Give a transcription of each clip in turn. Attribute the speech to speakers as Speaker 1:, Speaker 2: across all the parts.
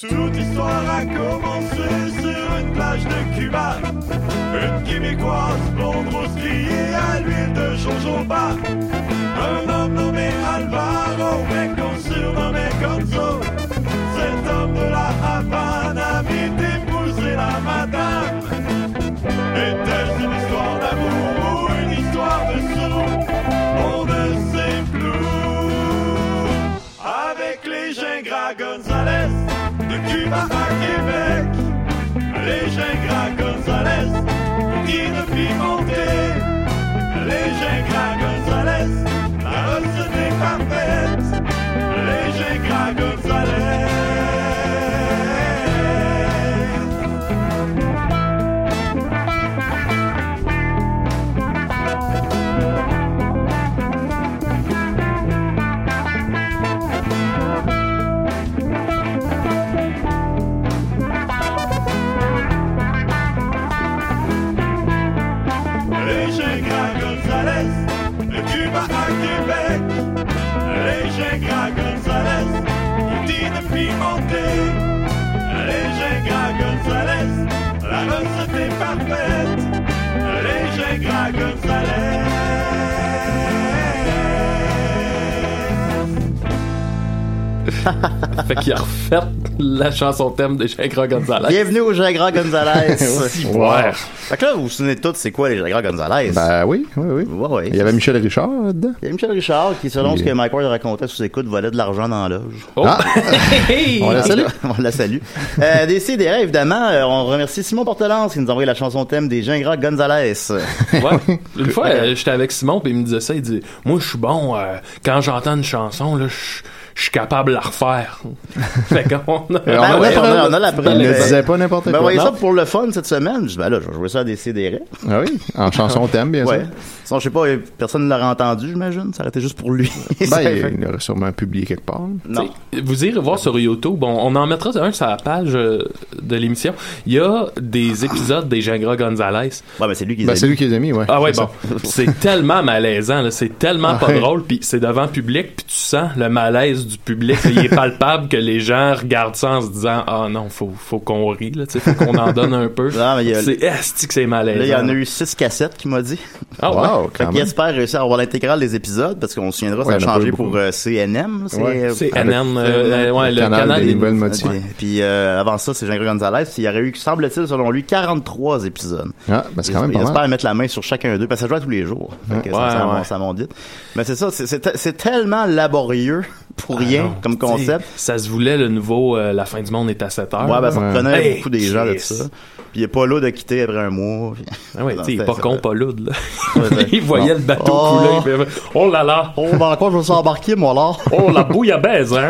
Speaker 1: Toute l'histoire a commencé sur une plage de Cuba. Une québécoise blonde rose criée à l'huile de jojoba. Un homme nommé Alvaro, mais qu'on surnommait Gonzo. Cet homme de la Havane avait épousé la madame. Était-ce une histoire d'amour ou une histoire de sous On ne sait plus. Avec les Gingras Gonzalez, de Cuba à Québec. Les Gingras Gonzalez, qui ne fit monter. Les Gingras Gonzalez, la recette est parfaite. Les Gingras Gonzalez. Les Gingras Gonzalez, de Cuba à Québec. Les Gingras Gonzalez, poutine pimentée. Les Gingras Gonzalez, la recette est parfaite. Les Gingras Gonzalez.
Speaker 2: fait qu'il a refait la chanson thème de Gingras Gonzalez.
Speaker 3: Bienvenue au Jagra Gonzalez.
Speaker 4: Ouais.
Speaker 3: Fait que là, vous vous souvenez tous, c'est quoi les Jagra Gonzalez?
Speaker 4: Ben oui, oui, oui.
Speaker 3: Ouais, ouais.
Speaker 4: Il y avait Michel Richard là-dedans.
Speaker 3: Il y a Michel Richard qui, selon
Speaker 4: Il-
Speaker 3: ce que Mike Ward racontait sous écoute, volait de l'argent dans la loge.
Speaker 2: Oh.
Speaker 4: Ah. On la salue.
Speaker 3: on la salue. Euh, des CDR, évidemment, euh, on remercie Simon Portelance qui nous a envoyé la chanson thème des Gingras Gonzalez. Ben
Speaker 2: Ouais. Une fois, euh, j'étais avec Simon, puis il me disait ça, il dit « Moi, je suis bon, euh, quand j'entends une chanson, là, je je suis capable de la refaire. » Fait qu'on
Speaker 4: Et on
Speaker 2: a...
Speaker 3: Ben
Speaker 4: a
Speaker 3: ouais,
Speaker 4: la preuve.
Speaker 3: on a- on a la preuve.
Speaker 4: Il ne
Speaker 3: Ben-
Speaker 4: disait pas n'importe
Speaker 3: Ben,
Speaker 4: quoi.
Speaker 3: voyez
Speaker 4: Non.
Speaker 3: ça pour le fun cette semaine. Je dis, ben là, je vais jouer ça à des CDR.
Speaker 4: Ah oui, en chanson thème, bien
Speaker 3: Ouais.
Speaker 4: sûr. Ben,
Speaker 3: Sinon, je sais pas, euh, personne ne l'aurait entendu, j'imagine. Ça aurait été juste pour lui. Ça
Speaker 4: Ben,
Speaker 3: fait-
Speaker 4: il, il aurait sûrement publié quelque part. là.
Speaker 3: non.
Speaker 2: Vous irez voir sur YouTube, on, on en mettra un sur la page euh, de l'émission. Il y a des épisodes des Gingras Gonzalez.
Speaker 3: Ouais, ben, c'est lui qui les a
Speaker 4: Ben, c'est
Speaker 3: mis.
Speaker 4: lui qui les a mis, ouais.
Speaker 2: Ah ouais,
Speaker 4: C'est
Speaker 2: bon. C'est tellement malaisant, là. C'est tellement
Speaker 4: Ah
Speaker 2: pas
Speaker 4: ouais.
Speaker 2: drôle, puis c'est devant public, puis tu sens le malaise du public. là. Il est palpable que les gens regardent ça en se disant « Ah non, faut, faut qu'on rie, là. Tu sais, Faut qu'on en donne un peu. »
Speaker 3: Non, mais il y a-
Speaker 2: C'est esti que c'est malaisant.
Speaker 3: Là, il y en a eu six cassettes qui m'a dit.
Speaker 2: Ah,
Speaker 4: ça.
Speaker 2: ouais.
Speaker 4: Wow,
Speaker 3: Fait
Speaker 4: quand
Speaker 3: qu'il
Speaker 4: même.
Speaker 3: espère réussir à avoir l'intégrale des épisodes parce qu'on se souviendra, ça
Speaker 4: Ouais,
Speaker 3: a
Speaker 4: il y en a pas
Speaker 3: changé
Speaker 4: eu beaucoup.
Speaker 3: pour euh, CNM. là, C'est
Speaker 4: Ouais,
Speaker 3: euh,
Speaker 2: C'est
Speaker 3: avec-
Speaker 2: NM, euh, ouais, le canal, des
Speaker 4: nouvelles
Speaker 3: Puis,
Speaker 4: modifiées.
Speaker 3: puis, euh, avant ça, c'est Jean-Claude Gonzalez. Il y aurait eu, semble-t-il, selon lui, 43 épisodes.
Speaker 4: Ah, ben c'est quand même
Speaker 3: Il
Speaker 4: pas
Speaker 3: espère
Speaker 4: mal.
Speaker 3: mettre la main sur chacun d'eux parce que ça joue à tous les jours. Fait que ça,
Speaker 2: Ouais,
Speaker 3: ça,
Speaker 2: ouais.
Speaker 3: monte- ça monte vite. Mais c'est ça, c'est- c'est te- c'est tellement laborieux
Speaker 4: Ah
Speaker 3: pour rien
Speaker 2: non.
Speaker 3: comme concept.
Speaker 2: Ça se voulait le nouveau euh, La fin du monde est à 7 heures.
Speaker 3: Ouais, ben, ça
Speaker 4: Ah Ouais.
Speaker 3: reconnaît
Speaker 2: Hey,
Speaker 3: beaucoup des gens de
Speaker 2: Chris.
Speaker 3: ça. Puis il est pas là de quitter après un mois. puis-
Speaker 2: Ah ouais,
Speaker 3: Non,
Speaker 2: tu sais, il est
Speaker 3: c'est-
Speaker 2: pas
Speaker 3: ça-
Speaker 2: con, pas lourd,
Speaker 3: Ouais,
Speaker 2: là.
Speaker 3: c'est-
Speaker 2: il voyait le bateau
Speaker 3: Oh.
Speaker 2: couler, puis il fait, Oh là là!
Speaker 3: Oh, ben encore, je me suis embarqué, moi, alors.
Speaker 2: Oh la bouillabaisse, hein!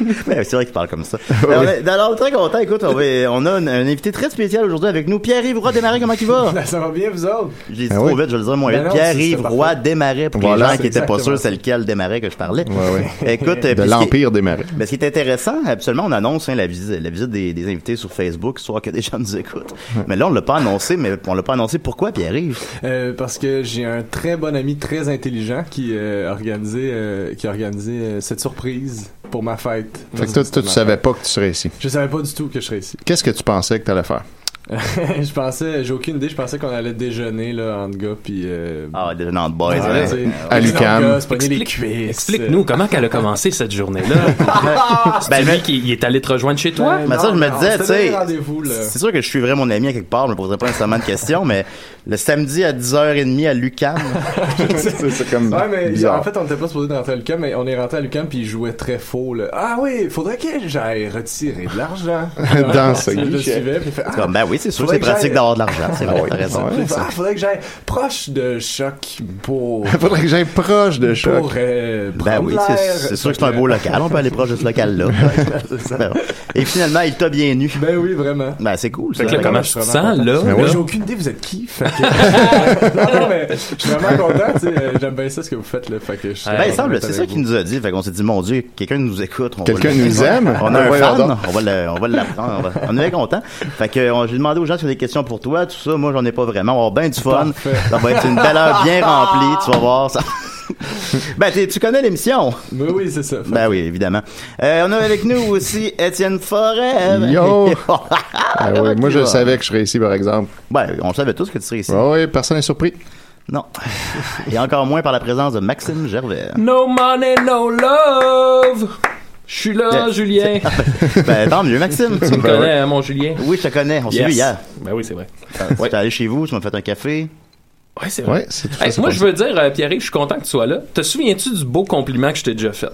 Speaker 3: Ouais, Ben, c'est vrai qu'il parle comme ça. Alors, on est- alors, très content. Écoute, on, va- on a un, un invité très spécial aujourd'hui avec nous. Pierre-Yves Roy Desmarais, comment il va?
Speaker 5: Ben, Ça va bien, vous autres?
Speaker 3: J'ai dit
Speaker 4: Ben
Speaker 3: trop
Speaker 4: oui.
Speaker 3: vite, je le dirais moins
Speaker 5: Ben
Speaker 3: vite.
Speaker 5: non,
Speaker 3: Pierre-Yves
Speaker 5: c'est- c'est
Speaker 3: Roy
Speaker 5: parfait.
Speaker 3: Démarais, pour
Speaker 4: Voilà,
Speaker 3: les gens qui
Speaker 5: c'est
Speaker 3: étaient pas
Speaker 5: exactement
Speaker 3: sûrs
Speaker 5: ça.
Speaker 3: c'est lequel Démarais que je parlais.
Speaker 4: Ouais, ouais.
Speaker 3: Écoute, euh,
Speaker 4: De
Speaker 3: puis ce qui-
Speaker 4: l'Empire des marais.
Speaker 3: Mais ce qui est intéressant, habituellement, on annonce hein, la visite, la visite des, des invités sur Facebook, soit que des gens nous écoutent. Mais là, on l'a pas annoncé, mais on l'a pas annoncé. Pourquoi Pierre-Yves?
Speaker 5: Euh, parce que j'ai un très bon ami très intelligent qui, euh, a organisé, euh, qui a organisé euh, cette surprise pour ma fête.
Speaker 4: Fait que toi, toi, tu savais pas que tu serais ici.
Speaker 5: Je savais pas du tout que je serais ici.
Speaker 4: Qu'est-ce que tu pensais que t'allais faire?
Speaker 5: je pensais, j'ai aucune idée, je pensais qu'on allait déjeuner là, entre gars, puis... Euh,
Speaker 3: Ah, déjà dans le boys.
Speaker 5: tu
Speaker 3: hein.
Speaker 5: sais,
Speaker 4: À
Speaker 5: entre
Speaker 4: l'UQAM.
Speaker 5: gars, se pogner les
Speaker 2: Explique-
Speaker 5: cuisses.
Speaker 2: Explique-nous comment qu'elle a commencé cette journée-là.
Speaker 3: Ben,
Speaker 2: ben, lui
Speaker 3: mais-
Speaker 2: qui il est allé te rejoindre chez toi.
Speaker 5: Ouais,
Speaker 3: Mais
Speaker 5: non,
Speaker 3: ça, je me
Speaker 5: euh, non,
Speaker 3: disais,
Speaker 5: c'était
Speaker 3: tu sais,
Speaker 5: des rendez-vous, là.
Speaker 3: c'est sûr que je suivrais mon ami à quelque part, je me poserais pas nécessairement de questions, mais le samedi à 10h30 à l'UCAM,
Speaker 4: c'est c'est comme.
Speaker 5: Ouais, mais
Speaker 4: bizarre.
Speaker 5: en fait, on n'était pas supposé rentrer à l'UQAM, mais on est rentré à l'UQAM, puis il jouait très faux, là. Ah oui, faudrait que j'aille retirer de l'argent.
Speaker 4: Dans ce
Speaker 5: Je le
Speaker 4: guichet.
Speaker 5: suivais, puis il fait, ah,
Speaker 3: c'est comme, ben oui, c'est sûr, que c'est
Speaker 5: Faudrait que
Speaker 3: pratique
Speaker 5: j'aille-
Speaker 3: d'avoir de l'argent, c'est vrai, t'as raison.
Speaker 4: ouais.
Speaker 5: Il fait, Ah, faudrait que j'aille proche de choc pour.
Speaker 4: Faudrait que j'aille proche de choc.
Speaker 5: pour euh,
Speaker 3: Ben
Speaker 5: prendre
Speaker 3: oui, c'est-
Speaker 5: l'air.
Speaker 3: c'est sûr que c'est un beau local, on peut aller proche de ce local-là. Et finalement, il t'a bien eu.
Speaker 5: Ben oui, vraiment.
Speaker 3: Ben c'est cool, ça.
Speaker 2: Fait que là,
Speaker 5: Ouais,
Speaker 2: comment
Speaker 5: ouais,
Speaker 2: tu
Speaker 5: je
Speaker 2: te
Speaker 5: suis
Speaker 2: sens,
Speaker 5: vraiment
Speaker 2: là?
Speaker 4: Ben
Speaker 5: Mais
Speaker 4: ouais.
Speaker 2: là?
Speaker 5: J'ai aucune idée, vous êtes qui? Fait que- non, non, mais je suis vraiment content, tu sais, euh, J'aime bien ça ce que vous faites, là. Fait que je suis
Speaker 3: Ben,
Speaker 2: Ouais,
Speaker 3: il semble, c'est ça
Speaker 5: avec
Speaker 3: qu'il
Speaker 5: vous.
Speaker 3: nous a dit. Fait qu'on s'est dit, mon Dieu, quelqu'un nous écoute. on va
Speaker 4: Quelqu'un
Speaker 3: le-
Speaker 4: nous aime?
Speaker 3: On a un
Speaker 4: Ouais,
Speaker 3: fan.
Speaker 4: pardon.
Speaker 3: On va le- on va l'apprendre. On, va... on est bien content. Fait que euh, j'ai demandé aux gens s'il y a des questions pour toi, tout ça. Moi, j'en ai pas vraiment. On va avoir bien du fun.
Speaker 5: Parfait.
Speaker 3: Ça va être une belle heure bien remplie. Tu vas voir. Ça... ben, t'es- tu connais l'émission.
Speaker 5: Mais oui, c'est ça. Fait-
Speaker 3: Ben oui, évidemment. Euh, on a avec nous aussi Étienne Forêt.
Speaker 4: Yo! Ah ouais, moi, je savais que je serais ici, par exemple.
Speaker 3: Ben, on savait tous que tu serais ici.
Speaker 4: Ah oui, personne n'est surpris.
Speaker 3: Non. Et encore moins par la présence de Maxime Gervais.
Speaker 2: No money, no love. Je suis là,
Speaker 3: Yeah.
Speaker 2: Julien.
Speaker 3: Ben, tant mieux, Maxime.
Speaker 2: Tu me connais, hein, mon Julien?
Speaker 3: Oui, je te connais. On s'est vu hier.
Speaker 2: Ben oui, c'est vrai.
Speaker 3: J'étais allé chez vous, tu m'as fait un café.
Speaker 2: Ouais, c'est vrai.
Speaker 4: Ouais, c'est tout
Speaker 2: Hey,
Speaker 4: ça.
Speaker 2: moi, je veux dire, euh, Pierre-Yves, je suis content que tu sois là. Te souviens-tu du beau compliment que je t'ai déjà fait?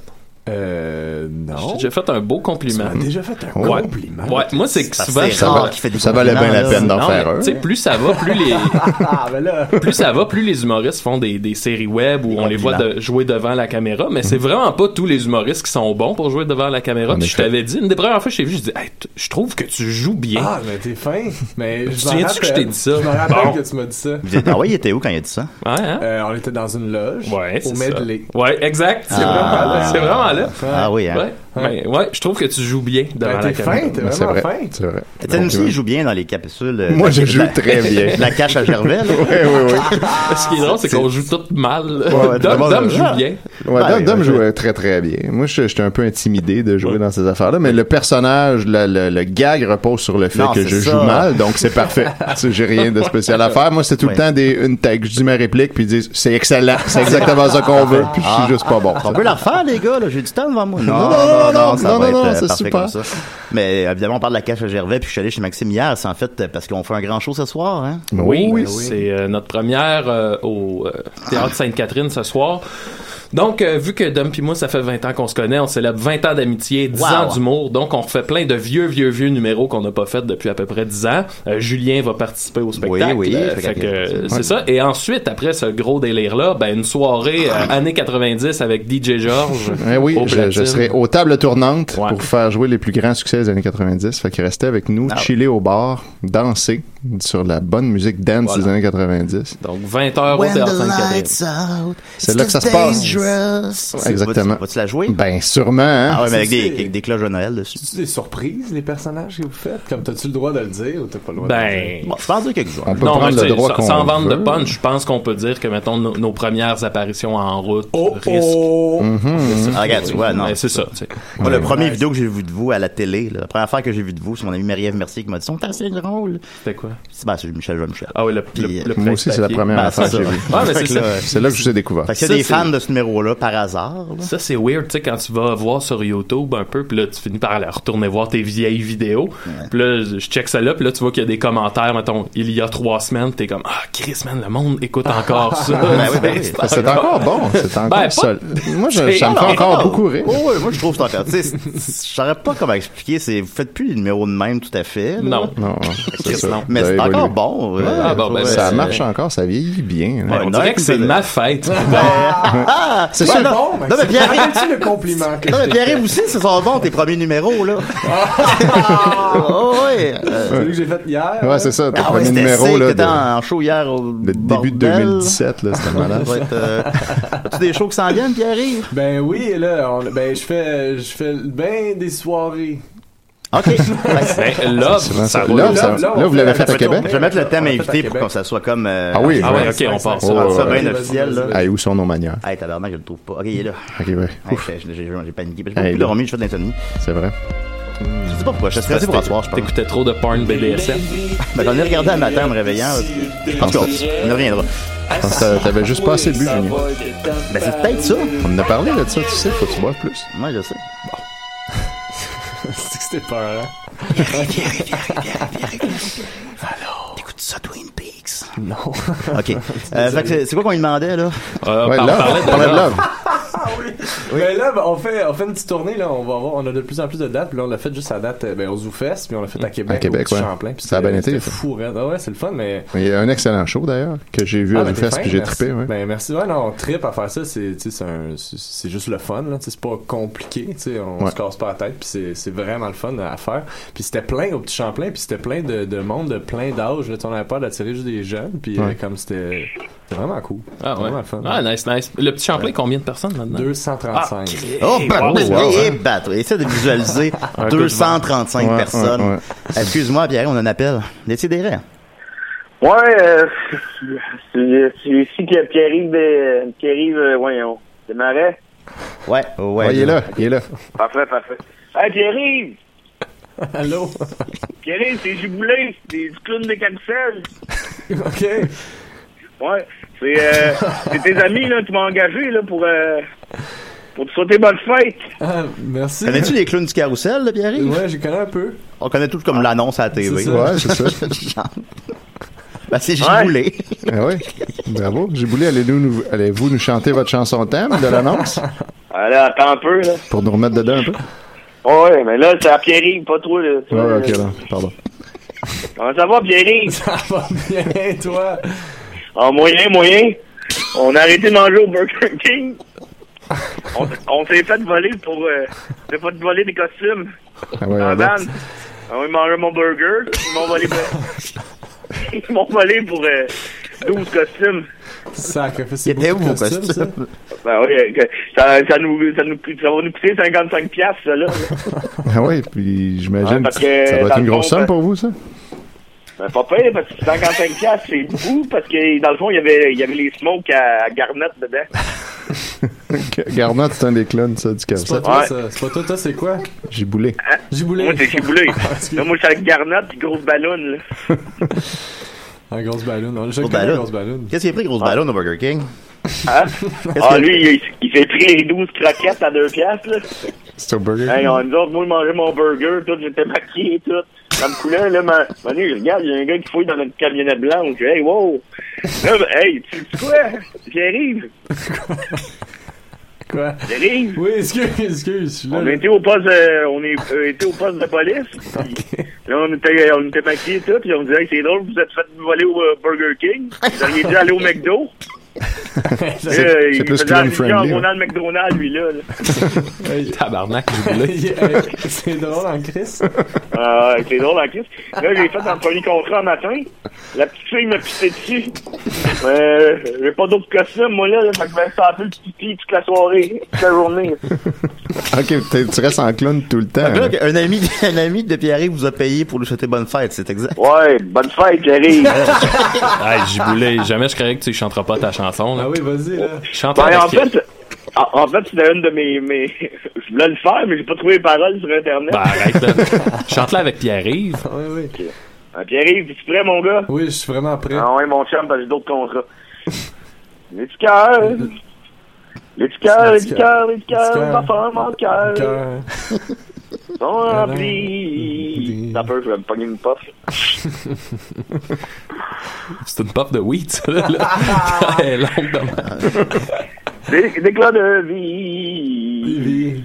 Speaker 5: Euh, non.
Speaker 2: Je t'ai déjà fait un beau
Speaker 5: Tu
Speaker 2: compliment.
Speaker 5: m'as déjà fait un
Speaker 4: Ouais.
Speaker 5: compliment.
Speaker 2: Ouais, moi, c'est que
Speaker 3: Parce que
Speaker 2: souvent,
Speaker 3: c'est
Speaker 2: je-
Speaker 3: rare
Speaker 4: va-
Speaker 3: qu'il fait des
Speaker 4: ça valait bien
Speaker 3: compliments,
Speaker 4: la
Speaker 3: là.
Speaker 4: peine d'en
Speaker 2: Non,
Speaker 4: faire
Speaker 2: mais,
Speaker 4: un.
Speaker 2: tu sais, plus ça va, plus les,
Speaker 5: Ah, ben là.
Speaker 2: plus ça va, plus les humoristes font des, des séries web où on les voit de- jouer devant la caméra, mais c'est vraiment pas tous les humoristes qui sont bons pour jouer devant la caméra.
Speaker 4: En
Speaker 2: Puis je
Speaker 4: effet.
Speaker 2: t'avais dit, une des premières fois que je t'ai vu, je dis, Hey, t- je trouve que tu joues bien.
Speaker 5: Ah, mais t'es fin. Mais je
Speaker 2: Tu
Speaker 5: m'en
Speaker 2: souviens-tu que je
Speaker 5: rappelle.
Speaker 2: t'ai dit ça?
Speaker 5: Je me rappelle
Speaker 2: Bon.
Speaker 5: que tu m'as dit ça.
Speaker 3: Vous êtes- Ah ouais, il était où quand il a dit ça?
Speaker 2: Ouais, hein?
Speaker 5: Euh, on était dans une loge.
Speaker 2: Ouais,
Speaker 5: Au
Speaker 2: c'est ça.
Speaker 5: medley.
Speaker 2: Ouais, exact. C'est vraiment là. C'est vraiment là.
Speaker 3: Ah oui, hein?
Speaker 2: Ah. Ouais, mais ouais, je trouve que tu joues bien devant
Speaker 5: Ben,
Speaker 2: la
Speaker 5: t'es
Speaker 2: caméra.
Speaker 5: fin, t'es
Speaker 4: Mais C'est
Speaker 5: vraiment
Speaker 4: vrai.
Speaker 5: fin.
Speaker 4: C'est vrai.
Speaker 3: Étienne
Speaker 4: Donc, euh,
Speaker 3: aussi, il joue bien dans les capsules. euh,
Speaker 4: Moi,
Speaker 3: de-
Speaker 4: je
Speaker 3: de-
Speaker 4: joue
Speaker 3: la-
Speaker 4: très bien.
Speaker 3: La cache à Gervais, là.
Speaker 4: Oui, oui, oui.
Speaker 2: Ce qui est drôle, c'est qu'on joue tout mal.
Speaker 3: Ouais, ouais,
Speaker 2: Dom,
Speaker 3: d'abord,
Speaker 2: Dom
Speaker 3: je-
Speaker 2: joue bien.
Speaker 4: Ouais,
Speaker 3: Ben,
Speaker 4: Dom, Dom
Speaker 3: ouais,
Speaker 4: jouait très très bien. Moi, je- j'étais un peu intimidé de jouer dans ces affaires-là, mais le personnage, le, le- le gag repose sur le fait
Speaker 3: Non,
Speaker 4: que
Speaker 3: c'est
Speaker 4: je
Speaker 3: ça.
Speaker 4: joue mal, donc c'est parfait. Tu sais, J'ai rien de spécial à faire. Moi, c'est tout
Speaker 3: Ouais.
Speaker 4: le temps des, une tag. Je dis ma réplique, puis ils disent c'est excellent, c'est exactement ça qu'on veut, puis
Speaker 3: Ah.
Speaker 4: je suis juste pas bon.
Speaker 3: On peut la refaire, les gars, là. J'ai du temps devant moi.
Speaker 4: Non, non, non,
Speaker 3: ça va
Speaker 4: non, non,
Speaker 3: être,
Speaker 4: non,
Speaker 3: euh,
Speaker 4: c'est
Speaker 3: parfait
Speaker 4: super.
Speaker 3: comme ça. Mais euh, évidemment, on parle de la cache à Gervais, puis je suis allé chez Maxime hier. C'est en fait euh, parce qu'on fait un grand show ce soir, hein.
Speaker 2: Oui,
Speaker 4: Ben oui.
Speaker 2: c'est euh, notre première euh, au euh, Théâtre Sainte-Catherine ce soir. Donc, euh, vu que Dom et moi, ça fait 20 ans qu'on se connaît, on célèbre 20 ans d'amitié, 10
Speaker 3: Wow.
Speaker 2: ans d'humour, donc on refait plein de vieux, vieux, vieux numéros qu'on n'a pas fait depuis à peu près 10 ans. Euh, Julien va participer au spectacle.
Speaker 3: oui,
Speaker 2: euh,
Speaker 3: fait
Speaker 2: fait que, euh,
Speaker 3: qu'après-
Speaker 2: c'est ça. Et ensuite, après ce gros délire-là, ben, une soirée euh,
Speaker 3: Ah.
Speaker 2: années 90 avec DJ George.
Speaker 4: Eh oui,
Speaker 2: au
Speaker 4: je, je
Speaker 2: platine.
Speaker 4: serai aux tables tournantes
Speaker 2: Ouais.
Speaker 4: pour faire jouer les plus grands succès des années 90. Fait que restez avec nous,
Speaker 3: Ah ouais.
Speaker 4: chiller au bar, danser sur la bonne musique dance
Speaker 2: Voilà.
Speaker 4: des années 90
Speaker 2: Donc, 20 heures au Théâtre Sainte-Catherine.
Speaker 3: out,
Speaker 4: C'est là que ça se passe.
Speaker 3: passe.
Speaker 4: Exactement.
Speaker 3: Vas-tu la jouer?
Speaker 4: Ben sûrement, hein?
Speaker 3: Ah ouais, mais avec
Speaker 5: C'est-
Speaker 3: des,
Speaker 5: c'est-
Speaker 3: avec des cloches de Noël dessus.
Speaker 5: C'est-tu des surprises, les personnages que vous faites? Comme, t'as-tu le droit de le dire ou t'as pas le droit de le dire?
Speaker 2: Ben,
Speaker 3: Bon, je pense dire quelques jours.
Speaker 4: On peut
Speaker 2: non, mais
Speaker 4: prendre
Speaker 2: tu
Speaker 4: le
Speaker 2: sais,
Speaker 4: droit
Speaker 2: sans,
Speaker 4: qu'on
Speaker 2: sans vendre de
Speaker 4: veut.
Speaker 2: punch, je pense qu'on peut dire que, mettons, nos, nos premières apparitions en route
Speaker 5: Oh,
Speaker 2: risquent-
Speaker 5: oh!
Speaker 3: Ah, regarde, tu vois, non.
Speaker 2: Mais c'est ça, tu sais.
Speaker 3: Moi, le premier vidéo que j'ai vu de vous à la télé, là, la première affaire que j'ai vu de vous, c'est mon ami Marie-Ève Mercier qui m'a dit Son assez drôle.
Speaker 2: C'était quoi?
Speaker 3: C'est ben, c'est Michel Jean Michel.
Speaker 2: Ah oui, le, le,
Speaker 3: Puis,
Speaker 2: le
Speaker 4: Moi aussi, c'est la
Speaker 2: presse-papier.
Speaker 4: première
Speaker 3: Ben,
Speaker 4: affaire que
Speaker 3: c'est
Speaker 4: j'ai
Speaker 3: ça.
Speaker 4: vue.
Speaker 2: Ouais, mais
Speaker 3: Fait
Speaker 2: c'est
Speaker 3: que
Speaker 2: ça.
Speaker 3: là,
Speaker 4: C'est là que je vous ai découvert.
Speaker 3: Fait que s'il y
Speaker 2: Ça,
Speaker 3: a des
Speaker 2: c'est-
Speaker 3: fans de ce numéro-là par hasard, là,
Speaker 2: Ça, c'est weird, tu sais, quand tu vas voir sur YouTube un peu, puis là, tu finis par aller retourner voir tes vieilles vidéos. Puis là, je check ça là, puis là, tu vois qu'il y a des commentaires, mettons, il y a trois semaines, t'es comme, ah, Chris, man, le monde écoute encore ça.
Speaker 4: Ah,
Speaker 3: Ben oui, ben oui.
Speaker 2: C'est-
Speaker 4: Fait que C'est encore bon, c'est encore
Speaker 2: pas-
Speaker 4: sol- Moi, je-
Speaker 2: C'est-
Speaker 4: ça me fait
Speaker 2: non,
Speaker 4: encore
Speaker 3: non.
Speaker 4: beaucoup rire.
Speaker 3: Oh, ouais, moi je trouve que c'est encore. tu sais, c'est- c'est- Je saurais pas comment expliquer. C'est, vous faites plus les numéros de même tout à fait. là.
Speaker 2: Non.
Speaker 4: Non,
Speaker 3: Chris,
Speaker 4: c'est ça.
Speaker 3: non. Mais
Speaker 4: Ça
Speaker 3: c'est
Speaker 4: a évolué.
Speaker 3: encore bon. ouais.
Speaker 2: Ah, bon, ben,
Speaker 4: Ben, Ça
Speaker 2: c'est-
Speaker 4: marche hein. encore, ça vieillit bien. hein. là.
Speaker 2: On
Speaker 3: Ouais,
Speaker 2: dirait que c'est
Speaker 3: Noël,
Speaker 2: ma fête.
Speaker 3: Ah,
Speaker 4: C'est
Speaker 3: ouais,
Speaker 4: sûr.
Speaker 3: Non,
Speaker 5: Bon, ben,
Speaker 3: non, mais
Speaker 5: c'est-
Speaker 3: Pierre,
Speaker 5: Arrête-tu le compliment que
Speaker 3: non, mais
Speaker 5: je t'ai
Speaker 3: Pierre-Yves aussi, c'est sont bons tes premiers numéros, là. oh, ouais. Euh,
Speaker 5: Celui que j'ai fait hier.
Speaker 4: Ouais, c'est ça, ton
Speaker 3: ah, ouais,
Speaker 4: Ah, premier
Speaker 3: c'était
Speaker 4: numéro,
Speaker 3: sick,
Speaker 4: là,
Speaker 3: t'étais
Speaker 4: de,
Speaker 3: en show hier au
Speaker 4: de début de 2017, là, c'était malade.
Speaker 3: tu euh, des shows qui s'en viennent, Pierre-Yves?
Speaker 5: Ben oui, et là, on- ben je fais, je fais ben des soirées.
Speaker 3: OK. Ouais.
Speaker 2: Ben, là,
Speaker 4: souvent
Speaker 2: ça
Speaker 4: ça.
Speaker 2: roule.
Speaker 4: Là,
Speaker 5: Là,
Speaker 4: ça-
Speaker 5: Ah, là, on
Speaker 4: là, vous
Speaker 5: fait-
Speaker 4: l'avez fait à
Speaker 5: on
Speaker 4: Québec?
Speaker 5: fait-
Speaker 3: Je vais mettre le thème
Speaker 5: On fait à
Speaker 3: invité pour
Speaker 5: Québec.
Speaker 3: que ça soit comme... euh,
Speaker 4: Ah oui,
Speaker 2: Ah ouais,
Speaker 4: ouais.
Speaker 2: ok, on part.
Speaker 3: Ça rend ça
Speaker 4: ouais,
Speaker 3: bien
Speaker 5: ouais.
Speaker 3: officiel, là.
Speaker 4: Hey, où sont nos manières?
Speaker 3: Ah, Hey, tabarnak, je le trouve pas. Ok, il est là.
Speaker 4: Ok, ouais.
Speaker 3: Hey,
Speaker 4: Ouf,
Speaker 3: j'ai- j'ai j'ai- j'ai paniqué. J'ai
Speaker 4: Hey,
Speaker 3: beaucoup
Speaker 4: là.
Speaker 3: dormi, je fais de l'insomnie.
Speaker 4: c'est vrai.
Speaker 3: Je sais pas pourquoi, je suis stressé pour asseoir, je pense.
Speaker 2: T'écoutais trop de porn BDSM.
Speaker 3: Ben, j'en ai regardé un matin en me réveillant. En tout cas, on y reviendra.
Speaker 4: Je pense que t'avais juste pas assez bu, Julien.
Speaker 3: Ben, c'est peut-être ça.
Speaker 4: On en a parlé là, de ça, tu sais, faut que tu boives plus.
Speaker 3: Moi, je sais.
Speaker 5: C'est que c'était peur, hein?
Speaker 3: T'écoutes ça, Twin Peaks?
Speaker 5: Non.
Speaker 3: Ok. Euh, fait que c'est- c'est quoi qu'on lui demandait, là?
Speaker 2: Euh,
Speaker 4: Ouais,
Speaker 2: par-
Speaker 4: là,
Speaker 2: parlait de
Speaker 4: on parlait de love.
Speaker 5: Mais là, ben, on fait, on fait une petite tournée, là. On va avoir, on a de plus en plus de dates. Puis là, on l'a fait juste à date, euh, ben, aux Zoufest, puis on l'a fait à Québec.
Speaker 4: À Québec,
Speaker 5: au petit
Speaker 4: ouais.
Speaker 5: Champlain. puis
Speaker 4: Ça a
Speaker 5: c'était-
Speaker 4: bien été,
Speaker 5: c'était
Speaker 4: ça.
Speaker 5: fou, raide. Ah ouais, c'est le fun, mais.
Speaker 4: Il y a un excellent show, d'ailleurs, que j'ai vu
Speaker 5: Ah,
Speaker 4: à
Speaker 5: ben,
Speaker 4: une
Speaker 5: t'es
Speaker 4: fête,
Speaker 5: fin,
Speaker 4: puis j'ai
Speaker 5: merci.
Speaker 4: trippé, ouais.
Speaker 5: Ben, merci. Ouais, non, on tripe à faire ça. C'est, tu sais, c'est un- c'est- c'est juste le fun, là. Tu sais, C'est pas compliqué, tu sais. On
Speaker 4: Ouais.
Speaker 5: se casse pas la tête, puis c'est, c'est vraiment le fun à faire. Puis c'était plein au petit Champlain, puis c'était plein de, de monde de plein d'âge, là. Tu sais, On avait peur d'attirer juste des jeunes, puis euh,
Speaker 4: Ouais.
Speaker 5: comme c'était c'était vraiment cool.
Speaker 2: Ah
Speaker 5: C'était
Speaker 2: ouais.
Speaker 5: Vraiment le fun.
Speaker 2: Ah, nice, nice. Le petit Champlain, combien de personnes maintenant?
Speaker 5: 235.
Speaker 3: Oh,
Speaker 2: Hey,
Speaker 3: bah,
Speaker 2: wow,
Speaker 3: bah,
Speaker 2: wow.
Speaker 3: et bah, toi, Essaie de visualiser
Speaker 2: Un coup de vent.
Speaker 3: 235
Speaker 4: Ouais,
Speaker 3: personnes.
Speaker 4: ouais, ouais.
Speaker 3: Excuse-moi, Pierre, on a un appel. Décidérez.
Speaker 1: Ouais, euh, c'est c'est ici que Pierre-Yves, des- Pierre-Yves, euh, voyons, des marais.
Speaker 3: Ouais, ouais.
Speaker 4: Ouais, il est
Speaker 3: là.
Speaker 4: là, il est là.
Speaker 1: Parfait, parfait. Hey, Pierre-Yves!
Speaker 5: Allô?
Speaker 1: Pierre-Yves, c'est Jubilé, c'est du clown des carousels.
Speaker 5: OK.
Speaker 1: Ouais, c'est euh, c'est tes amis là, qui m'ont engagé là, pour, euh, pour te souhaiter bonne fête.
Speaker 5: Ah, merci.
Speaker 3: Connais-tu les clowns du carrousel, là, Pierre-Yves?
Speaker 5: Ouais, je connais un peu.
Speaker 3: On connaît tout comme l'annonce à la TV.
Speaker 5: C'est ça.
Speaker 4: Ouais, c'est ça.
Speaker 3: Genre. ben, c'est giboulé.
Speaker 4: Ah ouais. Bravo. J'ai voulu allez-nous nous, allez-vous nous chanter votre chanson thème de l'annonce
Speaker 1: Allez, attends un peu. Ah, là.
Speaker 4: pour nous remettre dedans un peu?
Speaker 1: Ouais, mais là, c'est à Pierre-Yves, pas toi. Là, Tu vois,
Speaker 4: Ouais, ok,
Speaker 1: là.
Speaker 4: là. Pardon.
Speaker 1: Comment ça va, Pierre-Yves?
Speaker 5: Ça va bien, toi?
Speaker 1: En moyen, moyen. On a arrêté de manger au Burger King. On, on s'est fait voler pour. Euh, on s'est fait voler des costumes
Speaker 4: Ah ouais,
Speaker 1: en
Speaker 4: ouais.
Speaker 1: van. Ah, Ils mangeaient mon burger. Ils m'ont volé. Ils m'ont volé pour euh, 12 costumes.
Speaker 5: Sacré fils.
Speaker 3: Il était où, vos
Speaker 5: costume, ça?
Speaker 3: costumes?
Speaker 1: Ben oui, euh, que- ça, ça, nous, ça, nous, coûte- ça va nous coûter 55 piastres, ça, là.
Speaker 4: Ah ouais, puis
Speaker 1: Ouais,
Speaker 4: j'imagine que
Speaker 1: Ah, parce que
Speaker 4: ça doit être
Speaker 1: dans
Speaker 4: une
Speaker 1: le
Speaker 4: grosse
Speaker 1: fond,
Speaker 4: somme
Speaker 1: ben-
Speaker 4: pour vous, ça?
Speaker 1: Ben, pas pire, parce que 55 piastres, c'est beaucoup, parce que, dans le fond, il y avait, il y avait les smokes à, à Garnett dedans.
Speaker 4: Garnot, c'est un des clones, ça, du
Speaker 5: C'est pas
Speaker 4: carrousel.
Speaker 5: toi,
Speaker 1: Ouais.
Speaker 5: ça. C'est pas toi, toi, c'est quoi?
Speaker 4: J'ai boulé.
Speaker 5: Giboulé.
Speaker 1: Moi, c'est chiboulé.
Speaker 5: excuse.
Speaker 1: Là, moi, je suis avec Garnett, puis grosse ballonne, là.
Speaker 5: Un grosse ballon. Non, je
Speaker 3: Grosse
Speaker 5: connais
Speaker 3: ballon.
Speaker 5: grosse ballon.
Speaker 3: Qu'est-ce qu'il a pris, grosse ballon, au Burger King?
Speaker 1: Hein?
Speaker 3: Qu'est-ce
Speaker 1: Ah,
Speaker 3: que-
Speaker 1: lui, il, il s'est pris les 12 croquettes à 2 piastres, là.
Speaker 4: C'est au burger.
Speaker 1: Hey, on, nous autres, moi, je mangeais mon burger, tout, j'étais maquillé, tout. Ça me coulait, là, ma, ma nuit, je regarde, il y a un gars qui fouille dans notre camionnette blanche. Hey, wow! Là, ben, hey, tu tu quoi? J'arrive,
Speaker 5: Quoi?
Speaker 1: j'arrive.
Speaker 5: Oui, excuse, excuse. Je suis là.
Speaker 1: On était au poste, euh, on est, euh, était au poste de police. puis Là, on était, euh, on était maquillés, tout, puis on me disait, hey, c'est drôle, vous êtes fait voler au euh, Burger King. Vous auriez dû aller au McDo.
Speaker 4: C'est-
Speaker 1: Là,
Speaker 4: c'est
Speaker 1: il
Speaker 4: plus
Speaker 1: faisait
Speaker 4: clean
Speaker 1: allusion à
Speaker 4: friendly, hein.
Speaker 1: Ronald McDonald, lui, là. là.
Speaker 2: Tabarnak, Jubilé.
Speaker 5: Hey, hey, c'est drôle en Chris.
Speaker 1: Ah, c'est drôle, la crise. Là, j'ai fait un premier contrat un matin. La petite fille m'a pissé dessus. Euh, j'ai pas d'autre costume, moi, là. là fait que je vais sentir le pipi toute la soirée, toute la journée.
Speaker 4: Ok, t'es- tu restes en clown tout le temps.
Speaker 3: Fait que là,
Speaker 4: hein.
Speaker 3: Ah, un ami, un ami de Pierre-Yves vous a payé pour lui souhaiter bonne fête, c'est exact.
Speaker 1: Ouais, bonne fête, Jerry.
Speaker 2: Hey, Jubilé, jamais je croyais que tu chanteras pas ta chanson.
Speaker 5: Ah
Speaker 2: Là.
Speaker 5: oui, vas-y, là.
Speaker 2: Chante
Speaker 1: Ben,
Speaker 2: avec
Speaker 1: en
Speaker 2: elle.
Speaker 1: fait, en, en fait, c'était une de mes, mes... Je voulais le faire, mais j'ai pas trouvé les paroles sur Internet.
Speaker 2: Ben, arrête, là. Chante-la avec Pierre-Yves.
Speaker 5: Oui, oui.
Speaker 1: Ah, Pierre-Yves, es-tu prêt, mon gars?
Speaker 5: Oui, je suis vraiment prêt.
Speaker 1: Ah ouais, mon chum, parce que j'ai d'autres contrats. Les petits cœurs. Les petits cœurs, les petits cœurs, les petits cœurs, va faire mon cœur.
Speaker 5: Cœur.
Speaker 1: sont remplis. T'as peur, je vais me pogner une puff.
Speaker 2: C'est une pop de weed, ça, là. là. Elle est longue de même.
Speaker 1: Des, des éclats de vie.
Speaker 5: Vivi.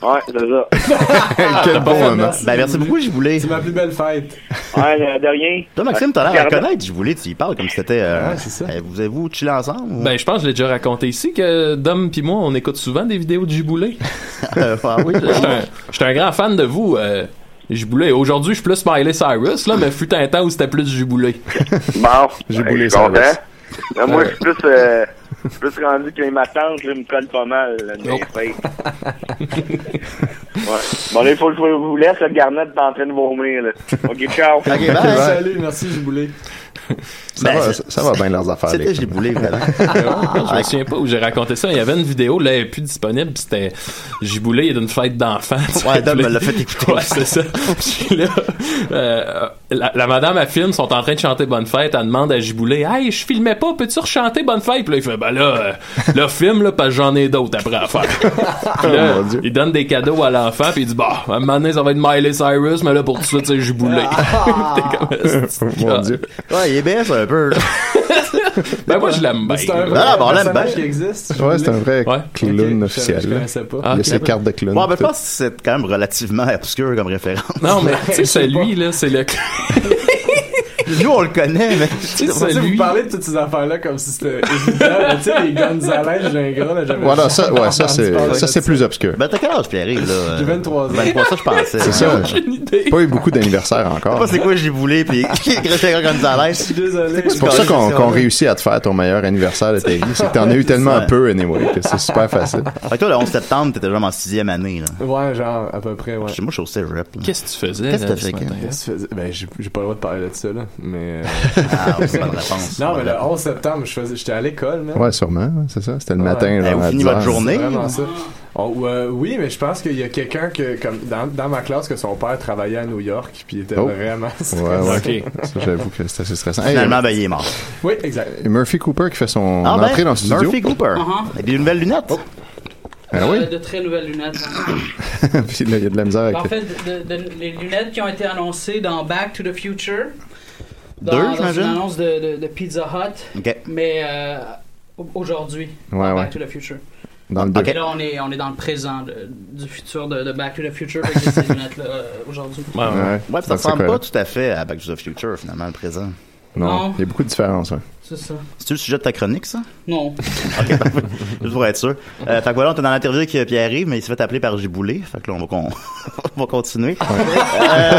Speaker 1: Ouais, c'est ça.
Speaker 4: Quel bon moment.
Speaker 5: Merci.
Speaker 3: Ben, merci beaucoup, Giboulé.
Speaker 5: C'est ma plus belle fête.
Speaker 1: Ouais, euh, de rien.
Speaker 3: Toi, Maxime, t'as l'air à
Speaker 1: Garde-
Speaker 3: connaître Giboulé, tu y parles comme si c'était. euh,
Speaker 5: Ouais, c'est ça.
Speaker 3: euh, vous avez-vous chillé ensemble? ou-
Speaker 2: Ben, je pense que je l'ai déjà raconté ici que Dom pis moi, on écoute souvent des vidéos de Jubilé.
Speaker 3: Euh, ah oui,
Speaker 2: J'étais un, j'étais un grand fan de vous, euh, Jubilé. Aujourd'hui, je suis plus Miley Cyrus, là, mais fut un temps où c'était plus Jubilé.
Speaker 1: Bon.
Speaker 4: J'ai
Speaker 1: ben,
Speaker 4: boulé
Speaker 1: je suis
Speaker 4: ça,
Speaker 1: content.
Speaker 4: Alex.
Speaker 1: Ben, Moi, je suis plus, euh, je suis plus rendu que les matantes, là, me collent pas mal, là, de mes fêtes. ouais. Bon, là, il faut que je vous laisse, le garnette est en train de vomir, là. Ok, ciao.
Speaker 3: Ok, bye.
Speaker 4: bye.
Speaker 5: Salut, merci, Giboulé.
Speaker 4: Ça,
Speaker 3: Ben,
Speaker 4: va,
Speaker 3: c'est-
Speaker 4: ça va bien leurs affaires.
Speaker 3: C'était
Speaker 4: les
Speaker 3: Giboulé, vraiment.
Speaker 2: Ah, je me souviens pas où j'ai raconté ça. Il y avait une vidéo, là, elle est plus disponible, pis c'était Jubilé d'une fête d'enfants. tu
Speaker 3: Ouais,
Speaker 2: sais,
Speaker 3: Dom
Speaker 2: puis là-
Speaker 3: me l'a fait écouter.
Speaker 2: Ouais, c'est ça. Puis là, euh, la, la madame à film sont en train de chanter Bonne Fête. Elle demande à Giboulé Hey, je filmais pas, peux-tu rechanter Bonne Fête? Puis là, il fait Ben là, euh, le film, là, parce que j'en ai d'autres après à faire. Puis là,
Speaker 4: Oh, mon Dieu.
Speaker 2: il donne des cadeaux à l'enfant, puis il dit Bah, à un moment donné, ça va être Miley Cyrus, mais là, pour tout ça, tu sais, Giboulé.
Speaker 3: Ah.
Speaker 2: T'es comme, Esti,
Speaker 4: Mon
Speaker 2: gars.
Speaker 4: Dieu.
Speaker 3: Ouais, il est bien, ça, un peu. là.
Speaker 2: Ben, moi, je l'aime bien.
Speaker 5: C'est un vrai
Speaker 3: Ah, bon, on l'aime
Speaker 5: personnage
Speaker 3: bien.
Speaker 5: qui existe. Giboulé.
Speaker 4: Ouais, c'est un vrai
Speaker 2: Ouais.
Speaker 4: clown
Speaker 5: Ok, je- Je
Speaker 4: officiel.
Speaker 5: connaissais pas.
Speaker 2: Ah.
Speaker 4: Il y a
Speaker 2: ok.
Speaker 4: ses cartes de clown.
Speaker 3: Bon, ben, je
Speaker 4: tout.
Speaker 3: pense que c'est quand même relativement obscur comme référence.
Speaker 2: Non, mais tu sais, c'est
Speaker 5: pas.
Speaker 2: lui, là, c'est le. Tu
Speaker 3: Nous, on le connaît, mais.
Speaker 2: sais,
Speaker 5: Tu
Speaker 2: c'est
Speaker 5: sais, vous
Speaker 2: lui.
Speaker 5: parlez de toutes ces affaires-là comme si c'était évident. là. Tu sais, les Gonzales, j'ai un gros, là, j'avais Ah,
Speaker 4: Voilà, ça,
Speaker 5: jamais
Speaker 4: ouais, ça,
Speaker 5: entendu
Speaker 4: c'est,
Speaker 5: parler
Speaker 4: ça,
Speaker 5: de
Speaker 4: c'est plus obscur.
Speaker 3: Ben, t'as quel âge, Pierre-Yves, là?
Speaker 5: J'ai 23 ans.
Speaker 3: 23, ça, je pensais.
Speaker 4: C'est ça.
Speaker 3: Je sais
Speaker 2: J'ai une idée.
Speaker 4: Pas eu beaucoup d'anniversaires encore.
Speaker 3: pas c'est quoi Giboulé, pis Christian
Speaker 5: Je
Speaker 3: Gonzalez.
Speaker 5: suis désolé.
Speaker 3: C'est
Speaker 4: C'est pour ça qu'on,
Speaker 3: Ouais.
Speaker 4: qu'on réussit à te faire ton meilleur anniversaire de ta vie. C'est que t'en as eu tellement
Speaker 3: ça.
Speaker 4: peu, anyway, que c'est super facile.
Speaker 3: Fait que toi, le 11 septembre, t'étais vraiment en sixième année, là.
Speaker 5: Ouais, genre, à peu près, ouais.
Speaker 3: Chez moi, je suis au cégep, là.
Speaker 2: Qu'est-ce que tu faisais,
Speaker 3: Qu'est-ce
Speaker 2: là,
Speaker 3: que t'as
Speaker 2: ce
Speaker 3: fait,
Speaker 2: matin?
Speaker 3: Ken?
Speaker 5: Qu'est-ce que tu faisais? Ben, j'ai j'ai pas le droit de parler de ça, là. Mais euh,
Speaker 3: Ah, oui, c'est bonne réponse.
Speaker 5: non, mais
Speaker 3: Bonne
Speaker 5: le 11 septembre, je faisais- j'étais à l'école, man.
Speaker 4: Ouais, sûrement, ouais, c'est ça. C'était le
Speaker 5: Ouais.
Speaker 4: matin.
Speaker 5: Eh,
Speaker 4: genre,
Speaker 3: vous
Speaker 4: à
Speaker 3: finissez
Speaker 4: 10
Speaker 3: votre
Speaker 4: heures.
Speaker 3: journée.
Speaker 5: C'est vraiment ça. On- euh, oui, mais je pense qu'il y a quelqu'un que, comme dans, dans ma classe, que son père travaillait à New York, puis il était
Speaker 4: Oh.
Speaker 5: vraiment
Speaker 4: Ouais,
Speaker 5: stressé.
Speaker 4: ouais. Ça, j'avoue que c'est assez stressant. Hey,
Speaker 3: Finalement, ben, il est mort.
Speaker 5: Oui, exact.
Speaker 4: Et Murphy Cooper qui fait son
Speaker 3: Ah,
Speaker 4: entrée
Speaker 3: ben,
Speaker 4: dans le studio.
Speaker 3: Murphy Cooper.
Speaker 6: Uh-huh.
Speaker 3: Avec des nouvelles lunettes.
Speaker 5: Oh.
Speaker 4: Ah oui,
Speaker 6: Euh, De très nouvelles lunettes.
Speaker 4: puis là, il y a de la misère avec
Speaker 6: en fait, de- de- les lunettes qui ont été annoncées dans Back to the Future, dans,
Speaker 3: Deux,
Speaker 6: dans
Speaker 3: j'imagine?
Speaker 6: une annonce de, de- de Pizza Hut,
Speaker 3: OK.
Speaker 6: mais euh, au- aujourd'hui,
Speaker 4: Ouais, ouais.
Speaker 6: Back to the Future.
Speaker 4: Dans le deux.
Speaker 6: Et là, on est, on est dans le présent de- du futur de, de Back to the Future avec ces lunettes-là euh, aujourd'hui.
Speaker 2: Ouais, ouais.
Speaker 4: Ouais,
Speaker 3: Ouais, puis ça
Speaker 4: Donc, c'est
Speaker 3: ressemble pas
Speaker 4: correct.
Speaker 3: tout à fait à Back to the Future, finalement, le présent.
Speaker 4: Non,
Speaker 6: Non.
Speaker 4: il y a beaucoup de différences. ouais.
Speaker 6: C'est ça.
Speaker 3: C'est-tu le sujet de ta chronique, ça?
Speaker 6: Non.
Speaker 3: Juste pour être sûr. Euh, fait que voilà, on était dans l'interview avec euh, Pierre-Yves, mais il s'est fait appeler par Giboulé. Fait que là, on va, con- on va continuer. Euh,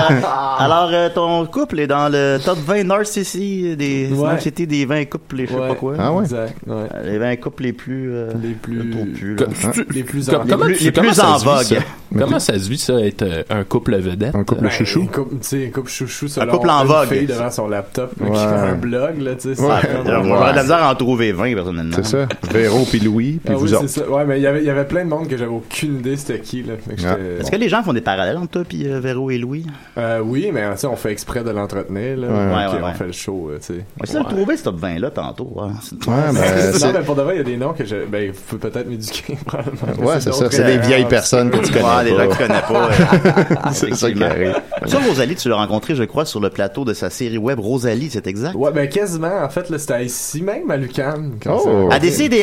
Speaker 3: alors, euh, ton couple est dans le top 20 narcissies des
Speaker 5: Ouais.
Speaker 3: sociétés des 20 couples, les je sais
Speaker 5: Ouais.
Speaker 3: pas quoi.
Speaker 4: Ah ouais?
Speaker 5: Exact, ouais.
Speaker 3: Euh, Les 20 couples les plus... euh,
Speaker 5: Les plus-
Speaker 3: beaux plus, là.
Speaker 2: Co- tu-
Speaker 5: Les plus
Speaker 2: co-
Speaker 5: en-
Speaker 2: comment
Speaker 3: les
Speaker 2: tu-
Speaker 3: plus
Speaker 2: comment ça
Speaker 3: en
Speaker 2: se vit,
Speaker 3: vogue.
Speaker 2: ça?
Speaker 4: Mais
Speaker 2: Comment ça se vit, ça, être euh, un couple vedette?
Speaker 4: Un couple
Speaker 5: Ben,
Speaker 4: chouchou.
Speaker 5: une couple- Tu sais, un couple chouchou, selon
Speaker 3: couple en
Speaker 5: une
Speaker 3: vogue.
Speaker 5: fille devant son laptop, là,
Speaker 4: Ouais.
Speaker 5: qui fait un blog, là, tu sais. c'est
Speaker 4: Ouais.
Speaker 3: Euh,
Speaker 5: vraiment-
Speaker 3: J'aurais de la misère à en trouver 20, personnellement.
Speaker 4: C'est ça. Véro puis Louis puis
Speaker 5: Ah oui,
Speaker 4: vous
Speaker 5: c'est
Speaker 4: autres.
Speaker 5: ça. Ouais, mais il y avait- il y avait plein de monde que j'avais aucune idée c'était qui, là. Fait que
Speaker 4: Ah.
Speaker 5: j'étais-
Speaker 3: Est-ce que les gens font des parallèles entre toi puis euh, Véro et Louis?
Speaker 5: Euh, oui, mais tu sais, on fait exprès de l'entretenir, là.
Speaker 4: Ouais.
Speaker 5: puis
Speaker 3: Ouais, ouais, ouais.
Speaker 5: on fait le show, euh, tu sais.
Speaker 3: On essaie de le trouver, ce top 20-là, tantôt. hein. C'est-
Speaker 4: Ouais, ben,
Speaker 5: non,
Speaker 4: c'est-
Speaker 5: mais pour de vrai, il y a des noms que je. Ben, vous pouvez peut-être m'éduquer, probablement.
Speaker 4: ouais, c'est ça.
Speaker 5: d'autres
Speaker 4: C'est des
Speaker 5: références.
Speaker 4: vieilles personnes que tu connais
Speaker 3: Ouais, des gens
Speaker 4: pas.
Speaker 3: que tu connais pas. euh,
Speaker 4: C'est ça qui
Speaker 3: effectivement.
Speaker 4: arrive.
Speaker 3: Ça, Rosalie, tu l'as rencontrée, je crois, sur le plateau de sa série web Rosalie, c'est exact?
Speaker 5: Ouais, ben quasiment, en fait, là, c'était ici même à Lucan.
Speaker 4: Oh.
Speaker 3: À décider des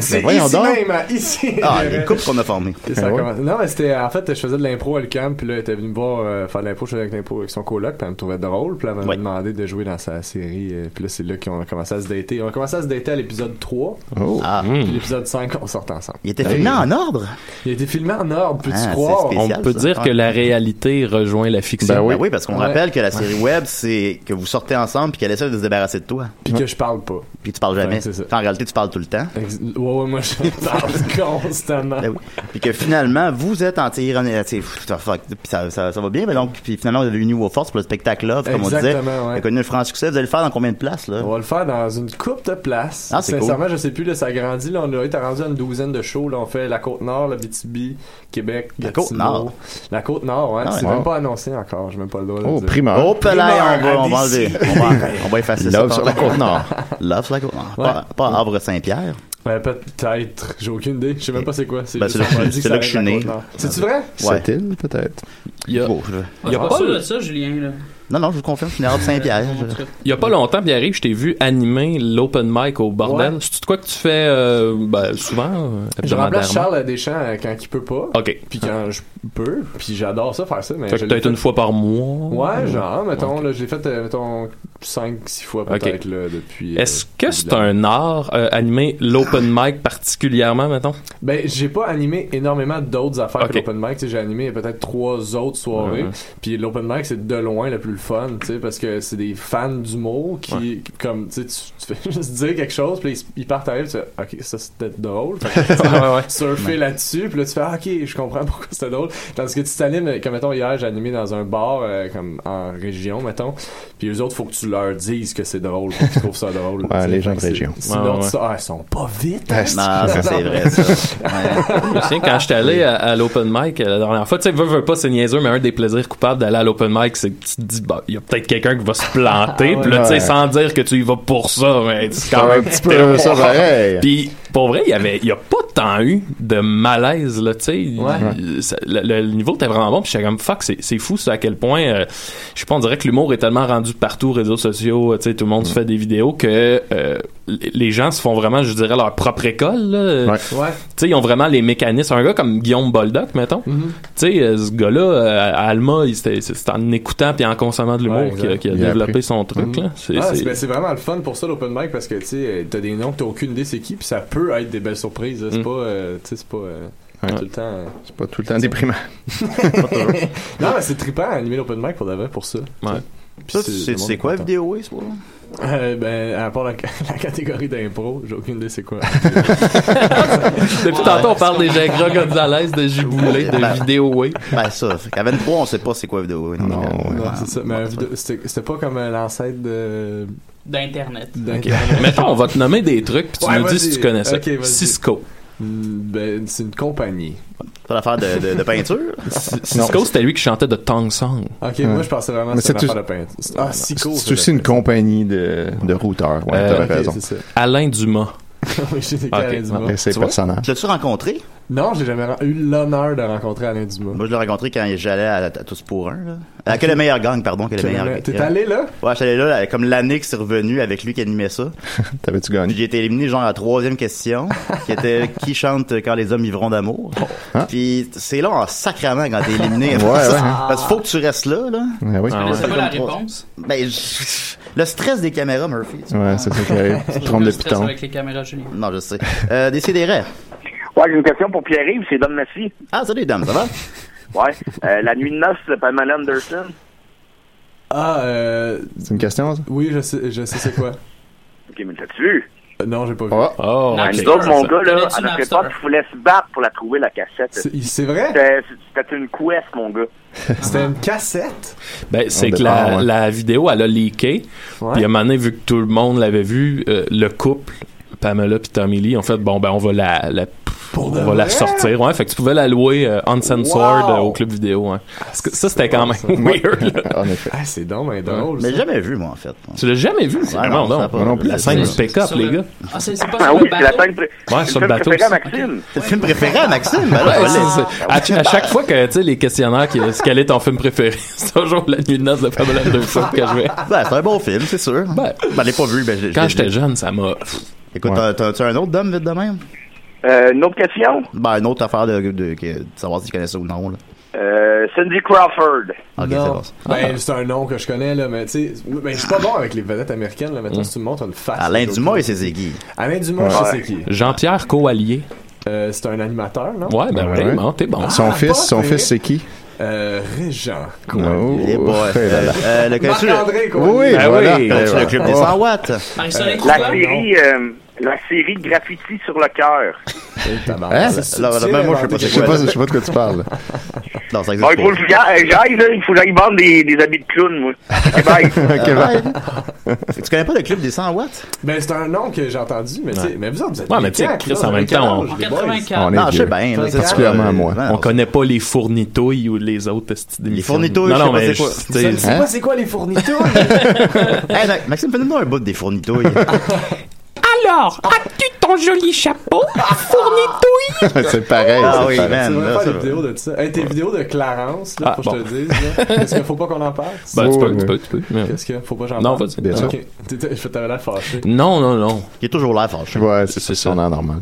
Speaker 5: C'est
Speaker 4: Ben voyons
Speaker 5: ici
Speaker 4: donc.
Speaker 5: même, à- ici.
Speaker 3: Ah, les couples qu'on a formés.
Speaker 5: Et ça a
Speaker 4: Ah ouais.
Speaker 5: commencé- Non, mais c'était. En fait, je faisais de l'impro à Lucam, puis là, elle était venue me voir euh, faire de l'impro. Je faisais avec l'impro avec son coloc, puis elle me trouvait drôle, puis elle m'a
Speaker 3: Ouais.
Speaker 5: demandé de jouer dans sa série. euh, puis là, c'est là qu'on a commencé à se dater. On a commencé à se dater à l'épisode 3,
Speaker 4: Oh.
Speaker 3: Ah,
Speaker 5: puis l'épisode 5, on sort ensemble.
Speaker 3: il
Speaker 4: Ben
Speaker 3: était filmé en ordre?
Speaker 5: Il a été filmé en ordre, peux-tu
Speaker 3: Ah, c'est
Speaker 5: croire?
Speaker 3: spécial.
Speaker 2: On
Speaker 3: Spécial,
Speaker 2: peut
Speaker 3: ça.
Speaker 2: dire
Speaker 3: Ouais.
Speaker 2: que la réalité rejoint la fiction.
Speaker 4: Ben oui.
Speaker 3: Ben oui, parce qu'on
Speaker 5: Ouais.
Speaker 3: rappelle que la série web, c'est que vous sortez ensemble puis qu'elle essaie de se débarrasser de toi.
Speaker 5: Puis que je parle pas.
Speaker 3: Puis tu parles
Speaker 5: Ouais,
Speaker 3: jamais.
Speaker 5: c'est ça.
Speaker 3: en réalité, tu parles tout le temps.
Speaker 5: Ex- Ouais, ouais, moi, je parle constamment.
Speaker 3: Ben oui. Puis que finalement, vous êtes en tir- en- euh, t'sais, pff, fuck, puis ça, ça, ça va bien, mais donc, puis finalement, vous avez uni vos forces pour le spectacle Love, comme on disait.
Speaker 5: Exactement, ouais.
Speaker 3: Vous avez connu un franc succès. Vous allez le faire dans combien de places, là?
Speaker 5: On va le faire dans une coupe de place.
Speaker 3: Ah, c'est
Speaker 5: Sincèrement, je sais plus, là, ça grandit. Là, on a été rendu à une douzaine de shows. Là, on fait la Côte-Nord, la BTB, Québec,
Speaker 3: La
Speaker 5: Gatineau.
Speaker 3: Côte-Nord?
Speaker 5: La Côte-Nord, ouais.
Speaker 3: Ah,
Speaker 5: c'est
Speaker 4: ouais.
Speaker 5: même pas annoncé encore. J'ai même pas le droit de le
Speaker 4: Oh,
Speaker 5: dire.
Speaker 4: primaire.
Speaker 3: Oh, là, on va, on va
Speaker 5: à
Speaker 3: enlever.
Speaker 5: DC.
Speaker 3: On va, on va effacer ça.
Speaker 4: Love sur la
Speaker 3: tantôt.
Speaker 4: côte nord.
Speaker 3: Love sur la côte. Ah,
Speaker 5: Ouais.
Speaker 3: Pas, pas Havre-Saint-Pierre.
Speaker 5: Ouais, Ben, peut-être. J'ai aucune idée. Je sais même pas c'est quoi.
Speaker 3: Ben,
Speaker 5: juste
Speaker 3: c'est là
Speaker 5: qu'on m'a
Speaker 3: que-
Speaker 5: dit
Speaker 3: c'est
Speaker 5: ça
Speaker 3: là que je suis
Speaker 5: allait
Speaker 3: né.
Speaker 5: être la Côte-Nord. C'est-tu vrai?
Speaker 3: Ouais.
Speaker 4: C'est-il, peut-être?
Speaker 2: Il y a,
Speaker 3: Bon, Oh, je-
Speaker 2: il y a
Speaker 6: pas
Speaker 2: pas,
Speaker 6: sûr de ça, Julien. Là.
Speaker 3: Non, non, je vous confirme, je suis né à Havre-Saint-Pierre.
Speaker 6: Euh,
Speaker 3: Je-
Speaker 6: en tout cas.
Speaker 2: il y a pas longtemps, Pierre-Yves, je t'ai vu animer l'open mic au bordel.
Speaker 5: Ouais.
Speaker 2: C'est-tu de quoi que tu fais euh, ben, souvent, euh,
Speaker 5: Je remplace
Speaker 2: hebdomadairement?
Speaker 5: Charles Deschamps euh, quand il peut
Speaker 3: Ah.
Speaker 5: pas.
Speaker 2: OK.
Speaker 5: Puis quand je peux. Puis j'adore ça, faire ça. Mais
Speaker 2: Fait
Speaker 5: Ben, je
Speaker 2: que
Speaker 5: l'ai
Speaker 2: peut-être
Speaker 5: fait-
Speaker 2: une fois par mois.
Speaker 5: Ouais, genre, mettons, là, j'ai fait, euh, mettons, 5-6 fois peut-être, là, depuis. euh,
Speaker 2: Est-ce que c'est
Speaker 5: évidemment.
Speaker 2: un art, euh, animer l'open mic particulièrement, maintenant?
Speaker 5: Ben, j'ai pas animé énormément d'autres affaires
Speaker 2: Ok. Mhm.
Speaker 5: que l'open mic. tu sais, J'ai animé peut-être trois autres soirées. Puis l'open mic, c'est de loin le plus le fun, tu sais, parce que c'est des fans d'humour qui, comme, tu sais, tu- tu fais juste dire quelque chose, puis ils, ils partent à rire, tu fais, OK, ça c'était drôle. Fait que tu
Speaker 2: ouais, ouais.
Speaker 5: surfer là-dessus, puis là, tu fais, ah, OK, je comprends pourquoi c'était drôle. Tandis que tu t'animes, comme, mettons, hier, j'ai animé dans un bar, euh, comme, en région, mettons. Puis eux autres, faut que tu leur dises que c'est drôle, pour qu'ils trouvent ça drôle.
Speaker 4: Ouais,
Speaker 5: tu sais.
Speaker 4: les gens de
Speaker 5: C'est-
Speaker 4: région.
Speaker 5: Sinon,
Speaker 2: Ouais, ouais.
Speaker 5: tu sais, ah, ils sont pas vite.
Speaker 4: Ah, c'est-
Speaker 3: Non, ça c'est vrai, ça. Ouais.
Speaker 2: Je me souviens, quand j'étais allé à, à l'open mic euh, la dernière fois, tu sais, veux, veux pas, c'est niaiseux, mais un des plaisirs coupables d'aller à l'open mic, c'est que tu te dis, bah, il y a peut-être quelqu'un qui va se planter, puis là, tu sais,
Speaker 4: Ah, Ouais.
Speaker 2: sans dire que tu y vas pour ça, mais c'est quand
Speaker 4: C'est
Speaker 2: même
Speaker 4: un petit peu ça pareil.
Speaker 2: Puis, pour vrai, il y avait, il y a pas tant eu de malaise, là, tu sais. Il- ça- Le, le niveau était vraiment bon, puis j'étais comme, fuck, c'est, c'est fou, ça, à quel point, euh, je sais pas, on dirait que l'humour est tellement rendu partout, réseaux sociaux, euh, tu sais, tout le
Speaker 4: Mm.
Speaker 2: monde se fait des vidéos que, euh, les- les gens se font vraiment, je dirais, leur propre école, là.
Speaker 4: Ouais.
Speaker 5: Ouais.
Speaker 2: Tu sais, ils ont vraiment les mécanismes. Un gars comme Guillaume Boldock, mettons.
Speaker 5: Mhm.
Speaker 2: Tu sais, euh, ce gars-là, euh, à Alma, il s'était- c'est c'est en écoutant puis en consommant de
Speaker 5: Ouais,
Speaker 2: l'humour
Speaker 5: exact.
Speaker 2: qu'il a- qu'il a,
Speaker 4: Il a
Speaker 2: développé
Speaker 4: appris.
Speaker 2: son truc, là. C'est,
Speaker 5: Ah, c'est
Speaker 2: c'est-
Speaker 5: ben, c'est vraiment le fun pour ça l'open mic parce que tu sais euh, t'as des noms que t'as aucune idée c'est qui puis ça peut être des belles surprises là. c'est
Speaker 2: Mm.
Speaker 5: pas euh, tu sais c'est pas euh,
Speaker 4: Ouais.
Speaker 5: tout le temps euh.
Speaker 4: C'est pas tout le temps déprimant.
Speaker 5: non mais c'est trippant à animer l'open mic pour de vrai pour ça
Speaker 2: Ouais.
Speaker 5: Puis Puis
Speaker 3: Ça,
Speaker 5: c'est-
Speaker 3: c'est
Speaker 5: le monde
Speaker 3: c'est
Speaker 5: est
Speaker 3: quoi
Speaker 5: content.
Speaker 3: vidéo Waste, moi?
Speaker 5: Euh, ben, à part la, la catégorie d'impro, j'ai aucune idée c'est quoi.
Speaker 2: Depuis tantôt, on parle des Jagra Gonzalez, de Giboulé, de Vidéoway.
Speaker 3: Ben, ça. fait qu'à 23, on sait pas c'est quoi vidéo Waste.
Speaker 4: Non, ouais.
Speaker 5: Non, c'est ça. Mais un vidéo- c'était c'était pas comme euh, l'ancêtre de.
Speaker 6: D'Internet.
Speaker 5: d'Internet.
Speaker 2: Mettons, on va te nommer des trucs, puis tu
Speaker 5: Ouais,
Speaker 2: nous dis
Speaker 5: vas-y.
Speaker 2: si tu connais ça.
Speaker 5: Ok, vas-y.
Speaker 2: Cisco.
Speaker 5: Mm, Ben, c'est une compagnie.
Speaker 3: C'est l'affaire de, de, de peinture.
Speaker 2: Cisco, c'était lui qui chantait de Tong Song.
Speaker 5: Ok, moi je pensais vraiment
Speaker 4: Mais
Speaker 5: que c'était
Speaker 4: c'est
Speaker 5: une affaire de peinture. Ah, Sico.
Speaker 4: C'est aussi une compagnie de, de routeurs. Ouais,
Speaker 2: Euh,
Speaker 4: t'avais
Speaker 5: Ok,
Speaker 4: raison.
Speaker 5: c'est ça.
Speaker 2: Alain Dumas.
Speaker 5: Oui, j'ai des
Speaker 2: Ah, ok.
Speaker 5: Alain Dumas.
Speaker 4: Et ses
Speaker 5: Tu vois?
Speaker 4: personnages.
Speaker 3: Tu l'as-tu rencontré?
Speaker 5: Non, j'ai jamais eu l'honneur de rencontrer Alain Dumas.
Speaker 3: Moi, je l'ai rencontré quand j'allais à, à Tous pour un, là. À Que le meilleur gang, pardon, Que le meilleur gang.
Speaker 5: T'es allé là?
Speaker 3: Ouais, j'étais là, là, comme l'année que c'est revenu avec lui qui animait ça.
Speaker 4: T'avais-tu gagné?
Speaker 3: Puis j'ai été éliminé genre à la troisième question, qui était qui chante quand les hommes vivront d'amour.
Speaker 4: Hein?
Speaker 3: Puis c'est long en sacrament quand t'es éliminé.
Speaker 4: Ouais,
Speaker 3: Parce-
Speaker 4: ouais, hein.
Speaker 3: Parce qu'il faut que tu restes là, là.
Speaker 4: Ouais, Ben oui.
Speaker 2: Ah ouais.
Speaker 6: C'est pas la
Speaker 3: Comme trois.
Speaker 6: réponse.
Speaker 3: Ben, je- le stress des caméras, Murphy. tu sais.
Speaker 4: Ouais, c'est ça qui arrive. Tu te trompes de
Speaker 6: le stress
Speaker 4: piton.
Speaker 6: avec les caméras Julien.
Speaker 3: Non, je sais. Euh, Décidérez.
Speaker 1: Ouais, j'ai une question pour Pierre-Yves, c'est Don Messi.
Speaker 3: Ah, salut, dame, ça va?
Speaker 1: Ouais. Euh, la nuit de noces de Pamela Anderson.
Speaker 5: Ah, euh.
Speaker 4: C'est une question, ça?
Speaker 5: Oui, je sais, je sais c'est quoi.
Speaker 1: Ok, mais l'as-tu vu?
Speaker 5: Euh, Non, j'ai pas vu.
Speaker 4: Oh,
Speaker 2: Oh,
Speaker 6: Non,
Speaker 2: ok.
Speaker 6: c'est
Speaker 1: Ah, Nous autres, mon
Speaker 2: Ça.
Speaker 1: gars, là,
Speaker 6: Connais-tu
Speaker 1: à notre
Speaker 6: Napster?
Speaker 1: époque, il voulait se battre pour la trouver, la cassette.
Speaker 5: C'est c'est vrai?
Speaker 1: C'était c'était une quest, mon gars.
Speaker 5: C'était une cassette?
Speaker 2: Ben,
Speaker 3: Ah,
Speaker 2: c'est
Speaker 4: On
Speaker 2: que la,
Speaker 4: dépend, ouais.
Speaker 2: la vidéo, elle a leaké.
Speaker 5: Ouais.
Speaker 2: Puis à un moment donné, vu que tout le monde l'avait vu, euh, le couple, Pamela puis Tommy Lee, ont fait bon, ben, on va la, la-
Speaker 5: Pour
Speaker 2: on
Speaker 5: de
Speaker 2: va la
Speaker 5: vrai?
Speaker 2: sortir. Ouais, fait que tu pouvais la louer euh, uncensored
Speaker 5: Wow!
Speaker 2: euh, au club vidéo. hein. Parce que ça, c'était quand même
Speaker 5: c'est
Speaker 2: weird. là.
Speaker 4: en effet.
Speaker 5: Ah, c'est donc ben drôle.
Speaker 3: Mais
Speaker 5: ça.
Speaker 3: j'ai jamais vu, moi, en fait.
Speaker 2: Tu l'as jamais vu?
Speaker 3: Ah,
Speaker 2: vraiment,
Speaker 3: non, ça va
Speaker 2: non.
Speaker 3: pas.
Speaker 4: non plus.
Speaker 2: La scène du pick-up,
Speaker 6: Sur
Speaker 2: les
Speaker 6: le-
Speaker 2: gars.
Speaker 6: Ah, c'est c'est pas
Speaker 1: Ah
Speaker 6: sur
Speaker 1: oui,
Speaker 6: le
Speaker 1: c'est la
Speaker 6: bateau?
Speaker 1: scène pré-
Speaker 2: Ouais,
Speaker 1: c'est
Speaker 2: sur
Speaker 1: le
Speaker 2: le
Speaker 1: film
Speaker 2: bateau.
Speaker 1: préféré à
Speaker 2: aussi.
Speaker 1: Maxime.
Speaker 3: C'est le film préféré à Maxime, ben là,
Speaker 2: Ouais,
Speaker 3: voilà.
Speaker 2: c'est- c'est- à, à chaque fois que tu sais, les questionnaires, qui, ce quel est ton film préféré, c'est toujours la nuit de noces de Pamela Anderson que je vais.
Speaker 3: Ben, c'est un bon film, c'est sûr.
Speaker 2: Ben,
Speaker 3: Ben, l'ai pas vu, ben, j'ai-
Speaker 2: quand
Speaker 3: j'ai-
Speaker 2: j'étais jeune, ça m'a.
Speaker 3: Écoute,
Speaker 4: Ouais.
Speaker 3: t'as- t'as- t'as un autre dame vite de même?
Speaker 1: Euh, une autre question?
Speaker 3: Ben, une autre affaire de, de- que- de savoir si tu connais ça ou non, là.
Speaker 1: Euh, Cindy Crawford.
Speaker 3: Ok, c'est
Speaker 5: Non.
Speaker 3: bon. ça.
Speaker 5: Ben, c'est un nom que je connais, là, mais tu sais, ben, je suis pas bon avec les vedettes américaines, là,
Speaker 2: Mm.
Speaker 5: maintenant, si tu me montres une face.
Speaker 3: Alain
Speaker 5: j'ai
Speaker 3: Dumas et
Speaker 5: aucune-
Speaker 3: ses aiguilles.
Speaker 5: Alain Dumas, je sais c'est qui.
Speaker 2: Jean-Pierre Coallier.
Speaker 5: Euh, c'est un animateur, non?
Speaker 2: Ouais, ben,
Speaker 4: Ouais.
Speaker 2: vraiment, t'es bon.
Speaker 4: Son
Speaker 5: Ah,
Speaker 4: fils,
Speaker 5: pas
Speaker 4: son
Speaker 5: fait.
Speaker 4: fils, c'est qui?
Speaker 5: Euh, Régent.
Speaker 4: Oh,
Speaker 3: Eh boy.
Speaker 4: eh là
Speaker 3: Euh,
Speaker 4: là.
Speaker 3: euh, le connais-tu le-
Speaker 5: Marc-André, quoi.
Speaker 4: Oui, oui,
Speaker 2: Ah
Speaker 3: Ben
Speaker 4: voilà.
Speaker 2: oui.
Speaker 4: Eh,
Speaker 3: connais-tu le
Speaker 4: voilà.
Speaker 3: club des
Speaker 4: Oh.
Speaker 3: 100 watts?
Speaker 6: Marie-Soleil
Speaker 1: La
Speaker 6: Coulon?
Speaker 1: série, euh, la série Graffiti sur le cœur.
Speaker 5: Eh, tabarnak.
Speaker 4: Hein?
Speaker 5: C'est- c'est-
Speaker 3: Là, là,
Speaker 5: c'est
Speaker 3: même ben, moi, je sais pas
Speaker 5: inventé
Speaker 3: c'est
Speaker 4: Je
Speaker 5: quelque
Speaker 4: sais
Speaker 3: quoi.
Speaker 4: pas, je sais pas de quoi tu parles.
Speaker 3: Non,
Speaker 1: Bon,
Speaker 3: ça existe
Speaker 1: il faut
Speaker 3: pas.
Speaker 1: que j'aille, j'aille, là. Il faut que j'aille vendre des, des habits de clown, moi. Ok, bye.
Speaker 4: Ok, bye.
Speaker 3: Ah, Tu connais pas le club des 100 watts?
Speaker 5: Ben, c'est un nom que j'ai entendu, mais tu sais, mais vous autres, vous êtes.
Speaker 2: Ouais, mais
Speaker 5: des
Speaker 2: tu sais,
Speaker 5: cacks,
Speaker 2: Chris,
Speaker 5: là,
Speaker 2: en même
Speaker 5: quel
Speaker 2: temps,
Speaker 5: âge,
Speaker 6: En
Speaker 5: les boys?
Speaker 6: 84.
Speaker 4: On est
Speaker 3: Non, je sais
Speaker 4: vieux.
Speaker 3: bien. là,
Speaker 5: Fait
Speaker 3: c'est-
Speaker 4: particulièrement
Speaker 3: euh,
Speaker 4: moi.
Speaker 3: non,
Speaker 2: On
Speaker 3: c'est-
Speaker 2: connaît pas les fournitouilles ou les autres esti d'émissions.
Speaker 3: Les fournitouilles,
Speaker 2: non,
Speaker 3: je sais
Speaker 2: non,
Speaker 3: pas
Speaker 2: mais
Speaker 3: c'est
Speaker 2: je-
Speaker 3: quoi.
Speaker 5: Je
Speaker 2: tu
Speaker 5: ne
Speaker 2: sais,
Speaker 5: sais pas c'est quoi les fournitures.
Speaker 3: Hey, Ma- Maxime, fais-nous un bout des fournitouilles.
Speaker 7: Alors, as-tu ton joli chapeau Fournitouille
Speaker 4: c'est pareil.
Speaker 3: Ah
Speaker 4: c'est
Speaker 3: oui,
Speaker 4: pareil.
Speaker 5: Tu
Speaker 3: man.
Speaker 5: vas
Speaker 3: là,
Speaker 5: faire
Speaker 3: ça
Speaker 5: des
Speaker 3: va.
Speaker 5: vidéos de ça. Hey, tes vidéos de Clarence, là,
Speaker 2: Ah,
Speaker 5: faut que je
Speaker 2: bon.
Speaker 5: te le dise, là. Est-ce qu'il faut pas qu'on en parle?
Speaker 2: ben, tu peux,
Speaker 4: Ouais.
Speaker 2: tu peux, tu peux. mais-
Speaker 5: Qu'est-ce que? Faut pas que j'en
Speaker 2: Non,
Speaker 5: parle.
Speaker 2: vas-y.
Speaker 4: Bien sûr.
Speaker 5: Ok. T'étais- Je t'avais l'air fâché.
Speaker 2: Non, non, non.
Speaker 3: Il est toujours l'air fâché.
Speaker 4: Ouais, c'est ça,
Speaker 2: C'est
Speaker 4: c'est son
Speaker 2: ça.
Speaker 4: air normal.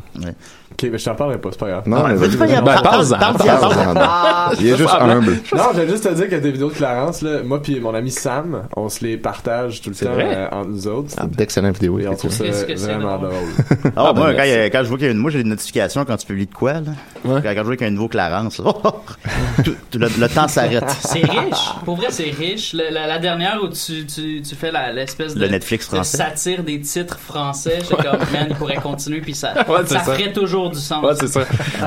Speaker 5: Ok, mais je t'en parlerai pas, c'est pas grave.
Speaker 4: Non, mais
Speaker 3: Fais-tu pas y
Speaker 4: vas-y.
Speaker 3: aller?
Speaker 2: Ben,
Speaker 3: Parle-
Speaker 2: parle-en,
Speaker 3: parle-
Speaker 4: Parle-en,
Speaker 3: parle-
Speaker 4: parle-en. Il est juste humble.
Speaker 5: Non, je vais juste te dire que tes vidéos de Clarence, là, moi puis mon ami Sam, on se les partage tout le temps
Speaker 2: vrai? Ah,
Speaker 5: euh, entre nous autres.
Speaker 4: D'excellentes vidéos.
Speaker 5: Et on trouve
Speaker 4: effectivement.
Speaker 5: ça
Speaker 6: Qu'est-ce que c'est
Speaker 5: vraiment drôle.
Speaker 6: drôle.
Speaker 3: Ah, moi,
Speaker 2: ben,
Speaker 3: quand, il y a- quand je vois qu'il y a une, moi, j'ai des notifications quand tu publies de quoi, là.
Speaker 2: Ouais.
Speaker 3: Quand, quand je vois qu'il y a un nouveau Clarence, là. Tout- tout- le, le temps s'arrête.
Speaker 6: C'est riche. Pour vrai, c'est riche. Le- la, la dernière où tu, tu, tu fais la- l'espèce de.
Speaker 3: Le Netflix
Speaker 6: de
Speaker 3: français.
Speaker 6: satire des titres français. J'étais comme, man, il pourrait continuer, puis ça,
Speaker 2: Ouais, c'est
Speaker 6: ça,
Speaker 2: ça.
Speaker 6: ferait toujours du sens.
Speaker 2: Ouais, c'est ça.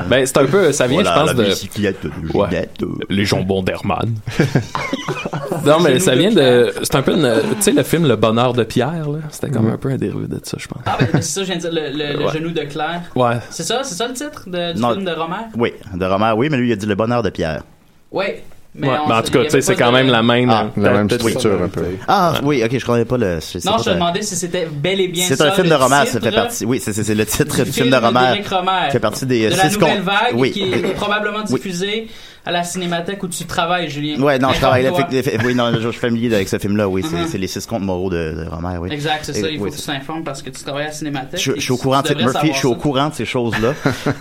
Speaker 2: ben, c'est un peu, ça vient,
Speaker 3: Voilà,
Speaker 2: je
Speaker 3: la
Speaker 2: pense, de.
Speaker 3: bicyclette, le
Speaker 2: Ouais.
Speaker 3: ginette, euh.
Speaker 2: Les jambons d'Herman. non, mais ça vient de. C'est un peu une. Tu sais, le film Le Bonheur de Pierre, là. C'était comme
Speaker 4: Mm-hmm.
Speaker 2: un peu un dérivé de ça, je pense.
Speaker 6: Ah, ben, ben, c'est ça, je viens de dire, le, le- le
Speaker 2: Ouais.
Speaker 6: genou de Claire.
Speaker 2: Ouais.
Speaker 6: C'est ça, c'est ça le titre de, du
Speaker 3: Non.
Speaker 6: film de Romer?
Speaker 3: Oui, de Romain, oui, mais lui, il a dit le bonheur de Pierre.
Speaker 6: Oui. Mais
Speaker 2: Ouais,
Speaker 6: on-
Speaker 2: mais en tout cas,
Speaker 6: il y
Speaker 2: tu sais,
Speaker 6: avait
Speaker 2: c'est
Speaker 6: pas
Speaker 2: quand
Speaker 6: de-
Speaker 2: même la même.
Speaker 3: Ah,
Speaker 2: euh,
Speaker 4: La
Speaker 2: peut-
Speaker 4: même
Speaker 2: peut-
Speaker 4: structure, un peu.
Speaker 3: Ah, oui, ok, je connais pas le. c'est- c'est
Speaker 6: Non,
Speaker 3: pas
Speaker 6: je te
Speaker 3: vrai.
Speaker 6: demandais si c'était bel et bien
Speaker 3: C'est
Speaker 6: ça,
Speaker 3: un film
Speaker 6: le
Speaker 3: de roman, ça
Speaker 6: titre
Speaker 3: fait partie. Oui, c'est- c'est c'est le titre
Speaker 6: du
Speaker 3: du film de roman.
Speaker 6: d'Éric Rohmer.
Speaker 3: Qui fait partie des euh,
Speaker 6: de la
Speaker 3: six
Speaker 6: nouvelle
Speaker 3: con-
Speaker 6: vague
Speaker 3: Oui.
Speaker 6: qui est probablement
Speaker 3: Oui.
Speaker 6: diffusée à la Cinémathèque où tu travailles, Julien.
Speaker 3: Ouais, non, je travaille là.
Speaker 6: Informe-toi.
Speaker 3: fait- fait- oui, non, je, je suis familier avec ce film-là. Oui, c'est
Speaker 6: Mhm.
Speaker 3: c'est les six contes moraux de, de Romer, Oui.
Speaker 6: Exact, c'est
Speaker 3: Et-
Speaker 6: ça. Il faut
Speaker 3: oui,
Speaker 6: que
Speaker 3: c'est-
Speaker 6: tu t'informes parce que tu travailles à la Cinémathèque.
Speaker 3: je,
Speaker 6: et
Speaker 3: je suis
Speaker 6: tu-
Speaker 3: au courant,
Speaker 6: tu
Speaker 3: de ces-
Speaker 6: devrais
Speaker 3: Murphy, je suis au
Speaker 6: savoir ça.
Speaker 3: courant de ces choses-là.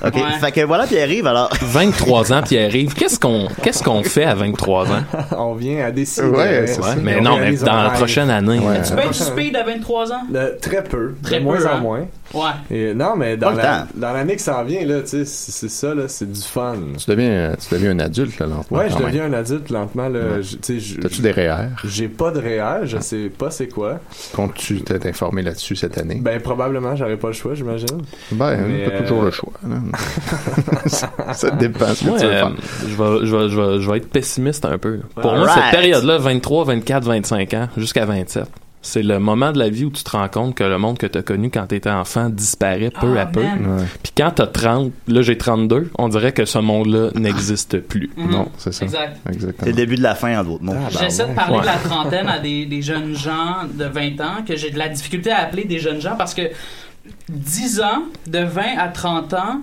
Speaker 3: OK.
Speaker 6: Ouais.
Speaker 3: Fait que voilà, puis arrive alors.
Speaker 2: 23 ans, Pierre-Yves. Qu'est-ce qu'on qu'est-ce qu'on fait à 23 ans?
Speaker 5: On vient à décider.
Speaker 4: Ouais, c'est
Speaker 5: hein,
Speaker 2: Ouais,
Speaker 5: on
Speaker 2: mais
Speaker 5: vient
Speaker 2: non,
Speaker 5: à
Speaker 2: mais
Speaker 5: des
Speaker 2: dans la
Speaker 5: horaires.
Speaker 2: prochaine année.
Speaker 4: Ouais.
Speaker 6: Tu peux être du speed à 23 ans?
Speaker 5: Le- très peu.
Speaker 6: Très
Speaker 5: de moins
Speaker 6: peu,
Speaker 5: en
Speaker 6: hein.
Speaker 5: moins.
Speaker 6: Ouais.
Speaker 5: Et, non, mais dans
Speaker 3: Pas le
Speaker 5: la-
Speaker 3: temps.
Speaker 5: dans l'année qui s'en vient, là, tu sais, c'est c'est ça, là, c'est du fun.
Speaker 4: Tu deviens, tu deviens un adulte, là, lentement.
Speaker 5: Ouais, je
Speaker 4: quand même.
Speaker 5: deviens un adulte lentement. Là, Je- tu sais, je-
Speaker 4: T'as-tu des REER?
Speaker 5: J'ai pas de réel, je sais pas c'est quoi.
Speaker 4: Comptes-tu t'être informé là-dessus cette année?
Speaker 5: Ben, probablement, j'aurais pas le choix, j'imagine.
Speaker 4: Ben,
Speaker 5: mais,
Speaker 4: t'as toujours
Speaker 5: euh,
Speaker 4: le choix. là. ça, ça dépend ce que
Speaker 2: Moi,
Speaker 4: tu veux
Speaker 2: euh,
Speaker 4: faire.
Speaker 2: je, vais, je, vais, je, vais, je vais être pessimiste un peu. là. Pour moi,
Speaker 3: Alright.
Speaker 2: cette période-là, 23, 24, 25 ans, jusqu'à 27, c'est le moment de la vie où tu te rends compte que le monde que tu as connu quand tu étais enfant disparaît peu
Speaker 6: Ah,
Speaker 2: à peu.
Speaker 6: man.
Speaker 2: Puis quand tu as 30, là j'ai 32, on dirait que ce monde-là n'existe plus.
Speaker 6: Mhm.
Speaker 4: Non, c'est ça.
Speaker 6: Exact.
Speaker 4: Exactement.
Speaker 3: C'est le début de la fin, en d'autres
Speaker 2: Ah,
Speaker 3: mots.
Speaker 2: ben,
Speaker 6: J'essaie de parler
Speaker 2: bah Ouais.
Speaker 6: de la trentaine à des, des jeunes gens de 20 ans, que j'ai de la difficulté à appeler des jeunes gens parce que 10 ans, de 20 à 30 ans,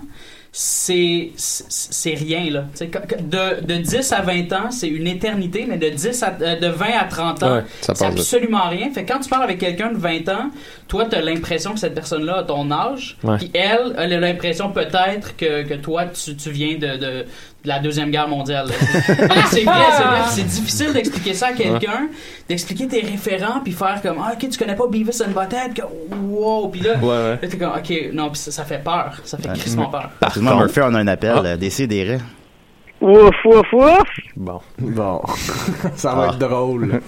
Speaker 6: c'est c'est- c'est rien là. Tu sais, quand- quand- De, de 10 à 20 ans, c'est une éternité, mais de 10 à, euh, de 20 à 30 ans,
Speaker 2: Ouais,
Speaker 4: ça
Speaker 6: c'est
Speaker 4: passe vite.
Speaker 6: absolument rien. Fait que quand tu parles avec quelqu'un de 20 ans, toi tu as l'impression que cette personne-là a ton âge,
Speaker 2: Ouais.
Speaker 6: puis elle, elle a l'impression peut-être que, que toi tu, tu viens de, de- de la deuxième guerre mondiale. là. c'est vrai, c'est vrai. C'est difficile d'expliquer ça à quelqu'un, d'expliquer tes référents, puis faire comme, ah, ok, tu connais pas Beavis and Butthead, que, wow, puis là,
Speaker 2: Ouais, ouais.
Speaker 6: là, t'es comme, ok, non, puis ça, ça fait peur, ça fait crissement peur.
Speaker 3: Excuse-moi,
Speaker 2: contre-
Speaker 3: Murphy, on a un appel.
Speaker 2: Ah.
Speaker 3: euh, Décidérez.
Speaker 1: Ouf, ouf, ouf!
Speaker 2: Bon.
Speaker 5: Bon, ça
Speaker 4: Ah.
Speaker 5: va être drôle.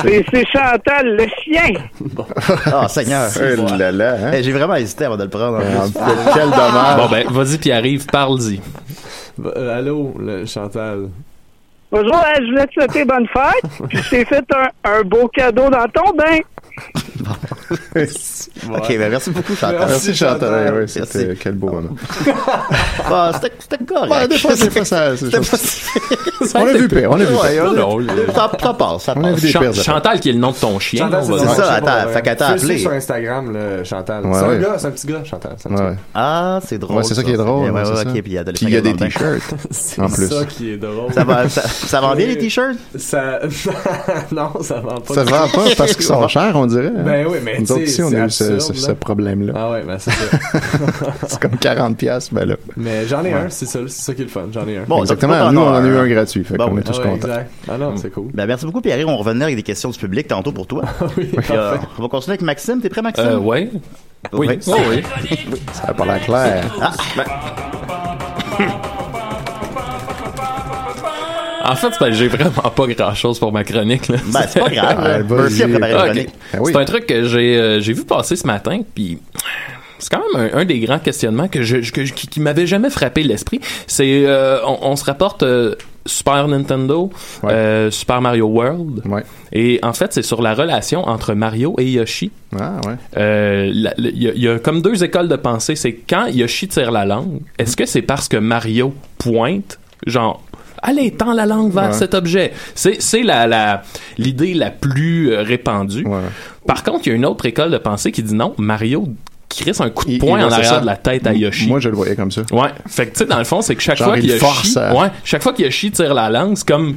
Speaker 1: C'est c'est Chantal, le chien!
Speaker 3: Ah, Seigneur.
Speaker 4: Eh là là, hein?
Speaker 3: Eh, J'ai vraiment hésité avant de le prendre. en
Speaker 4: En
Speaker 3: plus.
Speaker 4: tout cas, Quel dommage.
Speaker 2: Bon, ben, vas-y, puis arrive, parle-y.
Speaker 5: Bah, euh, allô, le Chantal.
Speaker 1: Bonjour, hein, je voulais te souhaiter bonne fête, puis je t'ai fait un, un beau cadeau dans ton bain.
Speaker 3: Ok, ben merci beaucoup, Chantal.
Speaker 4: Merci Chantal, oui,
Speaker 3: Merci.
Speaker 4: c'était quel beau moment.
Speaker 3: Ah, c'était- C'était correct.
Speaker 4: Ouais, des fois, des fois, ça- c'est- On a vu pire, on a vu
Speaker 3: Ouais,
Speaker 4: pire.
Speaker 3: on a-
Speaker 2: drôle.
Speaker 3: Ça ça passe, ça
Speaker 4: On a
Speaker 3: passe.
Speaker 4: vu des
Speaker 2: Chan-
Speaker 4: pires. affaires.
Speaker 2: Chantal, qui est le nom de ton chien,
Speaker 5: Chantal,
Speaker 2: on va
Speaker 3: c'est
Speaker 2: dire.
Speaker 3: ça,
Speaker 5: je sais pas,
Speaker 3: attends,
Speaker 5: ouais.
Speaker 3: fait qu'attends,
Speaker 5: Fais le suivre
Speaker 3: appelez.
Speaker 5: sur Instagram, le Chantal.
Speaker 4: Ouais,
Speaker 5: c'est un
Speaker 4: ouais.
Speaker 5: gars, c'est un petit gars, Chantal. c'est un petit
Speaker 4: Ouais.
Speaker 5: gars.
Speaker 3: Ah, c'est drôle.
Speaker 4: Ouais, c'est ça qui est drôle.
Speaker 3: Ouais, ouais,
Speaker 4: ouais,
Speaker 3: ouais,
Speaker 4: c'est
Speaker 3: ok, puis
Speaker 4: ça.
Speaker 3: il y a de la
Speaker 4: Puis il y a des
Speaker 3: dans le bain.
Speaker 4: t-shirts.
Speaker 5: C'est
Speaker 4: En plus.
Speaker 5: ça qui est drôle.
Speaker 3: Ça, va- ça, ça vend bien les t-shirts?
Speaker 5: Ça- non, ça vend pas.
Speaker 4: Ça vend pas parce qu'ils sont chers, on dirait. hein.
Speaker 5: Ben oui, mais
Speaker 4: Nous autres
Speaker 5: tu sais,
Speaker 4: ici, on a eu ce,
Speaker 5: c'est
Speaker 4: ce-
Speaker 5: absurde,
Speaker 4: ce
Speaker 5: là.
Speaker 4: problème-là.
Speaker 5: Ah ouais, ben c'est ça.
Speaker 4: C'est comme 40$, piastres, ben là.
Speaker 5: Mais j'en ai un, c'est ça, c'est ça qui est le fun. J'en ai un.
Speaker 3: Bon, ça, c'est pas
Speaker 4: Exactement, nous, on
Speaker 3: tant
Speaker 4: en a eu
Speaker 3: hein.
Speaker 4: un gratuit, fait
Speaker 3: Bon,
Speaker 4: qu'on Mm.
Speaker 3: oui.
Speaker 4: est tous
Speaker 5: Ah ouais,
Speaker 4: contents.
Speaker 5: exact. Ah non, c'est cool.
Speaker 3: Ben, merci beaucoup, Pierre. On va revenir avec des questions du public tantôt pour toi.
Speaker 5: Oui,
Speaker 3: Puis, euh,
Speaker 5: parfait.
Speaker 3: on va continuer avec Maxime. T'es prêt, Maxime?
Speaker 2: Euh, ouais. Oui,
Speaker 3: Ouais.
Speaker 2: oui, oui.
Speaker 4: Ça a pas l'air clair.
Speaker 2: En fait, c'est parce que j'ai vraiment pas grand-chose pour ma chronique. Là.
Speaker 3: Ben, c'est pas grave.
Speaker 4: Ah,
Speaker 3: là.
Speaker 4: vas-y.
Speaker 3: Murphy a préparé
Speaker 2: Ah,
Speaker 3: la
Speaker 2: ok.
Speaker 3: chronique.
Speaker 4: Ben oui.
Speaker 2: C'est un truc que j'ai euh, j'ai vu passer ce matin, puis c'est quand même un, un des grands questionnements que je, que je- qui, qui m'avait jamais frappé l'esprit. C'est euh, on, on se rapporte euh, Super Nintendo,
Speaker 4: Ouais.
Speaker 2: euh, Super Mario World,
Speaker 4: Ouais.
Speaker 2: et en fait c'est sur la relation entre Mario et Yoshi.
Speaker 4: Ah, ouais.
Speaker 2: Euh, la- le- Il y, a- il y a comme deux écoles de pensée. C'est quand Yoshi tire la langue, est-ce que c'est parce que Mario pointe, genre, allez, tends la langue vers
Speaker 4: Ouais.
Speaker 2: cet objet? C'est c'est la la- l'idée la, plus euh, répandue.
Speaker 4: Ouais.
Speaker 2: Par contre, il y a une autre école de pensée qui dit non, Mario crisse un coup de
Speaker 4: Il-
Speaker 2: poing
Speaker 4: il-
Speaker 2: en
Speaker 4: c'est
Speaker 2: arrière
Speaker 4: ça.
Speaker 2: de la tête à
Speaker 4: M-
Speaker 2: Yoshi.
Speaker 4: Moi, je le voyais comme ça.
Speaker 2: Ouais, fait que tu sais dans le fond c'est que chaque
Speaker 4: Genre,
Speaker 2: fois
Speaker 4: il
Speaker 2: qu'il y a
Speaker 4: force
Speaker 2: chi-
Speaker 4: à-
Speaker 2: ouais, chaque fois qu'il y a chi tire la lance c'est comme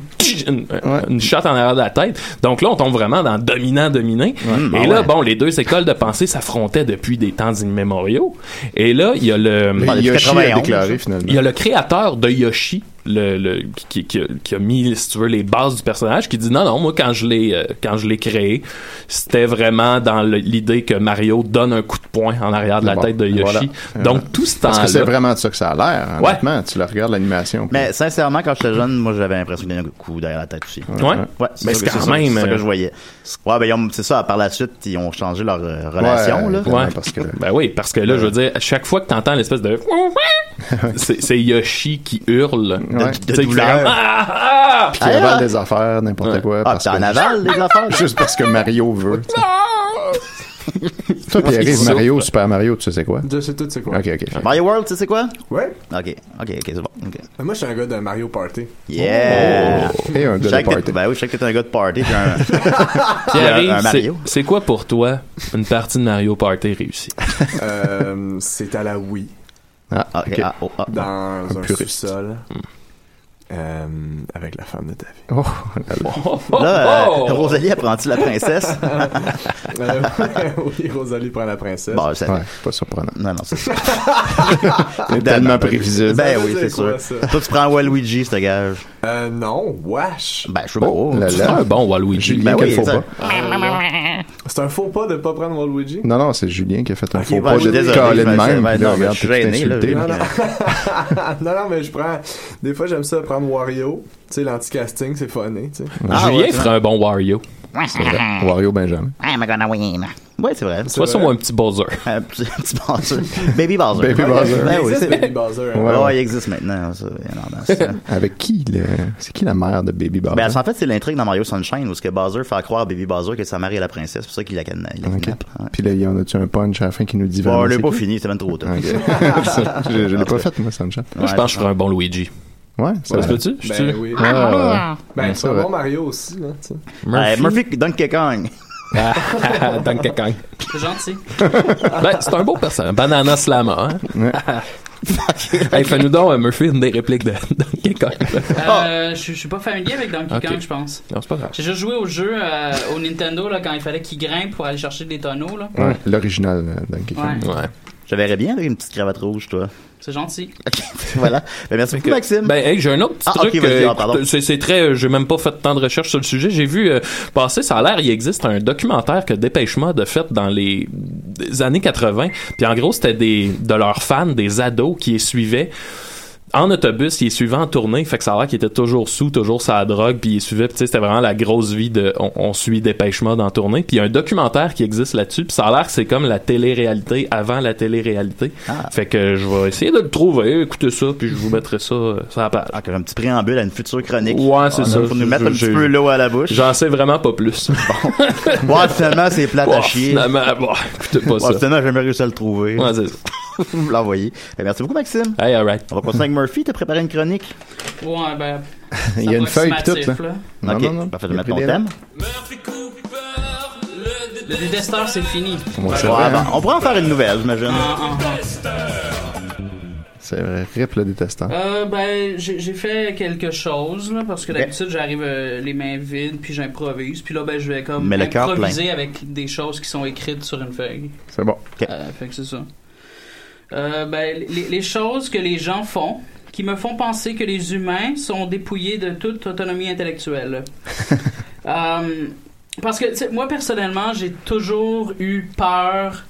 Speaker 2: une, une shot en arrière de la tête. Donc là on tombe vraiment dans dominant dominé.
Speaker 4: Ah
Speaker 2: Et là bon les deux écoles de pensée s'affrontaient depuis des temps immémoriaux. Et là il y a le
Speaker 4: Mais
Speaker 3: depuis
Speaker 4: Yoshi a
Speaker 3: 91,
Speaker 4: déclaré,
Speaker 3: ça.
Speaker 4: finalement.
Speaker 2: il y a le créateur de Yoshi, le, le- qui, qui a, qui a mis, si tu veux, les bases du personnage, qui dit non, non, moi, quand je l'ai, euh, quand je l'ai créé, c'était vraiment dans le- l'idée que Mario donne un coup de poing en arrière de la
Speaker 4: Bon,
Speaker 2: tête de Yoshi.
Speaker 4: voilà. Voilà.
Speaker 2: Donc, tout ce
Speaker 4: Parce que c'est
Speaker 2: temps-là.
Speaker 4: vraiment de ça que ça a l'air, hein,
Speaker 2: Ouais.
Speaker 4: honnêtement. Tu le regardes, l'animation. puis-
Speaker 3: Mais sincèrement, quand j'étais jeune, moi, j'avais l'impression qu'il y avait un coup derrière la tête aussi.
Speaker 2: Ouais.
Speaker 3: Ouais, Ben, c'est
Speaker 2: Mais
Speaker 3: ça
Speaker 2: c'est
Speaker 3: que-
Speaker 2: quand
Speaker 3: ça-
Speaker 2: même,
Speaker 3: C'est ça que
Speaker 2: euh,
Speaker 3: je voyais. Ouais, ben, ils ont- c'est ça, par la suite, ils ont changé leur euh, relation,
Speaker 4: Ouais,
Speaker 3: là.
Speaker 4: évidemment, parce que-
Speaker 2: Ben oui, parce que là, je veux dire, à chaque fois que t'entends l'espèce de. c'est, c'est Yoshi qui hurle.
Speaker 4: Ouais.
Speaker 2: Tu sais, qui fait
Speaker 3: douleur.
Speaker 2: comme, Ah, ah!
Speaker 4: Qui
Speaker 3: Ah,
Speaker 4: avale
Speaker 3: ah.
Speaker 4: des affaires, n'importe
Speaker 2: Ouais.
Speaker 4: quoi.
Speaker 3: Ah,
Speaker 4: parce
Speaker 3: c'est en
Speaker 4: que-
Speaker 3: aval, les affaires.
Speaker 4: Juste parce que Mario veut. tu sais. Toi, puis arrive
Speaker 3: souffre.
Speaker 4: Mario, Super Mario, tu sais quoi?
Speaker 5: Je sais tout, c'est quoi.
Speaker 4: Ok, ok.
Speaker 3: Mario World, tu sais c'est quoi?
Speaker 5: Ouais.
Speaker 3: Ok, ok, ok, c'est bon. ok.
Speaker 5: Mais Moi, je suis un gars de Mario Party.
Speaker 3: Yeah!
Speaker 4: Et un Oh! gars de
Speaker 3: Chaque
Speaker 4: party.
Speaker 3: Ben oui, je sais que t'es un gars de party. puis un-
Speaker 2: Pierre-Yves,
Speaker 3: Un- un
Speaker 2: c'est,
Speaker 3: Mario.
Speaker 2: c'est quoi pour toi une partie de Mario Party réussie?
Speaker 5: Euh, c'est à la Wii,
Speaker 4: Ah,
Speaker 3: Ah,
Speaker 4: ok.
Speaker 3: ah, oh, ah.
Speaker 5: dans un,
Speaker 4: puriste. Mm.
Speaker 5: sous-sol, euh, avec la femme de ta vie.
Speaker 4: Oh, là là.
Speaker 3: Là, euh,
Speaker 2: Oh!
Speaker 3: Rosalie apprend-tu la princesse?
Speaker 5: Euh, oui, Rosalie prend la princesse.
Speaker 3: bon, ça...
Speaker 4: Ouais, pas surprenant.
Speaker 3: Non, non, c'est ça.
Speaker 4: C'est tellement prévisible.
Speaker 3: Ben
Speaker 5: Ça,
Speaker 3: oui, c'est
Speaker 5: c'est
Speaker 3: sûr.
Speaker 5: quoi, ça?
Speaker 3: Toi, tu prends Waluigi, je te gage.
Speaker 5: Euh, non, wesh!
Speaker 3: Ben, je sais pas.
Speaker 4: Oh, là
Speaker 2: C'est un
Speaker 4: là.
Speaker 2: bon Waluigi.
Speaker 3: Ben
Speaker 4: Julien qui a
Speaker 3: oui,
Speaker 4: le faux
Speaker 3: ça-
Speaker 4: pas.
Speaker 5: C'est un faux pas de pas prendre Waluigi?
Speaker 4: Non, non, c'est Julien qui a fait un
Speaker 5: Ok,
Speaker 4: faux
Speaker 5: ouais,
Speaker 4: pas.
Speaker 5: je suis
Speaker 4: J'ai
Speaker 3: désolé,
Speaker 4: calé
Speaker 3: je
Speaker 4: de
Speaker 3: me-
Speaker 4: même.
Speaker 3: ben
Speaker 4: puis là,
Speaker 3: non,
Speaker 4: regarde,
Speaker 3: je suis
Speaker 4: t'es tout
Speaker 3: gêné, là.
Speaker 4: insulté,
Speaker 3: Non,
Speaker 5: Ah,
Speaker 4: là.
Speaker 5: non, non, mais je prends. Des fois, j'aime ça prendre prendre Wario. Tu sais, l'anti-casting, c'est funny, tu sais.
Speaker 3: Ah,
Speaker 2: Julien
Speaker 3: ouais,
Speaker 2: ferait
Speaker 4: hein.
Speaker 2: un bon Wario.
Speaker 4: Wario Benjamin.
Speaker 7: I'm gonna win.
Speaker 3: Ouais, c'est vrai.
Speaker 2: Soit sur moi un petit Bowser.
Speaker 3: Un petit petit Bowser. Baby Bowser.
Speaker 4: Baby Bowser.
Speaker 3: Ben oui, c'est
Speaker 5: Baby Bowser. hein.
Speaker 4: Ouais.
Speaker 3: Ouais, ouais, il existe maintenant. ça. Non, non, c'est-
Speaker 4: Avec qui le... C'est qui la mère de Baby Bowser?
Speaker 3: ben, en fait, c'est l'intrigue dans Mario Sunshine où ce que Bowser fait croire à Baby Bowser que sa mère est la princesse. C'est pour ça qu'il la canne. il la
Speaker 4: Ok.
Speaker 3: kidnappe. Ouais.
Speaker 4: Puis là, il y en a-tu un punch à la fin qui nous dit
Speaker 3: Bon, on
Speaker 4: vraiment
Speaker 3: l'a
Speaker 4: c'est
Speaker 3: pas
Speaker 4: qui?
Speaker 3: fini, c'est même trop tôt.
Speaker 4: Ok. Ça, je je l'ai pas fait, moi, Sunshine.
Speaker 2: Moi, je pense que je ferais un bon Luigi.
Speaker 4: Ouais,
Speaker 2: Ça se
Speaker 4: vrai. Ah,
Speaker 2: peut-tu? Je
Speaker 5: Ben
Speaker 2: suis-
Speaker 5: oui.
Speaker 4: Ouais, ouais, ouais.
Speaker 6: Ah.
Speaker 5: Ben, c'est
Speaker 4: ça
Speaker 5: un
Speaker 4: va.
Speaker 5: bon Mario aussi, là, tu sais.
Speaker 3: Euh,
Speaker 2: Murphy.
Speaker 3: Murphy Donkey Kong.
Speaker 2: Ah, Donkey Kong.
Speaker 6: C'est gentil.
Speaker 2: Ben, c'est un beau personnage. Banana Slammer, hein?
Speaker 4: Ouais.
Speaker 2: hey, fais-nous donc, euh, Murphy, une des répliques de Donkey Kong.
Speaker 6: Euh, je je suis pas familier avec Donkey
Speaker 2: Oh. Ok.
Speaker 6: Kong, je pense.
Speaker 2: Non, c'est pas grave.
Speaker 6: J'ai juste joué au jeu euh, au Nintendo là, quand il fallait qu'il grimpe pour aller chercher des tonneaux. Là.
Speaker 4: Ouais, L'original euh, Donkey Kong.
Speaker 6: Ouais,
Speaker 2: Ouais.
Speaker 3: Je verrais bien avec une petite cravate rouge, toi.
Speaker 6: c'est gentil.
Speaker 3: voilà. Ben, merci beaucoup, Maxime.
Speaker 2: Ben, hey, j'ai un autre petit
Speaker 3: Ah,
Speaker 2: truc.
Speaker 3: ok, vas-y,
Speaker 2: euh,
Speaker 3: ah, pardon.
Speaker 2: écoute, c'est, c'est très. euh, J'ai même pas fait tant de recherches sur le sujet. J'ai vu euh, passer, ça a l'air, il existe un documentaire que Dépêche Mode a fait dans les des années 80. Puis en gros, c'était des de leurs fans, des ados qui les suivaient. En autobus, ils les suivaient en tournée, fait que ça a l'air qu'ils étaient toujours sous, toujours sa drogue, puis ils les suivaient, puis tu sais, c'était vraiment la grosse vie de on, on suit Dépêche Mode en tournée. Puis il y a un documentaire qui existe là-dessus, puis ça a l'air que c'est comme la télé-réalité avant la télé-réalité.
Speaker 3: Ah.
Speaker 2: Fait que je vais essayer de le trouver, écoutez ça, puis je vous mettrai ça euh, sur la page.
Speaker 3: Encore Ah, un petit préambule à une future chronique.
Speaker 2: Ouais, c'est
Speaker 3: On a-
Speaker 2: ça.
Speaker 3: Pour nous
Speaker 2: Je-
Speaker 3: mettre un
Speaker 2: je-
Speaker 3: petit peu l'eau à la bouche.
Speaker 2: J'en sais vraiment pas plus.
Speaker 3: Ouais, finalement, c'est plate
Speaker 2: Bon,
Speaker 3: à chier. Ouais,
Speaker 2: finalement, bon, écoutez pas ça.
Speaker 3: finalement, j'ai jamais réussi à le trouver.
Speaker 2: Ouais, c'est ça.
Speaker 3: Vous l'envoyez. Ben, merci beaucoup, Maxime.
Speaker 2: Hey, alright.
Speaker 3: On va continuer avec Murphy. T'as préparé une chronique?
Speaker 6: Ouais, ben,
Speaker 4: Il y a une feuille pis tout,
Speaker 6: approximatif,
Speaker 4: là.
Speaker 6: là.
Speaker 4: Non,
Speaker 3: ok.
Speaker 4: non, non.
Speaker 3: Parfait, je
Speaker 4: Il
Speaker 3: vais
Speaker 4: a
Speaker 3: mettre
Speaker 4: pris
Speaker 3: ton
Speaker 4: des
Speaker 3: thème.
Speaker 6: Le détesteur, c'est fini.
Speaker 4: Ouais, c'est
Speaker 3: Ouais,
Speaker 4: vrai,
Speaker 3: bon,
Speaker 4: hein.
Speaker 3: on pourrait en faire une nouvelle, j'imagine.
Speaker 6: Ah, ah, ah.
Speaker 4: C'est vrai. Rip le détestant.
Speaker 6: Euh, ben, j'ai j'ai fait quelque chose, là, parce que
Speaker 3: Ben.
Speaker 6: d'habitude, j'arrive euh, les mains vides, puis j'improvise, puis là, ben, je vais comme
Speaker 3: Mais le cœur
Speaker 6: improviser avec des choses qui sont écrites sur une feuille.
Speaker 4: C'est bon.
Speaker 6: Euh, fait que c'est ça. Euh, ben, les, les choses que les gens font qui me font penser que les humains sont dépouillés de toute autonomie intellectuelle. Euh, parce que tu sais, moi, personnellement, j'ai toujours eu peur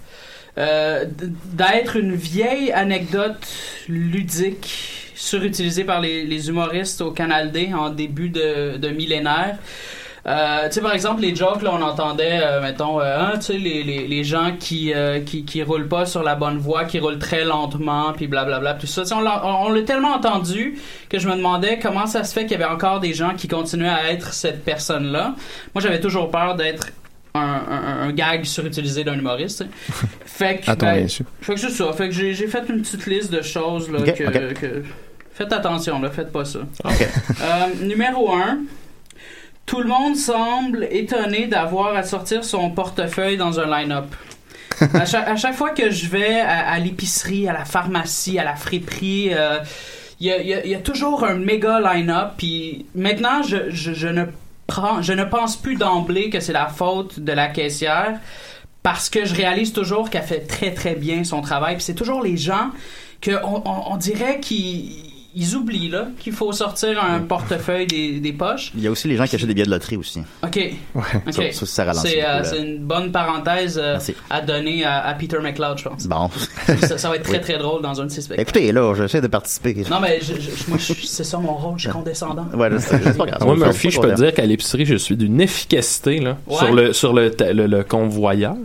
Speaker 6: euh, d- d'être une vieille anecdote ludique surutilisée par les, les humoristes au Canal D en début de, de millénaire. Euh, tu sais, par exemple, les jokes, là, on entendait, euh, mettons, euh, hein, tu sais, les, les, les gens qui, euh, qui, qui roulent pas sur la bonne voie, qui roulent très lentement, puis blablabla, tout ça. Tu sais, on l'a on- on l'a tellement entendu que je me demandais comment ça se fait qu'il y avait encore des gens qui continuaient à être cette personne-là. Moi, j'avais toujours peur d'être un, un, un gag surutilisé d'un humoriste. tu sais. Fait que,
Speaker 4: À ton
Speaker 6: ben,
Speaker 4: insu.
Speaker 6: fait que c'est ça. Fait que j'ai j'ai fait une petite liste de choses là,
Speaker 3: Ok,
Speaker 6: que,
Speaker 3: ok.
Speaker 6: que- Faites attention, là, faites pas ça.
Speaker 3: Ok.
Speaker 6: Euh, numéro 1. Tout le monde semble étonné d'avoir à sortir son portefeuille dans un line-up. À chaque, à chaque fois que je vais à, à l'épicerie, à la pharmacie, à la friperie, euh, il y, a- il y a- il y a toujours un méga line-up. Puis maintenant, je, je- je ne prends, je ne pense plus d'emblée que c'est la faute de la caissière parce que je réalise toujours qu'elle fait très très bien son travail. Puis c'est toujours les gens que on, on- on dirait qu'ils ils oublient là qu'il faut sortir un portefeuille des, des poches.
Speaker 3: Il y a aussi les gens qui achètent des billets de loterie aussi.
Speaker 6: Ok. Ok.
Speaker 3: Ça, ça, ça ralentit
Speaker 6: C'est
Speaker 3: beaucoup,
Speaker 6: euh,
Speaker 3: là.
Speaker 6: c'est une bonne parenthèse euh,
Speaker 3: Merci.
Speaker 6: à donner à, à Peter McLeod, je pense.
Speaker 3: Bon.
Speaker 6: ça, ça va être très
Speaker 3: Oui.
Speaker 6: très drôle dans un de ses spectacles.
Speaker 3: Écoutez, là, j'essaie de participer.
Speaker 6: Non mais je, je- moi je suis- c'est ça mon rôle, je suis condescendant.
Speaker 3: Ouais, je sais, je sais pas grave.
Speaker 2: Moi,
Speaker 3: Ça,
Speaker 2: Murphy,
Speaker 3: c'est
Speaker 2: je
Speaker 3: pas
Speaker 2: peux
Speaker 3: grave.
Speaker 2: te dire qu'à l'épicerie, je suis d'une efficacité là,
Speaker 6: Ouais.
Speaker 2: sur le sur le, ta- le, le convoyeur.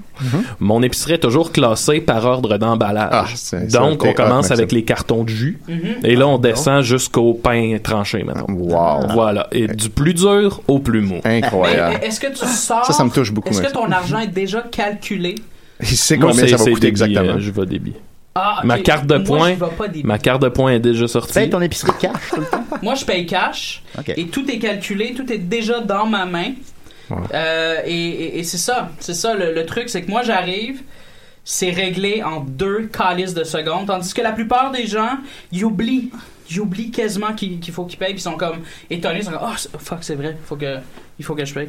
Speaker 2: Mon épicerie est toujours classée par ordre
Speaker 4: Ah,
Speaker 2: d'emballage.
Speaker 4: c'est- ça,
Speaker 2: Donc,
Speaker 4: t'es
Speaker 2: on commence
Speaker 4: hot,
Speaker 2: avec
Speaker 4: Maxime.
Speaker 2: les cartons de jus et là, on descend jusqu'au pain tranché maintenant.
Speaker 4: Wow.
Speaker 2: Voilà. Et du plus dur au plus mou.
Speaker 6: Mais
Speaker 4: Incroyable.
Speaker 6: est-ce que tu sors
Speaker 4: Ça, ça me touche beaucoup,
Speaker 6: Est-ce que
Speaker 4: Maxime.
Speaker 6: ton argent est déjà calculé
Speaker 4: Il sait
Speaker 2: Moi,
Speaker 4: combien
Speaker 2: c'est-
Speaker 4: ça va
Speaker 2: c'est
Speaker 4: coûter
Speaker 2: débit,
Speaker 4: exactement.
Speaker 2: euh, Je vais débit.
Speaker 6: Ah, ok.
Speaker 2: Ma carte de
Speaker 6: Moi,
Speaker 2: poing.
Speaker 6: je vais pas des-
Speaker 2: Ma carte de points est déjà sortie.
Speaker 3: Paye ton épicerie cash tout le temps.
Speaker 6: Moi, je paye cash
Speaker 3: Ok.
Speaker 6: et tout est calculé, tout est déjà dans ma main. Euh, et et- et c'est ça, c'est ça le, le truc, c'est que moi j'arrive, c'est réglé en deux calices de secondes, tandis que la plupart des gens, ils oublient, ils oublient quasiment qu'il qu'il faut qu'ils payent, puis ils sont comme étonnés, ils sont comme oh c'est- fuck c'est vrai, faut que, il faut que je paye.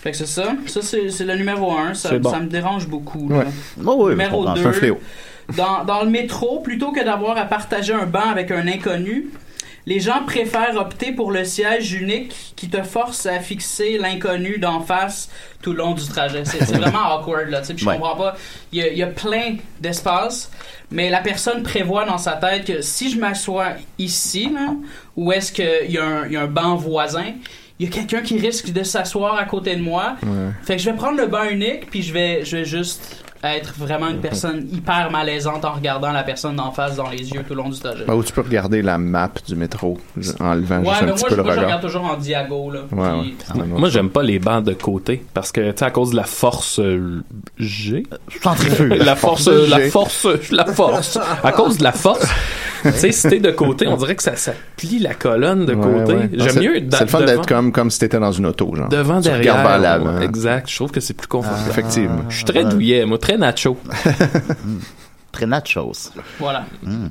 Speaker 6: Fait que c'est ça, ça c'est c'est le numéro un, ça,
Speaker 2: C'est bon.
Speaker 6: ça me dérange beaucoup.
Speaker 4: Ah Ouais.
Speaker 6: là.
Speaker 3: Oh, oui, je
Speaker 6: Numéro
Speaker 3: comprends.
Speaker 6: deux.
Speaker 4: C'est un fléau.
Speaker 6: dans, dans le métro, plutôt que d'avoir à partager un banc avec un inconnu, les gens préfèrent opter pour le siège unique qui te force à fixer l'inconnu d'en face tout le long du trajet. C'est c'est vraiment awkward, là. tu sais, puis Je
Speaker 3: Ouais.
Speaker 6: comprends pas. Il y a, il y a plein d'espace, mais la personne prévoit dans sa tête que si je m'assois ici, là, ou est-ce qu'il y, a un- il y a un banc voisin, il y a quelqu'un qui risque de s'asseoir à côté de moi. Fait que je vais prendre le banc unique, puis je vais, je vais juste être vraiment
Speaker 4: Mhm.
Speaker 6: une personne hyper malaisante en regardant la personne d'en face dans les yeux tout le long du trajet.
Speaker 4: Bah, où tu peux regarder la map du métro en levant
Speaker 6: Ouais,
Speaker 4: juste un
Speaker 6: mais moi,
Speaker 4: petit
Speaker 6: je,
Speaker 4: peu le
Speaker 6: moi, je regarde
Speaker 4: regard.
Speaker 6: toujours en diago, là.
Speaker 4: Ouais,
Speaker 6: puis-
Speaker 4: ouais. Finalement.
Speaker 2: Moi, j'aime pas les bancs de côté parce que, tu sais, à cause de la force euh, G,
Speaker 3: Centrifuge.
Speaker 2: la force,
Speaker 4: force
Speaker 2: la
Speaker 4: G.
Speaker 2: force, la force. À cause de la force, tu sais, si t'es de côté, on dirait que ça, ça plie la colonne de
Speaker 4: Ouais,
Speaker 2: côté.
Speaker 4: ouais. Non,
Speaker 2: J'aime
Speaker 4: c'est-
Speaker 2: mieux
Speaker 4: C'est le
Speaker 2: d'être
Speaker 4: fun
Speaker 2: devant,
Speaker 4: d'être comme, comme si t'étais dans une auto, genre.
Speaker 2: devant
Speaker 4: Tu
Speaker 2: derrière.
Speaker 4: regardes vers l'avant.
Speaker 2: ouais, Exact. Je trouve que c'est plus confortable.
Speaker 4: Effectivement.
Speaker 2: Je suis très douillet, moi, très nacho.
Speaker 3: Très nachos.
Speaker 6: Voilà. Hmm.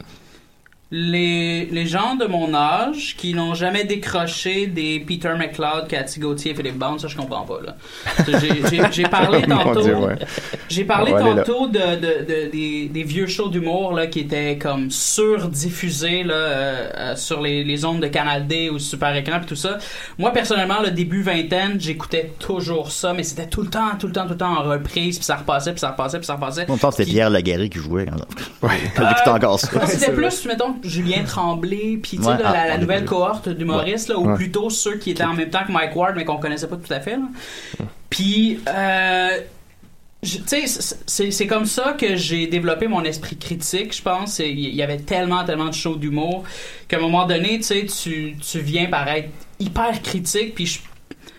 Speaker 6: Les, les gens de mon âge qui n'ont jamais décroché des Peter McLeod, Cathy Gauthier, Philippe Bond, ça je comprends pas. là. J'ai- j'ai- J'ai parlé
Speaker 4: Mon
Speaker 6: tantôt,
Speaker 4: Dieu, ouais.
Speaker 6: j'ai parlé
Speaker 4: On va aller là.
Speaker 6: tantôt de, de- de- des, des vieux shows d'humour là, qui étaient comme surdiffusés là, euh, euh, sur les, les ondes de Canal D ou Super Écran pis tout ça. Moi personnellement, le début vingtaine, j'écoutais toujours ça, mais c'était tout le temps, tout le temps, tout le temps en reprise, puis ça repassait, puis ça repassait, puis ça repassait.
Speaker 3: En même temps, c'était
Speaker 6: Puis-
Speaker 3: Pierre Lagarry qui jouait. hein, Ouais. écoute encore ça.
Speaker 6: C'était plus, mettons, Julien Tremblay, puis tu sais,
Speaker 3: Ouais,
Speaker 6: là, la,
Speaker 3: ah,
Speaker 6: la
Speaker 3: on est
Speaker 6: nouvelle
Speaker 3: plus-
Speaker 6: cohorte d'humoristes, là, ou
Speaker 4: Ouais.
Speaker 6: plutôt ceux qui étaient en même temps que Mike Ward, mais qu'on connaissait pas tout à fait. là. Puis, euh, je- tu sais, c'est- c'est c'est comme ça que j'ai développé mon esprit critique, je pense. C'est- Il y avait tellement, tellement de shows d'humour qu'à un moment donné, tu sais, tu, tu viens paraître hyper critique, puis je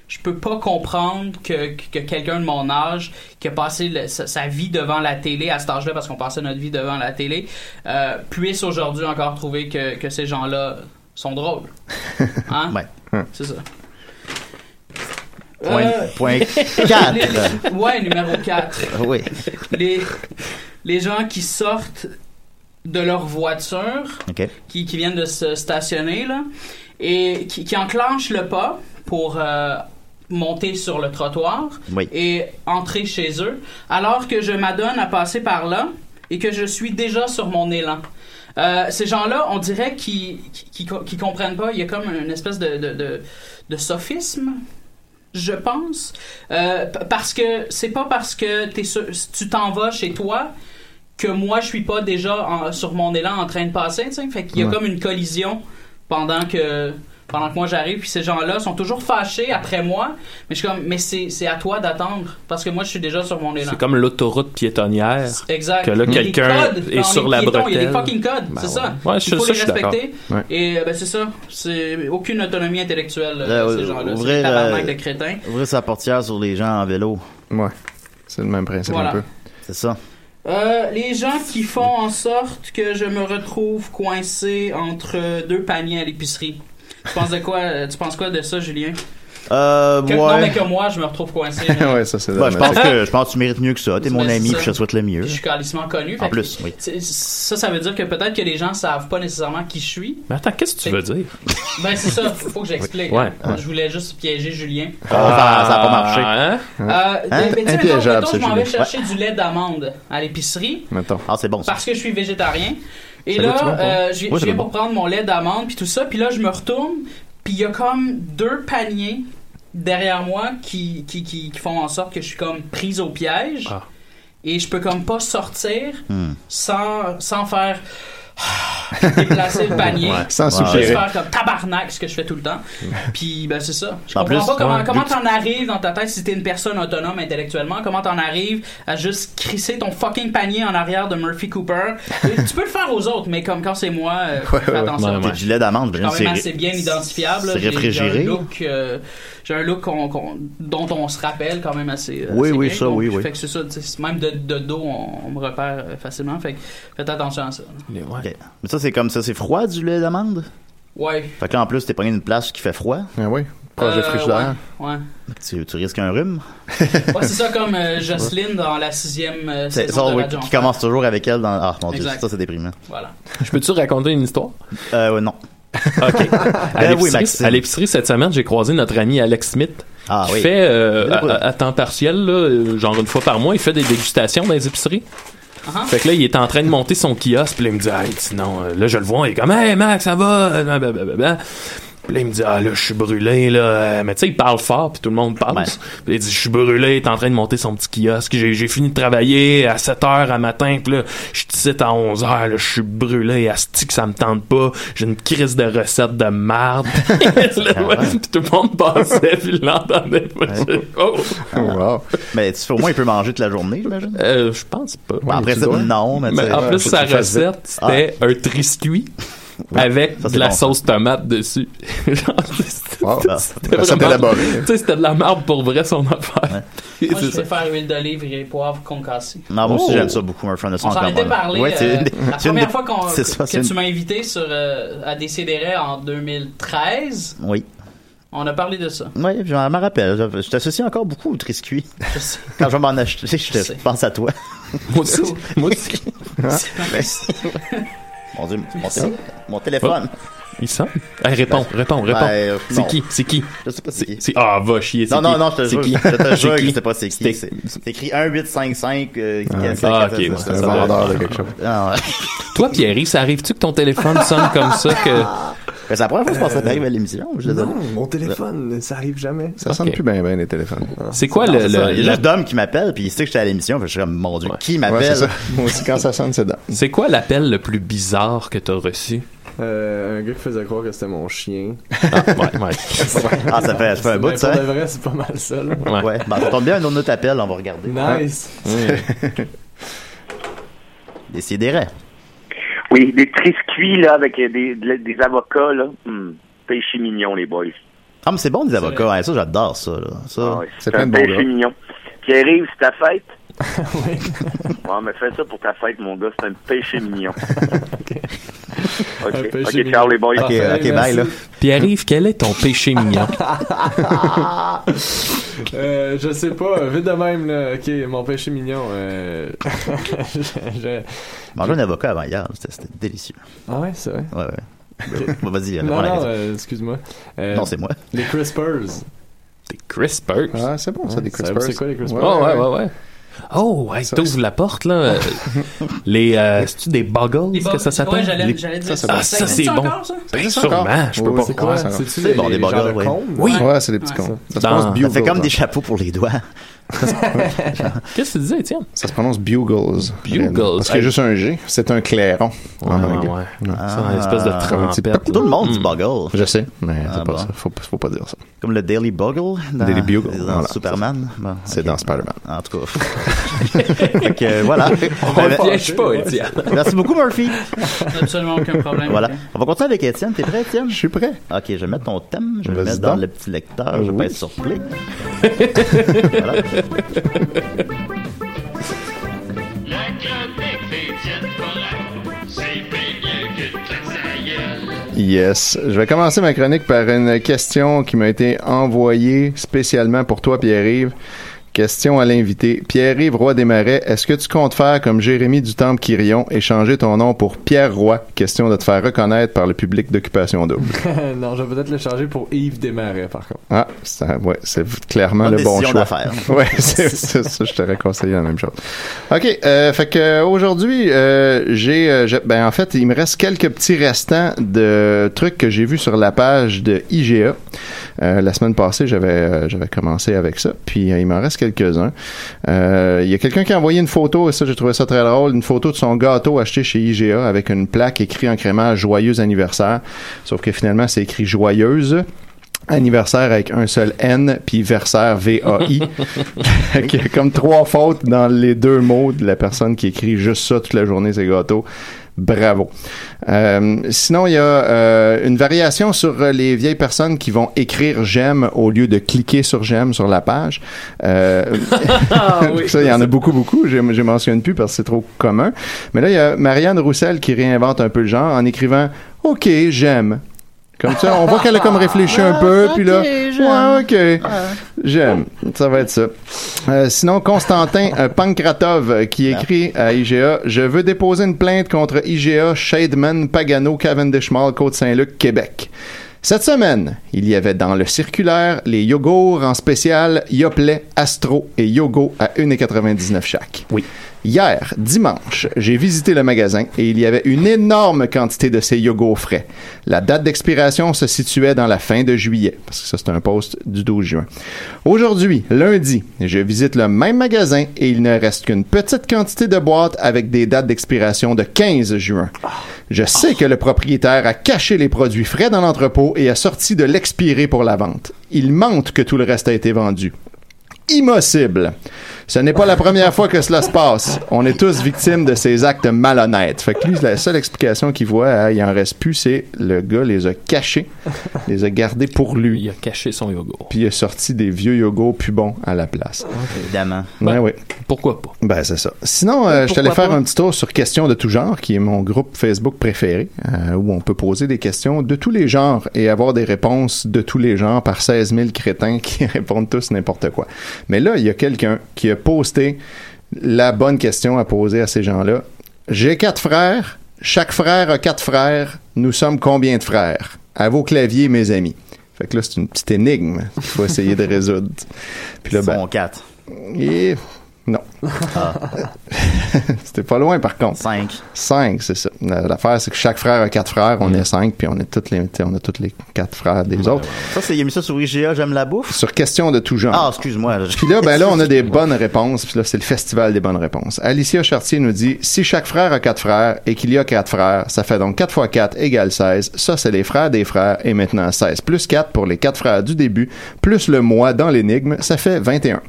Speaker 6: je peux pas comprendre que, que quelqu'un de mon âge qui a passé le- sa, sa vie devant la télé à cet âge-là parce qu'on passait notre vie devant la télé euh, puisse aujourd'hui encore trouver que, que ces gens-là sont drôles. Hein?
Speaker 3: Ouais.
Speaker 6: C'est ça.
Speaker 3: Point,
Speaker 6: Euh,
Speaker 3: point
Speaker 6: les-
Speaker 3: 4.
Speaker 6: ouais, numéro 4
Speaker 3: oui.
Speaker 6: les, les gens qui sortent de leur voiture,
Speaker 3: OK.
Speaker 6: qui, qui viennent de se stationner, là, et qui, qui enclenchent le pas pour euh, monter sur le trottoir
Speaker 3: Oui.
Speaker 6: et entrer chez eux, alors que je m'adonne à passer par là et que je suis déjà sur mon élan. Euh, ces gens-là, on dirait qu'ils qu'ils- qu'ils- qu'ils comprennent pas. Il y a comme une espèce de, de, de, de sophisme je pense. Euh, p- parce que c'est pas parce que t'es sur- tu t'en vas chez toi que moi je suis pas déjà en- sur mon élan en train de passer. tu sais. Fait qu'il y a
Speaker 4: Ouais.
Speaker 6: comme une collision pendant que pendant que moi j'arrive. Puis ces gens-là sont toujours fâchés après moi. Mais je suis comme mais c'est c'est à toi d'attendre parce que moi je suis déjà sur mon élan.
Speaker 2: C'est comme l'autoroute piétonnière.
Speaker 6: Exact.
Speaker 2: que là,
Speaker 6: Il y a
Speaker 2: quelqu'un
Speaker 6: des codes
Speaker 2: est
Speaker 6: dans
Speaker 2: sur
Speaker 6: les
Speaker 2: la
Speaker 6: piétons, Il y a des
Speaker 2: bretelle.
Speaker 6: fucking codes,
Speaker 2: Ben
Speaker 6: c'est
Speaker 2: ouais.
Speaker 6: ça.
Speaker 2: Ouais, je-
Speaker 6: Il faut
Speaker 2: ça,
Speaker 6: les
Speaker 2: je suis d'accord.
Speaker 6: respecter.
Speaker 4: Ouais.
Speaker 6: Et euh, ben, c'est ça. C'est aucune autonomie intellectuelle,
Speaker 3: Euh,
Speaker 6: euh, ces gens-là. C'est
Speaker 3: ouvrir,
Speaker 6: des tabarnak
Speaker 3: euh,
Speaker 6: de crétins.
Speaker 3: Ouvrir sa portière sur les gens en vélo.
Speaker 4: Ouais. C'est le même principe
Speaker 6: Voilà.
Speaker 4: un peu.
Speaker 3: C'est ça.
Speaker 6: Euh, les gens qui font en sorte que je me retrouve coincé entre deux paniers à l'épicerie. Tu penses de quoi euh, Tu penses quoi de ça, Julien
Speaker 3: Euh,
Speaker 6: que,
Speaker 3: ouais.
Speaker 6: Non, mais que moi, je me retrouve coincé. là.
Speaker 4: ouais, ça, c'est
Speaker 3: Ouais, Ben, je pense
Speaker 4: dramatique.
Speaker 3: que je pense que tu mérites mieux que ça. T'es mon
Speaker 6: Ben,
Speaker 3: ami,
Speaker 6: c'est ça.
Speaker 3: puis je te souhaite le mieux.
Speaker 6: Je suis calissement connu.
Speaker 3: En
Speaker 6: fait que
Speaker 3: plus, oui.
Speaker 6: c'est- Ça, ça veut dire que peut-être que les gens savent pas nécessairement qui je suis.
Speaker 2: Mais attends, qu'est-ce que tu veux dire?
Speaker 6: Ben, c'est ça. Faut que j'explique.
Speaker 2: Oui. Ouais,
Speaker 6: hein. Je voulais juste piéger Julien.
Speaker 3: Ah, ça a pas marché.
Speaker 2: Ah, hein?
Speaker 6: Euh,
Speaker 3: Hein?
Speaker 6: ben, tu sais,
Speaker 4: Impiégeable,
Speaker 6: mettons- mettons,
Speaker 4: ce
Speaker 6: je m'en vais
Speaker 4: Julien.
Speaker 6: chercher du lait d'amande à l'épicerie.
Speaker 4: Mettons.
Speaker 3: Ah, c'est bon ça.
Speaker 6: parce que je suis végétarien. Et
Speaker 4: Ça
Speaker 6: là,
Speaker 4: goûte bon, quoi.
Speaker 6: euh, je,
Speaker 3: Oui,
Speaker 6: je
Speaker 3: ça
Speaker 6: viens
Speaker 3: goûte
Speaker 6: pour prendre mon lait d'amande puis tout ça, puis là je me retourne, puis il y a comme deux paniers derrière moi qui, qui, qui, qui font en sorte que je suis comme prise au piège
Speaker 2: Ah.
Speaker 6: et je peux comme pas sortir
Speaker 3: Hmm.
Speaker 6: sans, sans faire ah, déplacer le panier.
Speaker 4: Sans
Speaker 3: Ouais.
Speaker 6: Je vais
Speaker 4: soupirer.
Speaker 6: faire comme tabarnak, ce que je fais tout le temps. Puis, ben, c'est ça. Je
Speaker 3: En
Speaker 6: comprends
Speaker 3: plus,
Speaker 6: pas comment,
Speaker 2: ouais,
Speaker 6: comment t'en arrives dans ta tête si t'es une personne autonome intellectuellement. Comment t'en arrives à juste crisser ton fucking panier en arrière de Murphy Cooper. Et tu peux le faire aux autres, mais comme quand c'est moi, euh, fais attention.
Speaker 2: ouais, ouais.
Speaker 3: T'es du lait d'amande,
Speaker 6: Quand
Speaker 3: c'est
Speaker 6: même assez bien identifiable. là.
Speaker 3: C'est
Speaker 6: J'ai- J'ai
Speaker 3: réfrigéré.
Speaker 6: un look, euh, j'ai un look qu'on- qu'on- dont on se rappelle quand même assez. euh,
Speaker 3: Oui,
Speaker 6: assez
Speaker 3: oui,
Speaker 6: bien.
Speaker 3: ça,
Speaker 6: Donc,
Speaker 3: oui, oui.
Speaker 6: Fait que c'est ça. tu sais, Même de, de dos, on, on me repère euh, facilement. Fait que faites attention à ça.
Speaker 2: Mais ouais.
Speaker 3: Ok. Mais ça, c'est comme ça. C'est froid du lait d'amande?
Speaker 6: Ouais.
Speaker 3: Fait que là, en plus, t'es pogné une place qui fait froid.
Speaker 4: Ah oui, proche de
Speaker 6: Euh,
Speaker 4: frigidaire.
Speaker 6: ouais, ouais.
Speaker 3: Tu, tu risques un rhume.
Speaker 6: Ouais, c'est ça comme euh, Jocelyne dans la sixième euh,
Speaker 3: C'est
Speaker 6: saison
Speaker 3: ça,
Speaker 6: de
Speaker 3: oui,
Speaker 6: la Jonction.
Speaker 3: qui commence toujours avec elle dans. Ah, mon dieu,
Speaker 6: Exact.
Speaker 3: ça, c'est déprimant.
Speaker 6: Voilà.
Speaker 2: Je peux-tu raconter une histoire?
Speaker 3: Euh, ouais, non.
Speaker 2: OK. À
Speaker 3: Ben oui,
Speaker 2: l'épicerie-
Speaker 3: Maxime.
Speaker 2: à l'épicerie, cette semaine, j'ai croisé notre ami Alex Smith.
Speaker 3: Ah,
Speaker 2: qui
Speaker 3: oui.
Speaker 2: fait euh,
Speaker 3: Là,
Speaker 2: à, à temps partiel, là, euh, genre une fois par mois, il fait des dégustations dans les épiceries.
Speaker 6: Uh-huh.
Speaker 2: Fait que là, il est en train de monter son kiosque, puis là, il me dit, hey, sinon, euh, là, je le vois, il est comme, hey, Max, ça va, euh, blablabla. Puis là, il me dit, ah, là, je suis brûlé, là. Euh, Mais tu sais, il parle fort, puis tout le monde passe.
Speaker 3: Ouais.
Speaker 2: Puis il dit, je suis brûlé, il est en train de monter son petit kiosque. J'ai, j'ai fini de travailler à 7 h à matin, puis là, je suis ici à 11 h, là, je suis brûlé, asti que ça me tente pas. J'ai une crise de recette de marde.
Speaker 3: Ah
Speaker 2: Là, ouais, puis tout le monde passait, puis il l'entendait. Moi, j'ai- Oh!
Speaker 6: Ah,
Speaker 4: Wow.
Speaker 3: Mais tu sais, au moins, il peut manger toute la journée, j'imagine.
Speaker 2: Euh, je pense pas.
Speaker 3: Bon, après,
Speaker 4: tu
Speaker 3: c'est-
Speaker 4: dois.
Speaker 3: non, mais, tu
Speaker 2: Mais
Speaker 3: sais,
Speaker 2: en plus,
Speaker 3: faut
Speaker 2: sa
Speaker 3: que tu fasses vite. Ah.
Speaker 2: recette, c'était un triscuit avec
Speaker 3: ça, c'est
Speaker 2: de la
Speaker 3: bon, ça.
Speaker 2: sauce tomate dessus. Genre, c'était-
Speaker 4: Wow.
Speaker 3: Ah.
Speaker 2: c'était
Speaker 4: Ben, c'est
Speaker 2: vraiment-
Speaker 4: élaboré.
Speaker 2: Tu sais, c'était de la merde pour vrai, son affaire.
Speaker 6: Moi, je
Speaker 2: C'est ça.
Speaker 6: préfère huile d'olive et poivre concassé.
Speaker 3: Non, moi aussi,
Speaker 2: Oh.
Speaker 3: j'aime ça beaucoup, un friend de son
Speaker 6: On s'en était parlé
Speaker 3: Ouais, c'est
Speaker 6: euh,
Speaker 3: une des-
Speaker 6: la
Speaker 3: c'est une
Speaker 6: première
Speaker 3: des-
Speaker 6: fois qu'on,
Speaker 3: c'est ça,
Speaker 6: que
Speaker 3: c'est une-
Speaker 6: tu m'as invité sur, euh, à Décideret en 2013.
Speaker 3: Oui.
Speaker 6: On a parlé de ça.
Speaker 3: Oui, je m'en rappelle. Je, je t'associe encore beaucoup au triscuit.
Speaker 6: Je sais.
Speaker 3: Quand je vais m'en acheter, je, te-
Speaker 6: Je sais.
Speaker 3: pense à toi.
Speaker 2: Moi aussi. Moi aussi.
Speaker 3: Mon Dieu, mon, tél- mon téléphone.
Speaker 2: Il sent. Hey, réponds, réponds, réponds.
Speaker 3: Ben, euh, non.
Speaker 2: c'est qui? C'est qui?
Speaker 3: Je sais pas c'est qui.
Speaker 2: C'est- Ah, va chier. c'est
Speaker 3: Non, non,
Speaker 2: qui?
Speaker 3: non, je te
Speaker 2: C'est
Speaker 3: jure,
Speaker 2: qui?
Speaker 3: je te jure
Speaker 2: C'est
Speaker 3: que
Speaker 2: qui?
Speaker 3: je sais pas c'est qui. C'est
Speaker 2: C'était-
Speaker 3: c'est écrit 1855. euh,
Speaker 2: Ah,
Speaker 3: 15,
Speaker 2: ok, ouais,
Speaker 4: Un
Speaker 2: Ça doit
Speaker 4: vendeur de quelque chose.
Speaker 3: Ah, ouais.
Speaker 2: Toi, Pierre, ça arrive-tu que ton téléphone sonne comme ça que.
Speaker 3: Ah, Mais C'est la première fois que je pense que ça t'arrive à l'émission. Je suis désolé.
Speaker 5: Non, mon téléphone, ça arrive jamais.
Speaker 4: Ça sonne
Speaker 2: Ok.
Speaker 4: plus bien, bien, les téléphones.
Speaker 2: C'est quoi le.
Speaker 3: C'est ça,
Speaker 2: le-
Speaker 3: Il y a
Speaker 2: la-
Speaker 3: juste Dom qui m'appelle, puis il sait que j'étais à l'émission. puis Je suis comme, mon Dieu, qui
Speaker 4: Ouais, c'est
Speaker 3: m'appelle?
Speaker 4: ça. Moi aussi, quand ça sonne, c'est dedans.
Speaker 2: C'est quoi l'appel le plus bizarre que t'as reçu?
Speaker 5: Euh, un gars qui faisait croire que c'était mon chien.
Speaker 2: Ah, ouais, ouais.
Speaker 3: ah, ça fait, ça fait un bout,
Speaker 5: Mais pour
Speaker 3: ça.
Speaker 5: de vrai, c'est pas mal ça, là.
Speaker 2: ouais.
Speaker 3: Ouais, ben, ça tombe bien, un autre appel, on va regarder.
Speaker 5: Nice!
Speaker 3: Décidérez.
Speaker 1: Oui, des triscuits, là, avec euh, des, de la- des avocats, là. Hmm. Péché mignon, les boys.
Speaker 3: Ah, mais c'est bon, des avocats. Ouais, ça, j'adore ça, là. Ça.
Speaker 1: Ah ouais,
Speaker 4: c'est
Speaker 1: c'est
Speaker 4: plein
Speaker 1: un
Speaker 4: de bons gars.
Speaker 1: péché mignon. Pierre-Yves, c'est ta fête?
Speaker 5: Oui.
Speaker 1: Ouais, mais fais ça pour ta fête, mon gars. C'est un péché mignon. OK.
Speaker 5: Un péché
Speaker 1: OK,
Speaker 5: mignon.
Speaker 1: ciao, les boys.
Speaker 3: Ok,
Speaker 5: Parfait,
Speaker 3: ok, bye,
Speaker 5: merci.
Speaker 3: là.
Speaker 2: Pierre-Yves, quel est ton péché mignon?
Speaker 5: Euh, je sais pas, vite de même, là. Ok, mon péché mignon. Euh... je, je-
Speaker 3: Manger un avocat avant hier, c'était c'était délicieux.
Speaker 5: Ah ouais, c'est vrai.
Speaker 3: Ouais, ouais. Bon, Vas-y, réponds
Speaker 5: Non,
Speaker 3: à la
Speaker 5: non,
Speaker 3: question.
Speaker 5: euh, excuse-moi. Euh,
Speaker 3: Non, c'est moi.
Speaker 5: Les Crispers.
Speaker 2: Des crispers.
Speaker 4: Ah, c'est bon, ça, des
Speaker 5: Ça,
Speaker 4: crispers.
Speaker 5: c'est quoi, les crispers?
Speaker 2: oh, ouais, ouais, ouais. Oh, ouais, t'ouvres la porte, là. euh, les, euh, c'est-tu des buggles,
Speaker 6: Les
Speaker 2: ce que ça
Speaker 6: bas- ouais,
Speaker 2: s'appelle?
Speaker 6: j'allais,
Speaker 2: Les-
Speaker 6: j'allais
Speaker 4: ça, c'est
Speaker 6: dire ça.
Speaker 2: bon. Ah, ça, c'est
Speaker 6: existe
Speaker 2: bon.
Speaker 6: encore, ça?
Speaker 4: Ça existe
Speaker 2: Ben, Sûrement,
Speaker 4: encore?
Speaker 2: je peux
Speaker 4: Oui,
Speaker 2: pas
Speaker 4: oui.
Speaker 5: C'est quoi?
Speaker 4: Ouais, ça-
Speaker 5: C'est-tu
Speaker 3: C'est
Speaker 5: les,
Speaker 3: bon, des
Speaker 5: les genres
Speaker 3: bagels,
Speaker 5: de
Speaker 3: ouais.
Speaker 5: cônes?
Speaker 2: Oui.
Speaker 4: Ouais, c'est des petits cons. Ça se
Speaker 2: Dans-
Speaker 4: prononce
Speaker 3: Ça fait comme
Speaker 4: bugles.
Speaker 3: des chapeaux pour les doigts.
Speaker 2: Qu'est-ce que tu disais, Étienne?
Speaker 4: Ça se prononce bugles.
Speaker 2: Bugles.
Speaker 4: Parce qu'il y a juste un G. C'est un clairon. en anglais.
Speaker 2: C'est
Speaker 3: Ah.
Speaker 2: une espèce de trompette.
Speaker 3: Tout le
Speaker 2: là.
Speaker 3: monde dit bugle.
Speaker 4: Hmm. Je sais, mais
Speaker 3: Ah,
Speaker 4: c'est pas
Speaker 3: bon.
Speaker 4: ça. Faut, pas- faut pas dire ça.
Speaker 3: Comme le Daily Bugle dans,
Speaker 4: Daily Bugle,
Speaker 3: dans
Speaker 4: voilà.
Speaker 3: Superman. Bon,
Speaker 4: C'est
Speaker 3: ok.
Speaker 4: dans Spider-Man.
Speaker 3: En tout cas. fait que euh, voilà.
Speaker 2: On
Speaker 3: Ben,
Speaker 2: le piège pas, Étienne.
Speaker 3: Merci beaucoup, Murphy.
Speaker 6: Absolument aucun problème.
Speaker 3: Voilà.
Speaker 6: Ok.
Speaker 3: On va continuer avec Étienne. T'es prêt, Étienne?
Speaker 4: Je suis prêt.
Speaker 3: Ok, je vais mettre ton thème. Je vais le
Speaker 4: Vas-y
Speaker 3: mettre dans
Speaker 4: donc.
Speaker 3: le petit lecteur. Je vais
Speaker 4: Oui.
Speaker 3: pas être surpris.
Speaker 4: Yes. Je vais commencer ma chronique par une question qui m'a été envoyée spécialement pour toi, Pierre-Yves. Question à l'invité. Pierre-Yves Roy des Marais, est-ce que tu comptes faire comme Jérémy du Temple Quirion et changer ton nom pour Pierre Roy? Question de te faire reconnaître par le public d'occupation double.
Speaker 5: non, je vais peut-être le changer pour Yves Desmarais, par contre.
Speaker 4: Ah, ça, ouais, c'est clairement
Speaker 3: Bonne
Speaker 4: le bon
Speaker 3: décision
Speaker 4: choix.
Speaker 3: d'affaires.
Speaker 4: Ouais, c'est c'est ça, je t'aurais conseillé la même chose. OK, euh, fait que euh, aujourd'hui, euh, j'ai euh, j'ai- ben en fait, il me reste quelques petits restants de trucs que j'ai vus sur la page de IGA. Euh, la semaine passée, j'avais euh, j'avais commencé avec ça, puis euh, il m'en reste quelques-uns. Euh, Il y a quelqu'un qui a envoyé une photo, et ça, j'ai trouvé ça très drôle, une photo de son gâteau acheté chez IGA avec une plaque écrite en crémage Joyeux anniversaire, sauf que finalement, c'est écrit Joyeuse anniversaire avec un seul N puis versaire V-A-I Fait qu'il y a comme trois fautes dans les deux mots de la personne qui écrit juste ça toute la journée ses gâteaux bravo Euh, sinon il y a euh, une variation sur euh, les vieilles personnes qui vont écrire j'aime au lieu de cliquer sur j'aime sur la page Euh,
Speaker 2: Ah oui.
Speaker 4: ça, il y en a beaucoup, beaucoup. Je ne mentionne plus parce que c'est trop commun. Mais là, il y a Marianne Roussel qui réinvente un peu le genre en écrivant OK, j'aime. Comme ça, on voit qu'elle a comme réfléchi un peu, puis là, Ah, ouais, ok, j'aime. Ça va être ça. Euh, sinon, Constantin euh, Pankratov euh, qui écrit à IGA, je veux déposer une plainte contre IGA, Shademan, Pagano, Cavendish Mall, Côte-Saint-Luc, Québec. Cette semaine, il y avait dans le circulaire les yogourts en spécial Yoplait, Astro et Yogo à 1,99 chaque.
Speaker 2: Oui.
Speaker 4: Hier, dimanche, j'ai visité le magasin et il y avait une énorme quantité de ces yogos frais. La date d'expiration se situait dans la fin de juillet, parce que ça c'est un post du 12 juin. Aujourd'hui, lundi, je visite le même magasin et il ne reste qu'une petite quantité de boîtes avec des dates d'expiration de 15 juin. Je sais que le propriétaire a caché les produits frais dans l'entrepôt et a sorti de l'expiré pour la vente. Il mente que tout le reste a été vendu impossible. Ce n'est pas la première fois que cela se passe. On est tous victimes de ces actes malhonnêtes. Fait que lui, la seule explication qu'il voit, hein, il en reste plus, c'est le gars les a cachés, les a gardés pour lui.
Speaker 2: Il a caché son yogourt.
Speaker 4: Puis il a sorti des vieux yogos plus bons à la place.
Speaker 3: Évidemment.
Speaker 4: Ben oui.
Speaker 2: Pourquoi pas?
Speaker 4: Ben, c'est ça. Sinon, euh, je t'allais faire un petit tour sur Questions de tout genre, qui est mon groupe Facebook préféré, euh, où on peut poser des questions de tous les genres et avoir des réponses de tous les genres par 16 000 crétins qui répondent tous n'importe quoi. Mais là, il y a quelqu'un qui a posté la bonne question à poser à ces gens-là. J'ai quatre frères. Chaque frère a quatre frères. Nous sommes combien de frères? À vos claviers, mes amis. Fait que là, c'est une petite énigme qu'il faut essayer de résoudre. Puis là,
Speaker 3: Ils
Speaker 4: ben,
Speaker 3: sont 4,
Speaker 4: et... Non. C'était pas loin, par contre.
Speaker 3: 5.
Speaker 4: Cinq, c'est ça. La- L'affaire, c'est que chaque frère a quatre frères. On est cinq, puis on est toutes les, on a toutes les quatre frères des autres.
Speaker 3: Ça, c'est, il a mis ça sur IGA, j'aime la bouffe.
Speaker 4: Sur question de tout genre.
Speaker 3: Ah, excuse-moi. je-
Speaker 4: Puis là, ben là, on a des bonnes réponses. Puis là, c'est le festival des bonnes réponses. Alicia Chartier nous dit si chaque frère a quatre frères et qu'il y a quatre frères, ça fait donc 4 fois 4 égale 16. Ça, c'est les frères des frères. Et maintenant, 16 plus 4 pour les quatre frères du début, plus le mois dans l'énigme, ça fait 21.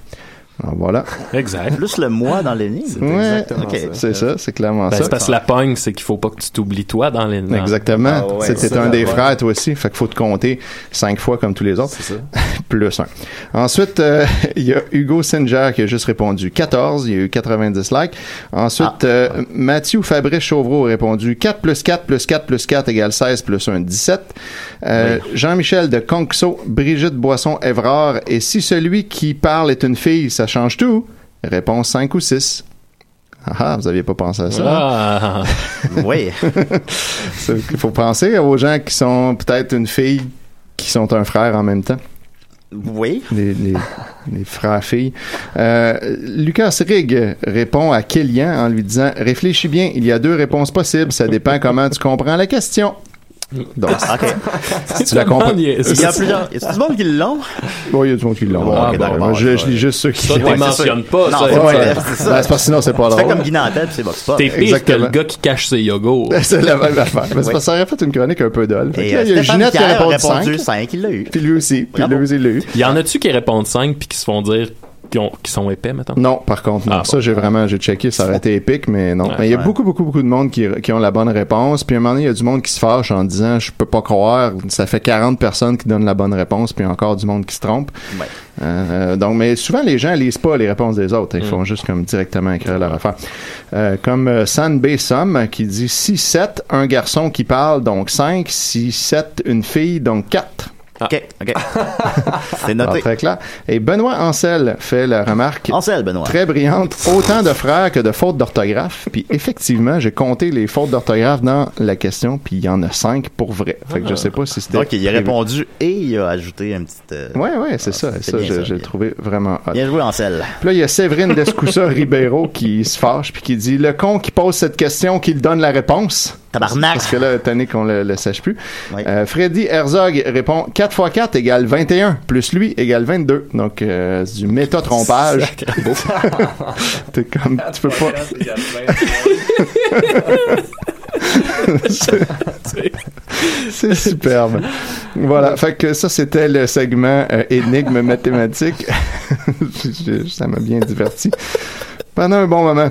Speaker 4: Alors voilà.
Speaker 2: Exact.
Speaker 3: Plus le mois dans l'énigme.
Speaker 4: Ouais,
Speaker 5: exactement
Speaker 4: ok,
Speaker 5: ça.
Speaker 4: C'est ça, c'est clairement
Speaker 2: Ben,
Speaker 4: ça.
Speaker 2: c'est parce que la pogne, c'est qu'il faut pas que tu t'oublies toi dans les. dans-
Speaker 4: Exactement.
Speaker 3: Ah ouais,
Speaker 4: C'est- c'est
Speaker 5: ça,
Speaker 4: un
Speaker 5: la
Speaker 4: des
Speaker 5: bonne.
Speaker 4: frères, toi aussi. Fait qu'il faut te compter cinq fois comme tous les autres.
Speaker 5: C'est ça.
Speaker 4: Plus un. Ensuite, euh, il y a Hugo Singer qui a juste répondu 14. Il y a eu 90 likes. Ensuite, euh, Mathieu Fabrice Chauvreau a répondu 4 plus 4 plus 4 plus 4 égale 16 plus 1, 17. Euh, Jean-Michel de Conxo, Brigitte Boisson-Évrard. Et si celui qui parle est une fille, ça change tout? Réponse 5 ou 6. Ah ah, vous aviez pas pensé à ça.
Speaker 2: Ah,
Speaker 4: hein?
Speaker 3: Oui.
Speaker 4: Il faut penser aux gens qui sont peut-être une fille qui sont un frère en même temps,
Speaker 3: Oui.
Speaker 4: les, les, les frères-filles. Euh, Lucas Rigg répond à Kélian en lui disant « Réfléchis bien, il y a deux réponses possibles, ça dépend comment tu comprends la question. » Donc,
Speaker 3: OK.
Speaker 2: c'est
Speaker 4: tu la
Speaker 2: tellement
Speaker 4: comprends.
Speaker 2: niaiseux.
Speaker 3: Il y a plusieurs. Il y a du monde qui l'ont.
Speaker 4: bon, Oh, il y a du monde qui l'a.
Speaker 3: Ah,
Speaker 4: Ouais,
Speaker 3: ok,
Speaker 4: bon,
Speaker 3: d'accord,
Speaker 4: moi, je,
Speaker 3: ouais.
Speaker 4: je lis juste ceux qui
Speaker 2: Ça, tu
Speaker 4: l'ont.
Speaker 2: les mentionnes pas,
Speaker 3: Non,
Speaker 2: ça.
Speaker 3: c'est
Speaker 4: Ouais.
Speaker 3: ouais,
Speaker 4: Ben,
Speaker 3: c'est
Speaker 4: c'est
Speaker 3: ça.
Speaker 4: parce que sinon, c'est pas
Speaker 3: Tu fais comme
Speaker 4: drôle.
Speaker 3: Guy Nantel, puis c'est Vox Pop.
Speaker 2: T'es pire que
Speaker 4: Exactement.
Speaker 2: le gars qui cache ses yogos.
Speaker 4: C'est la même affaire. Mais c'est
Speaker 3: Oui.
Speaker 4: parce que ça aurait fait une chronique un peu dolle. Fait que
Speaker 3: Et
Speaker 4: là,
Speaker 3: euh,
Speaker 4: il y a
Speaker 3: Stéphane
Speaker 4: Ginette qui
Speaker 3: Pierre
Speaker 4: a
Speaker 3: a
Speaker 4: répondu
Speaker 3: répondu Ah
Speaker 4: 5.
Speaker 3: 5, il l'a eu.
Speaker 4: Puis lui aussi. Puis
Speaker 3: Bravo.
Speaker 4: lui aussi, il l'a eu.
Speaker 2: Y en a-tu qui répondent 5 puis qui se font dire qu'ils ont- qu'ils sont épais, mettons?
Speaker 4: Non, par contre, non.
Speaker 2: Ah,
Speaker 4: ça,
Speaker 2: bon.
Speaker 4: j'ai vraiment, j'ai checké, ça aurait été épique, mais non.
Speaker 2: Ouais,
Speaker 4: Mais il y a
Speaker 3: ouais.
Speaker 4: beaucoup, beaucoup, beaucoup de monde qui, qui ont la bonne réponse. Puis à un moment donné, il y a du monde qui se fâche en disant, je peux pas croire, ça fait 40 personnes qui donnent la bonne réponse, puis encore du monde qui se trompe.
Speaker 3: Ouais.
Speaker 4: Euh, euh, donc, mais souvent, les gens lisent pas les réponses des autres.
Speaker 2: Mm.
Speaker 4: Ils font juste comme directement écrire leur affaire. Euh, comme euh, San B. Somme qui dit, si 7, un garçon qui parle, donc 5, si 7, une fille, donc 4.
Speaker 3: OK, OK. c'est
Speaker 4: Alors,
Speaker 3: noté. Ah,
Speaker 4: très clair. Et Benoît Ancel fait la remarque.
Speaker 3: Ansel, Benoît.
Speaker 4: Très brillante. Autant de frères que de fautes d'orthographe. Puis effectivement, j'ai compté les fautes d'orthographe dans la question, puis il y en a cinq pour vrai. Fait que je sais pas si c'était.
Speaker 3: OK, il a
Speaker 4: prévu.
Speaker 3: répondu et il a ajouté un petit... euh,
Speaker 4: Ouais, ouais, c'est ça.
Speaker 3: c'est
Speaker 4: Ça,
Speaker 3: bien
Speaker 4: je-
Speaker 3: ça,
Speaker 4: j'ai
Speaker 3: bien.
Speaker 4: trouvé vraiment hot.
Speaker 3: Bien joué, Ansel.
Speaker 4: Puis là, il y a Séverine Descoussa Ribeiro qui se fâche, puis qui dit Le con qui pose cette question, qu'il donne la réponse.
Speaker 3: Tabarnak.
Speaker 4: Parce que là, tanné qu'on le, le sache plus.
Speaker 3: Oui.
Speaker 4: Euh, Freddy Herzog répond 4 x 4 égale 21, plus lui égale 22. Donc, euh, c'est du méta-trompage. T'es comme, tu peux pas. C'est superbe. Voilà. Fait que ça, c'était le segment euh, énigme mathématique. Je- ça m'a bien diverti. Pendant un bon moment.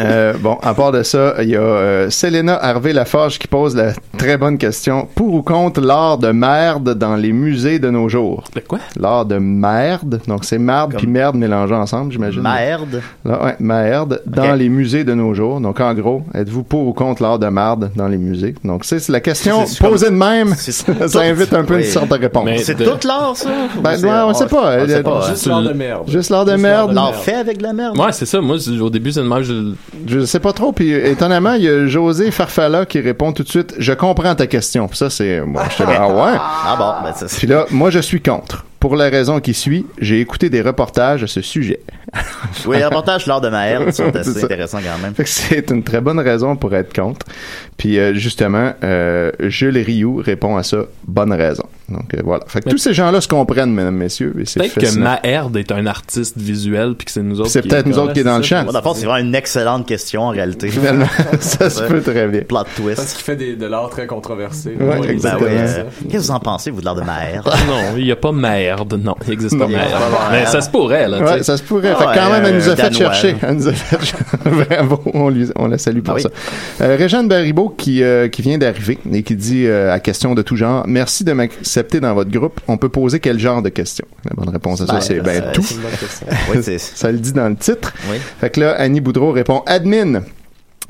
Speaker 4: Euh, bon, à part de ça, il y a euh, Selena Harvey Laforge qui pose la très bonne question pour ou contre l'art de merde dans les musées de nos jours.
Speaker 2: De quoi?
Speaker 4: L'art de merde, donc c'est merde
Speaker 3: Comme-
Speaker 4: puis merde mélangés ensemble, j'imagine.
Speaker 3: Merde.
Speaker 4: Là, ouais, merde dans
Speaker 3: Ok.
Speaker 4: les musées de nos jours. Donc en gros, êtes-vous pour ou contre l'art de merde dans les musées Donc c'est c'est la question
Speaker 3: C'est super-
Speaker 4: posée de même.
Speaker 3: C'est-
Speaker 4: Ça invite un peu
Speaker 3: Oui.
Speaker 4: une sorte de réponse.
Speaker 2: Mais-
Speaker 3: C'est
Speaker 2: de-
Speaker 3: toute l'art, ça? Ou
Speaker 4: Ben,
Speaker 3: c'est-
Speaker 4: ouais, on sait pas.
Speaker 3: On sait pas. euh,
Speaker 5: Juste l'art de merde.
Speaker 4: Juste l'art de merde.
Speaker 3: L'art fait avec de la merde.
Speaker 2: Ouais, c'est ça. Moi, c'est- au début, c'est de même. Je-
Speaker 4: je sais pas trop. Puis euh, étonnamment, il y a José Farfalla qui répond tout de suite Je comprends ta question. Puis ça, c'est. Moi, j'étais là, ah ouais.
Speaker 3: Ah bon, ben ça,
Speaker 4: Puis
Speaker 3: c'est.
Speaker 4: là, moi, je suis contre. Pour la raison qui suit, j'ai écouté des reportages à ce sujet.
Speaker 3: Oui, les reportages lors de Maël sont
Speaker 4: C'est
Speaker 3: assez
Speaker 4: ça.
Speaker 3: intéressants quand même.
Speaker 4: Fait que c'est une très bonne raison pour être contre. Puis euh, justement, euh, Jules Rioux répond à ça bonne raison. Donc euh, voilà. Fait que tous ces gens-là se comprennent, mesdames, messieurs. et c'est
Speaker 2: Peut-être que
Speaker 4: fascinant.
Speaker 2: Maerd est un artiste visuel puis que c'est nous autres.
Speaker 4: C'est
Speaker 2: qui-
Speaker 4: peut-être nous autres qui est dans le champ.
Speaker 3: Moi, dans le fond, c'est vraiment une excellente question en réalité.
Speaker 4: Finalement, ça se peut très bien.
Speaker 3: Plot
Speaker 5: Parce
Speaker 3: twist.
Speaker 5: qu'il fait des, de l'art très controversé.
Speaker 4: Ouais,
Speaker 5: Oui,
Speaker 3: Ben
Speaker 4: exactement.
Speaker 3: ouais,
Speaker 5: c'est
Speaker 3: euh,
Speaker 5: ça.
Speaker 3: Qu'est-ce que vous en pensez, vous, de l'art de Maël?
Speaker 2: Ah Non, il n'y a pas Maerd. Non, il n'existe pas
Speaker 4: Non.
Speaker 2: Maerd.
Speaker 3: Il y a pas
Speaker 2: Mais
Speaker 3: Maerd.
Speaker 2: ça se pourrait, là. tu sais.
Speaker 4: Ouais, ça se pourrait. Fait que
Speaker 3: Ah
Speaker 4: quand
Speaker 3: ouais,
Speaker 4: même, elle nous a
Speaker 3: un
Speaker 4: fait
Speaker 3: Danois,
Speaker 4: chercher.
Speaker 3: là.
Speaker 4: Elle nous a fait chercher. Bravo, on, lui- on la salue pour
Speaker 3: Ah oui.
Speaker 4: ça. Euh, Régine Baribeau qui, euh, qui vient d'arriver et qui dit euh, à question de tout genre Merci de m'accepter dans votre groupe. On peut poser quel genre de questions La bonne réponse à ça,
Speaker 3: Ben,
Speaker 4: c'est
Speaker 3: euh,
Speaker 4: ben tout.
Speaker 5: C'est une bonne question.
Speaker 3: Oui, c'est.
Speaker 4: Ça le dit dans le titre.
Speaker 3: Oui.
Speaker 4: Fait que là, Annie Boudreau répond Admin.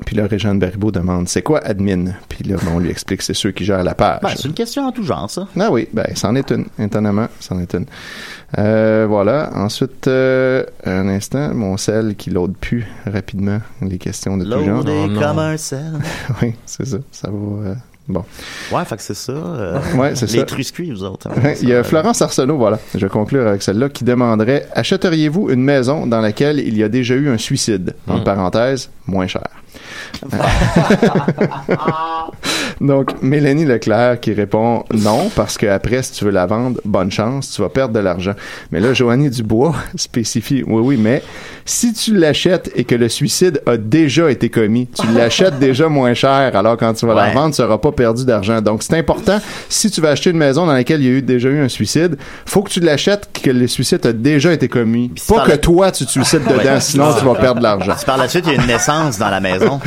Speaker 4: Puis là, Régine Baribeau demande C'est quoi admin Puis là, bon, on lui explique c'est ceux qui gèrent la page.
Speaker 3: Ben, c'est une question en tout genre, ça.
Speaker 4: Ah oui, ben, c'en est une. Étonnamment, c'en est une. Euh, voilà. Ensuite, euh, un instant, mon sel qui l'aude plus rapidement les questions de tout genre.
Speaker 3: Loadé
Speaker 2: Oh, non.
Speaker 3: comme un sel.
Speaker 4: Oui, c'est ça. Ça va. euh, Bon.
Speaker 3: Ouais, fait que c'est ça. euh,
Speaker 4: Ouais, c'est
Speaker 3: les
Speaker 4: ça.
Speaker 3: truscuits, vous autres.
Speaker 4: Ouais, Il y a
Speaker 3: Ça, euh,
Speaker 4: Florence Arsenault, voilà. Je vais conclure avec celle-là qui demanderait Achèteriez-vous une maison dans laquelle il y a déjà eu un suicide
Speaker 3: Hmm.
Speaker 4: En parenthèse, moins cher. Donc, Mélanie Leclerc qui répond non, parce qu'après, si tu veux la vendre, bonne chance, tu vas perdre de l'argent. Mais là, Joanie Dubois spécifie oui, oui, mais si tu l'achètes et que le suicide a déjà été commis, tu l'achètes déjà moins cher, alors quand tu vas la
Speaker 3: Ouais.
Speaker 4: vendre, tu n'auras pas perdu d'argent. Donc, c'est important, si tu vas acheter une maison dans laquelle il y a eu, déjà eu un suicide, faut que tu l'achètes que le suicide a déjà été commis.
Speaker 3: si
Speaker 4: Pas
Speaker 3: par
Speaker 4: que
Speaker 3: la-
Speaker 4: toi, tu te suicides dedans,
Speaker 3: Ouais.
Speaker 4: sinon tu vas perdre de l'argent.
Speaker 3: Par la suite, il y a une naissance dans la maison.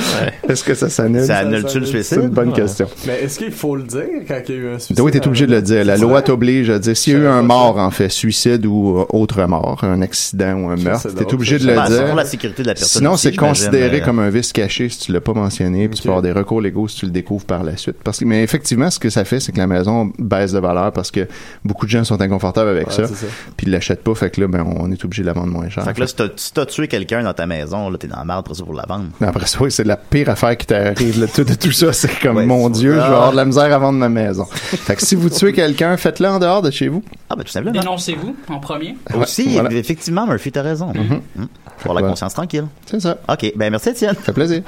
Speaker 4: Est-ce que ça s'annule?
Speaker 3: Ça annule-tu le
Speaker 4: C'est une
Speaker 3: suicide?
Speaker 4: bonne question.
Speaker 5: Mais est-ce qu'il faut le dire quand il y a eu un suicide?
Speaker 4: Oui, t'es obligé de le dire. La loi t'oblige à dire s'il y a eu un mort, en fait, suicide ou euh, autre mort, un accident ou un meurtre,
Speaker 5: c'est
Speaker 4: t'es
Speaker 5: drôle,
Speaker 4: obligé de
Speaker 5: ça.
Speaker 4: le
Speaker 3: Ben, c'est pour la
Speaker 4: dire.
Speaker 3: sécurité de la personne.
Speaker 4: Sinon,
Speaker 3: aussi,
Speaker 4: c'est
Speaker 3: j'imagine,
Speaker 4: considéré
Speaker 3: euh,
Speaker 4: comme un vice caché si tu l'as pas mentionné, puis tu peux
Speaker 5: Ok.
Speaker 4: avoir des recours légaux si tu le découvres par la suite. Parce que, mais effectivement, ce que ça fait, c'est que la maison baisse de valeur parce que beaucoup de gens sont inconfortables avec
Speaker 5: Ouais,
Speaker 4: ça,
Speaker 5: c'est ça.
Speaker 4: puis ils l'achètent pas, fait que là, ben, on est obligé de la vendre moins cher.
Speaker 3: Fait que là, si t'as, si t'as tué quelqu'un dans ta maison, là, t'es dans la merde pour ça pour la vendre.
Speaker 4: Mais Après ça, oui, c'est la pire affaire qui t'arrive. là. Tout, tout ça, c'est comme,
Speaker 3: Ouais,
Speaker 4: mon
Speaker 3: c'est-
Speaker 4: Dieu, je vais
Speaker 3: Ah.
Speaker 4: avoir de la misère à vendre ma maison. fait que si vous tuez quelqu'un, faites-le en dehors de chez vous.
Speaker 3: Ah, ben, tout simplement.
Speaker 6: Dénoncez-vous en premier.
Speaker 3: Aussi,
Speaker 4: voilà. Mm-hmm.
Speaker 3: effectivement, Murphy, t'as raison. Mhm. Pour la
Speaker 4: voilà.
Speaker 3: conscience tranquille.
Speaker 4: C'est ça.
Speaker 3: OK. Ben, merci, Étienne.
Speaker 4: Ça fait plaisir.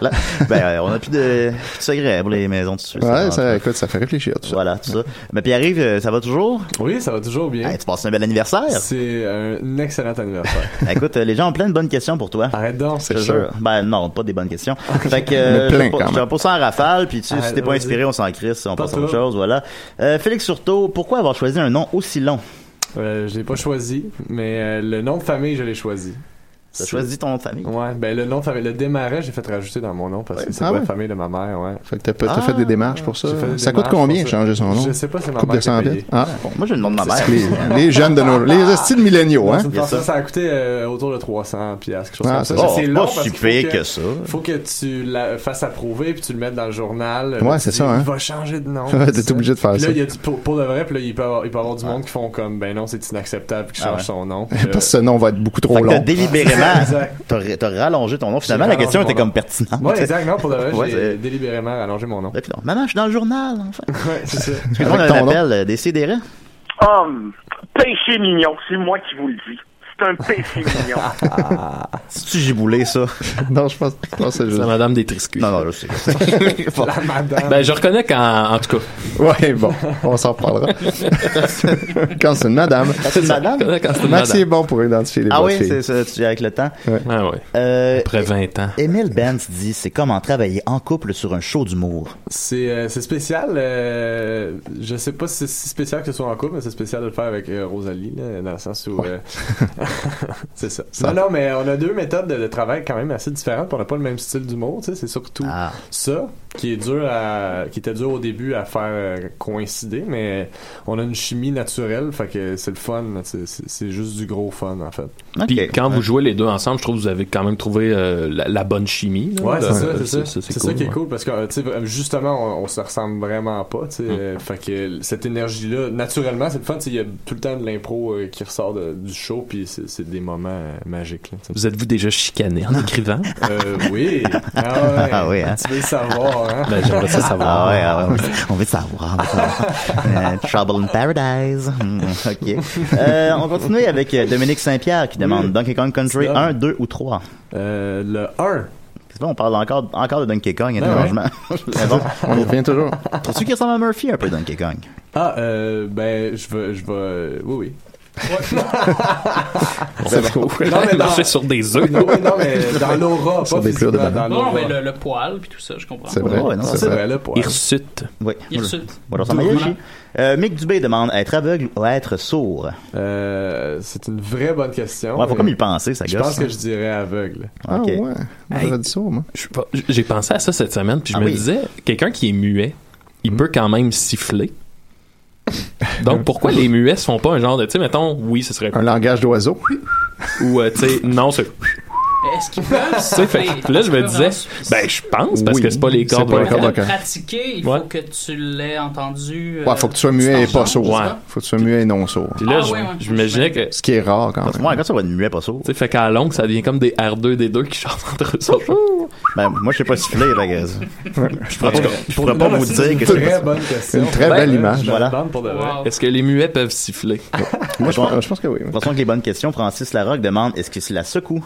Speaker 3: voilà. Ben, euh, on a plus de plus de secrets pour les maisons de suicide.
Speaker 4: Ouais,
Speaker 3: Alors,
Speaker 4: ça, écoute, ça fait réfléchir tout ça.
Speaker 3: Voilà, tout ça. Mais Pierre-Yves, euh, ça va toujours?
Speaker 5: Oui, ça va toujours bien.
Speaker 3: Hey, tu passes un bel anniversaire?
Speaker 5: C'est un excellent anniversaire.
Speaker 3: Écoute, euh, les gens ont plein de bonnes questions pour toi.
Speaker 5: Arrête donc.
Speaker 3: Je te
Speaker 4: Ah, sûr.
Speaker 3: jure. Ben non, pas des bonnes questions. fait que euh,
Speaker 4: Mais plein,
Speaker 3: je vais-
Speaker 4: quand
Speaker 3: je
Speaker 4: même. Ah,
Speaker 3: vais pas ça en rafale, puis tu sais, si
Speaker 5: Arrête,
Speaker 3: t'es pas
Speaker 5: vas-y.
Speaker 3: inspiré, on s'en crisse, on
Speaker 5: Pas
Speaker 3: passe à autre
Speaker 5: toi.
Speaker 3: chose, voilà. Euh, Félix Surteau, pourquoi avoir choisi un nom aussi long?
Speaker 5: Euh, je l'ai pas choisi, mais euh, le nom de famille, je l'ai choisi.
Speaker 3: T'as
Speaker 5: C'est-
Speaker 3: choisi ton nom de famille?
Speaker 5: Ouais, ben le nom de famille, le démarrage, j'ai fait rajouter dans mon nom parce que c'est
Speaker 4: Ah
Speaker 5: pas
Speaker 4: ouais?
Speaker 5: la famille de ma mère, ouais.
Speaker 4: Fait que t'as, pas- t'as
Speaker 3: Ah,
Speaker 4: fait des démarches pour ça.
Speaker 5: J'ai fait des
Speaker 4: Ça coûte
Speaker 5: démarches
Speaker 4: combien
Speaker 5: pour ça.
Speaker 4: changer son nom?
Speaker 5: Je sais pas, c'est ma
Speaker 4: Coupe
Speaker 5: mère
Speaker 4: de
Speaker 5: qui a
Speaker 4: 100
Speaker 5: payé.
Speaker 4: pièces. Ah,
Speaker 3: Bon, moi, j'ai le nom de ma mère.
Speaker 4: les, les jeunes de nos... Les styles milléniaux, hein?
Speaker 5: Donc,
Speaker 3: Yes,
Speaker 5: ça,
Speaker 3: sir.
Speaker 5: ça a coûté euh, autour de 300 piastres, quelque chose
Speaker 4: Ah,
Speaker 5: comme
Speaker 4: c'est
Speaker 5: ça.
Speaker 3: Bon,
Speaker 5: Oh, C'est
Speaker 3: Oh, c'est
Speaker 5: long
Speaker 3: pas
Speaker 5: parce
Speaker 3: si
Speaker 5: qu'il faut
Speaker 3: pire
Speaker 5: que-
Speaker 3: que ça.
Speaker 5: faut que tu la fasses approuver puis tu le mettes dans le journal.
Speaker 4: Ouais,
Speaker 5: Là,
Speaker 4: c'est
Speaker 5: tu
Speaker 4: ça,
Speaker 5: dis,
Speaker 4: hein.
Speaker 5: Il va changer de nom.
Speaker 4: Ouais,
Speaker 5: tout
Speaker 4: t'es obligé de faire
Speaker 5: Puis
Speaker 4: ça.
Speaker 5: là, il y a du, pour, pour de vrai, puis là, il peut y avoir, il peut y avoir du monde qui font comme, ben non, c'est inacceptable, qui
Speaker 3: Ah
Speaker 5: change
Speaker 3: ouais.
Speaker 5: son nom. euh,
Speaker 4: Parce que ce nom va être beaucoup trop
Speaker 3: Fait que t'as
Speaker 4: long.
Speaker 3: délibérément,
Speaker 5: Exact.
Speaker 3: t'as t'as rallongé ton nom. Finalement,
Speaker 5: J'ai
Speaker 3: la question
Speaker 5: rallongé
Speaker 3: était
Speaker 5: mon
Speaker 3: comme pertinente.
Speaker 5: Moi, exact, non, pour de vrai,
Speaker 3: Ouais, c'est-
Speaker 5: j'ai délibérément rallongé mon nom.
Speaker 3: Et puis non, Maman, je suis dans le journal, enfin.
Speaker 5: Ouais, c'est ça.
Speaker 3: Excuse-moi, on a
Speaker 4: ton
Speaker 3: un
Speaker 4: nom.
Speaker 3: appel euh, des sidérés.
Speaker 1: Homme, péché Um, mignon, c'est moi qui vous le dis. C'est un péché mignon.
Speaker 3: C'est-tu giboulé, ça?
Speaker 4: Non, je pense je pense que c'est
Speaker 2: C'est
Speaker 4: juste...
Speaker 2: la Madame des Triscuits.
Speaker 3: Non, non, je sais.
Speaker 5: La madame.
Speaker 2: Ben, je reconnais qu'en en tout cas,
Speaker 4: Ouais, bon, on s'en reparlera. Quand c'est une madame.
Speaker 3: C'est une madame?
Speaker 2: je reconnais quand c'est une
Speaker 4: Max
Speaker 2: madame.
Speaker 4: est bon pour identifier les
Speaker 3: Ah
Speaker 4: bonnes
Speaker 3: oui,
Speaker 4: filles.
Speaker 3: c'est ça, tu avec le temps.
Speaker 2: Ah ouais.
Speaker 3: Euh,
Speaker 2: Après 20 ans.
Speaker 3: Emile Benz dit, c'est comme en travailler en couple sur un show d'humour.
Speaker 5: C'est euh, c'est spécial. euh, je sais pas si c'est si spécial que ce soit en couple, mais c'est spécial de le faire avec euh, Rosalie, là, dans le sens où. euh, c'est ça. Non, non, mais on a deux méthodes de, de travail quand même assez différentes. puis On n'a pas le même style d'humour. tu sais, C'est surtout
Speaker 3: Ah.
Speaker 5: ça. qui est dur à, qui était dur au début à faire euh, coïncider, mais on a une chimie naturelle, fait que c'est le fun, c'est- c'est c'est juste du gros fun en fait.
Speaker 3: Ok.
Speaker 2: Puis quand vous jouez les deux ensemble, je trouve que vous avez quand même trouvé euh, la, la bonne chimie. là.
Speaker 5: Ouais, c'est
Speaker 2: Euh,
Speaker 5: ça, c'est ça. C'est ça qui est
Speaker 2: ouais.
Speaker 5: cool parce que euh, tu sais, justement, on, on se ressemble vraiment pas. tu sais, euh, Fait que cette énergie-là, naturellement, c'est le fun. tu sais, Il y a tout le temps de l'impro euh, qui ressort de- du show, puis c'est c'est des moments euh, magiques. là, tu sais.
Speaker 2: Vous êtes-vous déjà chicané en écrivant?
Speaker 5: Euh, oui. Ah, ouais.
Speaker 3: Ah oui, hein.
Speaker 5: Tu veux le savoir, hein?
Speaker 2: Ben, j'aimerais ça
Speaker 3: Ah
Speaker 2: savoir.
Speaker 3: ouais, ah ouais, on veut- on veut savoir. on veut savoir. Euh, Trouble in Paradise. Mm, ok. Euh, on continue avec euh, Dominique Saint-Pierre qui demande Donkey Kong Country
Speaker 5: Stop.
Speaker 3: 1, 2 ou 3.
Speaker 5: Euh, le 1.
Speaker 3: C'est vrai, on parle encore, encore de Donkey Kong,
Speaker 5: Ah ouais.
Speaker 3: étrangement. Mais bon,
Speaker 4: On y revient toujours.
Speaker 3: trouves-tu qu'il ressemble à Murphy un peu, Donkey Kong?
Speaker 5: Ah, euh, ben, je vais. Je vais... Oui, oui. Non, mais
Speaker 2: Il
Speaker 5: dans-
Speaker 2: marchait sur des œufs.
Speaker 5: Non, mais, non, mais dans l'aura, pas
Speaker 4: Sur des
Speaker 5: physiquement,
Speaker 4: pleurs de
Speaker 5: dans
Speaker 6: Non, non, mais
Speaker 5: l'aura.
Speaker 6: ben, le, le poil, puis tout ça, je comprends.
Speaker 4: Ah, C'est vrai.
Speaker 3: Ouais, non,
Speaker 5: Ah,
Speaker 4: c'est
Speaker 5: C'est
Speaker 4: vrai.
Speaker 5: vrai, le poil.
Speaker 2: Hirsute.
Speaker 3: Oui.
Speaker 6: Hirsute.
Speaker 3: Voilà, ça m'a
Speaker 6: Voilà.
Speaker 3: réussi. Euh, Mick Dubé demande être aveugle ou être sourd.
Speaker 5: Euh, c'est une vraie bonne question.
Speaker 3: Ouais, faut comme y penser, ça
Speaker 5: Je
Speaker 3: gosse.
Speaker 5: pense que je dirais aveugle.
Speaker 4: Ah
Speaker 3: Ok.
Speaker 4: ouais. J'aurais dit ça, moi.
Speaker 2: Je sais pas, j- J'ai pensé à ça cette semaine, puis je
Speaker 3: Ah
Speaker 2: me
Speaker 3: oui.
Speaker 2: disais, quelqu'un qui est muet,
Speaker 5: Hmm.
Speaker 2: il peut quand même siffler. Donc pourquoi les muets se font pas un genre de, tu sais, mettons, oui, ce serait
Speaker 4: Un langage d'oiseau.
Speaker 2: ou euh, tu sais, non, c'est, tu
Speaker 6: Est-ce qu'ils peuvent
Speaker 2: sais, fait que là je me disais, ben je pense parce
Speaker 4: Oui,
Speaker 2: que c'est pas les
Speaker 4: c'est
Speaker 2: cordes
Speaker 4: pas les
Speaker 2: vocales.
Speaker 4: cordes
Speaker 6: Pour
Speaker 4: D'accord.
Speaker 6: pratiquer, il
Speaker 2: Ouais.
Speaker 6: faut que tu l'aies entendu. euh,
Speaker 4: Ouais, faut que tu sois muet et pas sourd.
Speaker 2: Ouais.
Speaker 4: Ouais. Faut que tu sois muet et non sourd.
Speaker 2: Puis là,
Speaker 6: Ah,
Speaker 2: je-
Speaker 6: ouais, ouais.
Speaker 2: je m'imaginais que, tu
Speaker 4: Ce qui est rare quand
Speaker 3: Parce que
Speaker 4: même.
Speaker 3: moi, quand ça va être muet, pas sourd.
Speaker 2: sais, fait qu'à la longue, ça devient comme des R2 des deux qui chantent entre eux. autres.
Speaker 3: Ben, moi, je sais pas siffler, la gueule.
Speaker 2: Je pense que-
Speaker 3: Je pourrais pas vous dire que
Speaker 5: C'est une
Speaker 3: je
Speaker 5: très bonne question.
Speaker 4: Une très
Speaker 5: Ben,
Speaker 4: belle
Speaker 5: je
Speaker 4: image.
Speaker 5: me
Speaker 3: Voilà.
Speaker 5: demande pour de vrai.
Speaker 6: Wow.
Speaker 2: Est-ce que les muets peuvent siffler
Speaker 4: Moi, je pense- je pense que oui.
Speaker 3: De toute façon, avec les bonnes questions, Francis Larocque demande est-ce que c'est la secoue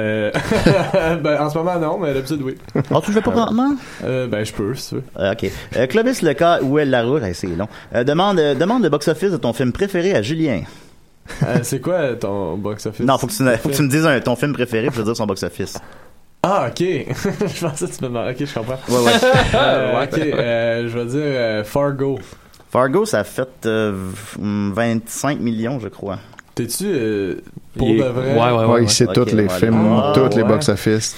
Speaker 5: Euh, ben, en ce moment, non, mais d'habitude, oui.
Speaker 3: Ah, tu le fais pas lentement
Speaker 5: Euh, ben, je peux, si tu veux.
Speaker 3: Euh, Ok. Euh, Clovis Leca, où est la route C'est long. Euh, demande, euh, demande le box-office de ton film préféré à Julien.
Speaker 5: Euh, c'est quoi euh, ton box-office?
Speaker 3: Non, faut que tu, faut que tu me dises un- ton film préféré pour je vais dire son box-office.
Speaker 5: Ah, ok. je pensais que tu me demandais. Ok, je comprends.
Speaker 3: Ouais, ouais.
Speaker 5: Euh, ok, euh, je vais dire euh, Fargo.
Speaker 3: Fargo, ça a fait euh, v- hum, 25 millions, je crois.
Speaker 5: T'es-tu euh, pour
Speaker 2: Il est-
Speaker 5: de
Speaker 2: Ouais, ouais,
Speaker 5: vrai?
Speaker 2: ouais.
Speaker 4: Ah Ouais,
Speaker 2: ouais.
Speaker 4: il sait
Speaker 3: Ok,
Speaker 4: tous les
Speaker 3: voilà.
Speaker 4: films,
Speaker 5: Ah,
Speaker 4: tous les
Speaker 5: ouais.
Speaker 4: box-office.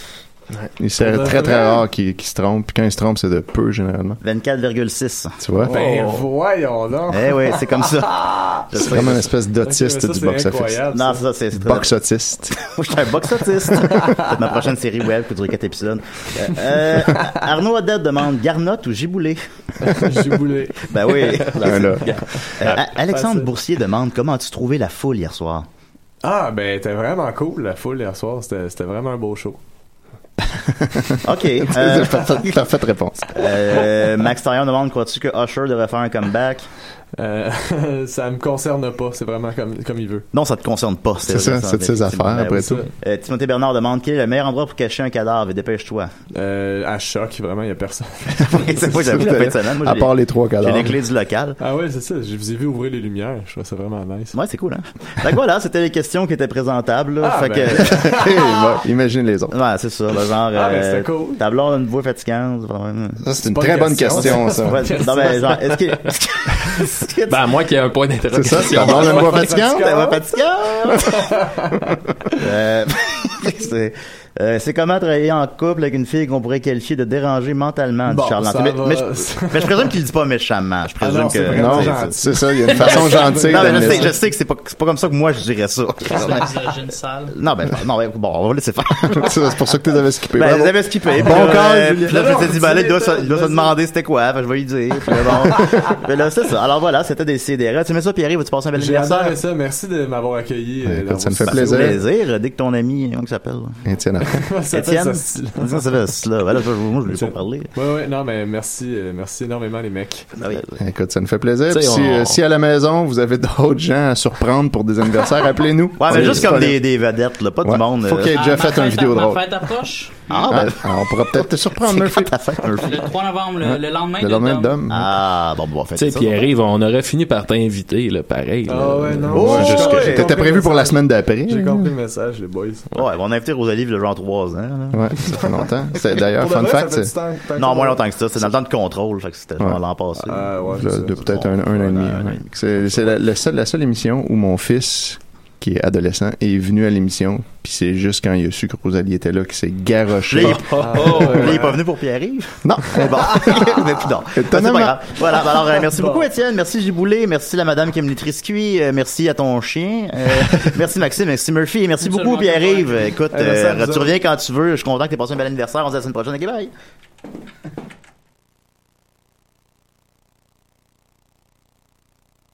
Speaker 4: Il
Speaker 5: Pour
Speaker 4: C'est
Speaker 5: de
Speaker 4: très très
Speaker 5: vrai?
Speaker 4: rare qu'il qu'il se trompe. Puis quand il se trompe, c'est de peu généralement.
Speaker 3: 24,6.
Speaker 4: Tu vois?
Speaker 5: Ben, voyons donc.
Speaker 3: Oh. Eh oui, c'est comme ça. Je
Speaker 4: C'est
Speaker 3: sais.
Speaker 4: vraiment une espèce
Speaker 5: Ok, mais
Speaker 4: d'autiste
Speaker 5: ça,
Speaker 4: du
Speaker 5: c'est
Speaker 4: box-office.
Speaker 5: incroyable,
Speaker 3: Non,
Speaker 5: ça.
Speaker 3: c'est ça, c'est c'est très-
Speaker 4: Box-autiste.
Speaker 3: Moi, je suis un box-autiste. C'est ma prochaine série web qui dure 4 épisodes. Euh, euh, Arnaud Odette demande Garnotte ou Giboulé
Speaker 5: J'ai voulu.
Speaker 3: Ben oui.
Speaker 4: L'un là.
Speaker 3: Euh,
Speaker 4: Ah,
Speaker 3: A- Alexandre
Speaker 5: Facile.
Speaker 3: Boursier demande comment as-tu trouvé la foule hier soir
Speaker 5: Ah, ben, t'es vraiment cool, la foule hier soir. C'était c'était vraiment un beau show.
Speaker 3: Ok. euh,
Speaker 4: Parfaite- Parfaite réponse.
Speaker 3: euh, Max Taillon demande crois-tu que Usher devrait faire un comeback
Speaker 5: Euh, ça me concerne pas. C'est vraiment comme, comme il veut.
Speaker 3: Non, ça te concerne pas.
Speaker 4: C'est ça, c'est de ses
Speaker 3: effectivement.
Speaker 4: affaires,
Speaker 3: Ben
Speaker 4: après
Speaker 3: oui.
Speaker 4: tout.
Speaker 3: Euh, Timothée Bernard demande quel est le meilleur endroit pour cacher un cadavre et dépêche-toi.
Speaker 5: Euh, à choc, vraiment, il y a personne.
Speaker 3: c'est pas j'avoue, la fin de semaine. Moi,
Speaker 4: À
Speaker 3: j'ai-
Speaker 4: part les trois
Speaker 3: j'ai
Speaker 4: cadavres.
Speaker 3: les clés du local.
Speaker 5: Ah ouais, c'est ça. Je vous ai vu ouvrir les lumières. Je trouvais ça vraiment nice.
Speaker 3: Ouais, c'est cool, hein? Fait que voilà, c'était les questions qui étaient présentables, là.
Speaker 5: Ah,
Speaker 3: fait
Speaker 5: ben.
Speaker 3: que.
Speaker 4: Hey, va- Imagine les autres.
Speaker 3: Ouais, c'est ça, le genre.
Speaker 5: Ah, ben,
Speaker 3: euh,
Speaker 5: c'était cool.
Speaker 3: Ta blonde a une voix fatigante. vraiment.
Speaker 4: Ça, c'est une
Speaker 5: pas
Speaker 4: très
Speaker 5: une
Speaker 4: bonne
Speaker 5: question,
Speaker 4: question, ça.
Speaker 3: Ouais, non, mais genre, est-ce que. Est-ce que tu-
Speaker 2: Ben, à moins qu'il y ait un point
Speaker 4: C'est ça, c'est la
Speaker 2: d'interrogation.
Speaker 4: blonde à voix fatigante?
Speaker 3: Ta voix fatigante! Euh, c'est. euh, c'est comment travailler en couple avec une fille qu'on pourrait qualifier de dérangée mentalement, dit
Speaker 5: Bon,
Speaker 3: Charlotte.
Speaker 5: ça
Speaker 3: Mais,
Speaker 5: va.
Speaker 3: mais je, mais je présume qu'il le dit pas méchamment. Je présume
Speaker 5: Ah non,
Speaker 3: que.
Speaker 5: c'est vraiment
Speaker 4: Non,
Speaker 5: gentil.
Speaker 4: c'est ça, il y a une façon gentille
Speaker 3: Non, mais je
Speaker 4: d'amener
Speaker 3: sais, je
Speaker 4: ça.
Speaker 3: sais que c'est pas, c'est pas comme ça que moi je dirais ça.
Speaker 6: C'est la misogyne sale.
Speaker 3: Non, ben, non, ben, bon, on va laisser faire.
Speaker 4: Ça, C'est pour ça que tu les avais skippés.
Speaker 3: Ben,
Speaker 4: Bravo.
Speaker 3: j'avais skippé.
Speaker 4: Bon
Speaker 3: Puis là,
Speaker 4: call,
Speaker 3: euh,
Speaker 4: Julien.
Speaker 3: Puis là, je me suis dit, ben là, il doit, se, il doit se
Speaker 5: Vas-y.
Speaker 3: demander c'était quoi. Fait que je vais lui dire. Puis là, bon. Mais là, c'est ça. Alors voilà, c'était des CDR. Tu mets ça, Pierre, vas-tu passer un bel
Speaker 5: J'ai
Speaker 3: anniversaire?
Speaker 5: adoré ça. Merci de m'avoir accueilli.
Speaker 4: Ouais,
Speaker 5: euh,
Speaker 4: écoute,
Speaker 5: dans
Speaker 4: ça
Speaker 5: vos
Speaker 4: me fait
Speaker 5: studios.
Speaker 4: plaisir.
Speaker 3: Plaisir, dès que ton ami, comment il s'appelle?
Speaker 4: Et tiens, après.
Speaker 5: Ça fait
Speaker 3: Étienne?
Speaker 5: ça, style.
Speaker 3: Ça s'appelle cela. Voilà, je- moi, je lui ai pas parlé.
Speaker 5: Ouais, ouais, non, mais merci, euh, merci énormément, les mecs.
Speaker 4: Ah Écoute, ça nous fait plaisir.
Speaker 2: Tu sais,
Speaker 4: Puis si,
Speaker 2: on-
Speaker 4: euh, si à la maison, vous avez d'autres gens à surprendre pour des anniversaires, appelez-nous.
Speaker 3: Ouais, mais
Speaker 4: C'est-
Speaker 3: juste
Speaker 4: c'est
Speaker 3: comme
Speaker 4: pas-
Speaker 3: des, des vedettes, là, pas
Speaker 4: Ouais.
Speaker 3: du monde.
Speaker 4: Faut
Speaker 3: euh,
Speaker 4: qu'il ait déjà
Speaker 6: Ah, ma
Speaker 4: fait une
Speaker 6: fête-
Speaker 4: vidéo
Speaker 6: ma
Speaker 4: drôle.
Speaker 6: fête approche.
Speaker 3: Ah,
Speaker 4: Ah,
Speaker 3: ben,
Speaker 4: ah, on pourra peut-être te surprendre,
Speaker 3: c'est
Speaker 4: Murphy.
Speaker 3: quand ta fête, Murphy?
Speaker 6: Le 3 novembre, le, le lendemain
Speaker 4: Le
Speaker 6: de
Speaker 4: lendemain
Speaker 6: Dom.
Speaker 4: d'homme.
Speaker 3: Ah, bon, bon, en fait.
Speaker 2: Tu sais, Pierre-Yves, on aurait fini par t'inviter, là, pareil. là.
Speaker 5: Ah ouais, non.
Speaker 3: Oh,
Speaker 5: j'ai
Speaker 3: juste que
Speaker 5: compris
Speaker 3: j'ai-
Speaker 5: le
Speaker 4: T'étais prévu pour la
Speaker 5: message.
Speaker 4: semaine
Speaker 3: Mm.
Speaker 4: d'après.
Speaker 5: J'ai
Speaker 4: hein?
Speaker 5: compris le message, les boys.
Speaker 3: Ouais, on a invité Rosalie, le genre 3 ans, là.
Speaker 4: Ouais, ça fait longtemps. C'est- D'ailleurs,
Speaker 5: Pour de
Speaker 4: Ah, fun
Speaker 5: vrai,
Speaker 4: fact,
Speaker 5: ça fait du
Speaker 4: c'est
Speaker 5: temps- temps
Speaker 3: Non,
Speaker 5: qu'on-
Speaker 3: moins longtemps que ça. C'est dans le temps de contrôle, fait que c'était genre
Speaker 4: Ouais. Euh,
Speaker 3: l'an passé.
Speaker 5: Ah, ouais,
Speaker 4: là,
Speaker 5: c'est
Speaker 4: de
Speaker 5: ça.
Speaker 4: peut-être un, un an et demi. ouais. C'est c'est la, le seul- la seule émission où mon fils qui est adolescent, est venu à l'émission, puis c'est juste quand il a su que Rosalie était là qu'il s'est garoché.
Speaker 3: Là, il-
Speaker 5: Ah,
Speaker 3: Là, il est pas venu pour Pierre-Yves.
Speaker 4: Euh, non,
Speaker 3: Mais bon, mais plus tard. C'est pas
Speaker 4: Étonnamment.
Speaker 3: grave. Voilà, ben alors, euh, merci beaucoup, Étienne. Merci, Giboulé. Merci, la madame qui aime les triscuits. Euh, merci à ton chien. Euh, merci, Maxime. Merci, Murphy. Et Merci beaucoup,
Speaker 6: Absolument.
Speaker 3: Pierre-Yves. Écoute,
Speaker 5: Eh, merci à
Speaker 3: euh,
Speaker 4: ben,
Speaker 5: vous
Speaker 3: tu
Speaker 5: autres.
Speaker 3: reviens quand tu veux. Je suis content que tu aies passé un bel anniversaire. On se dit à la semaine prochaine. Ok, bye.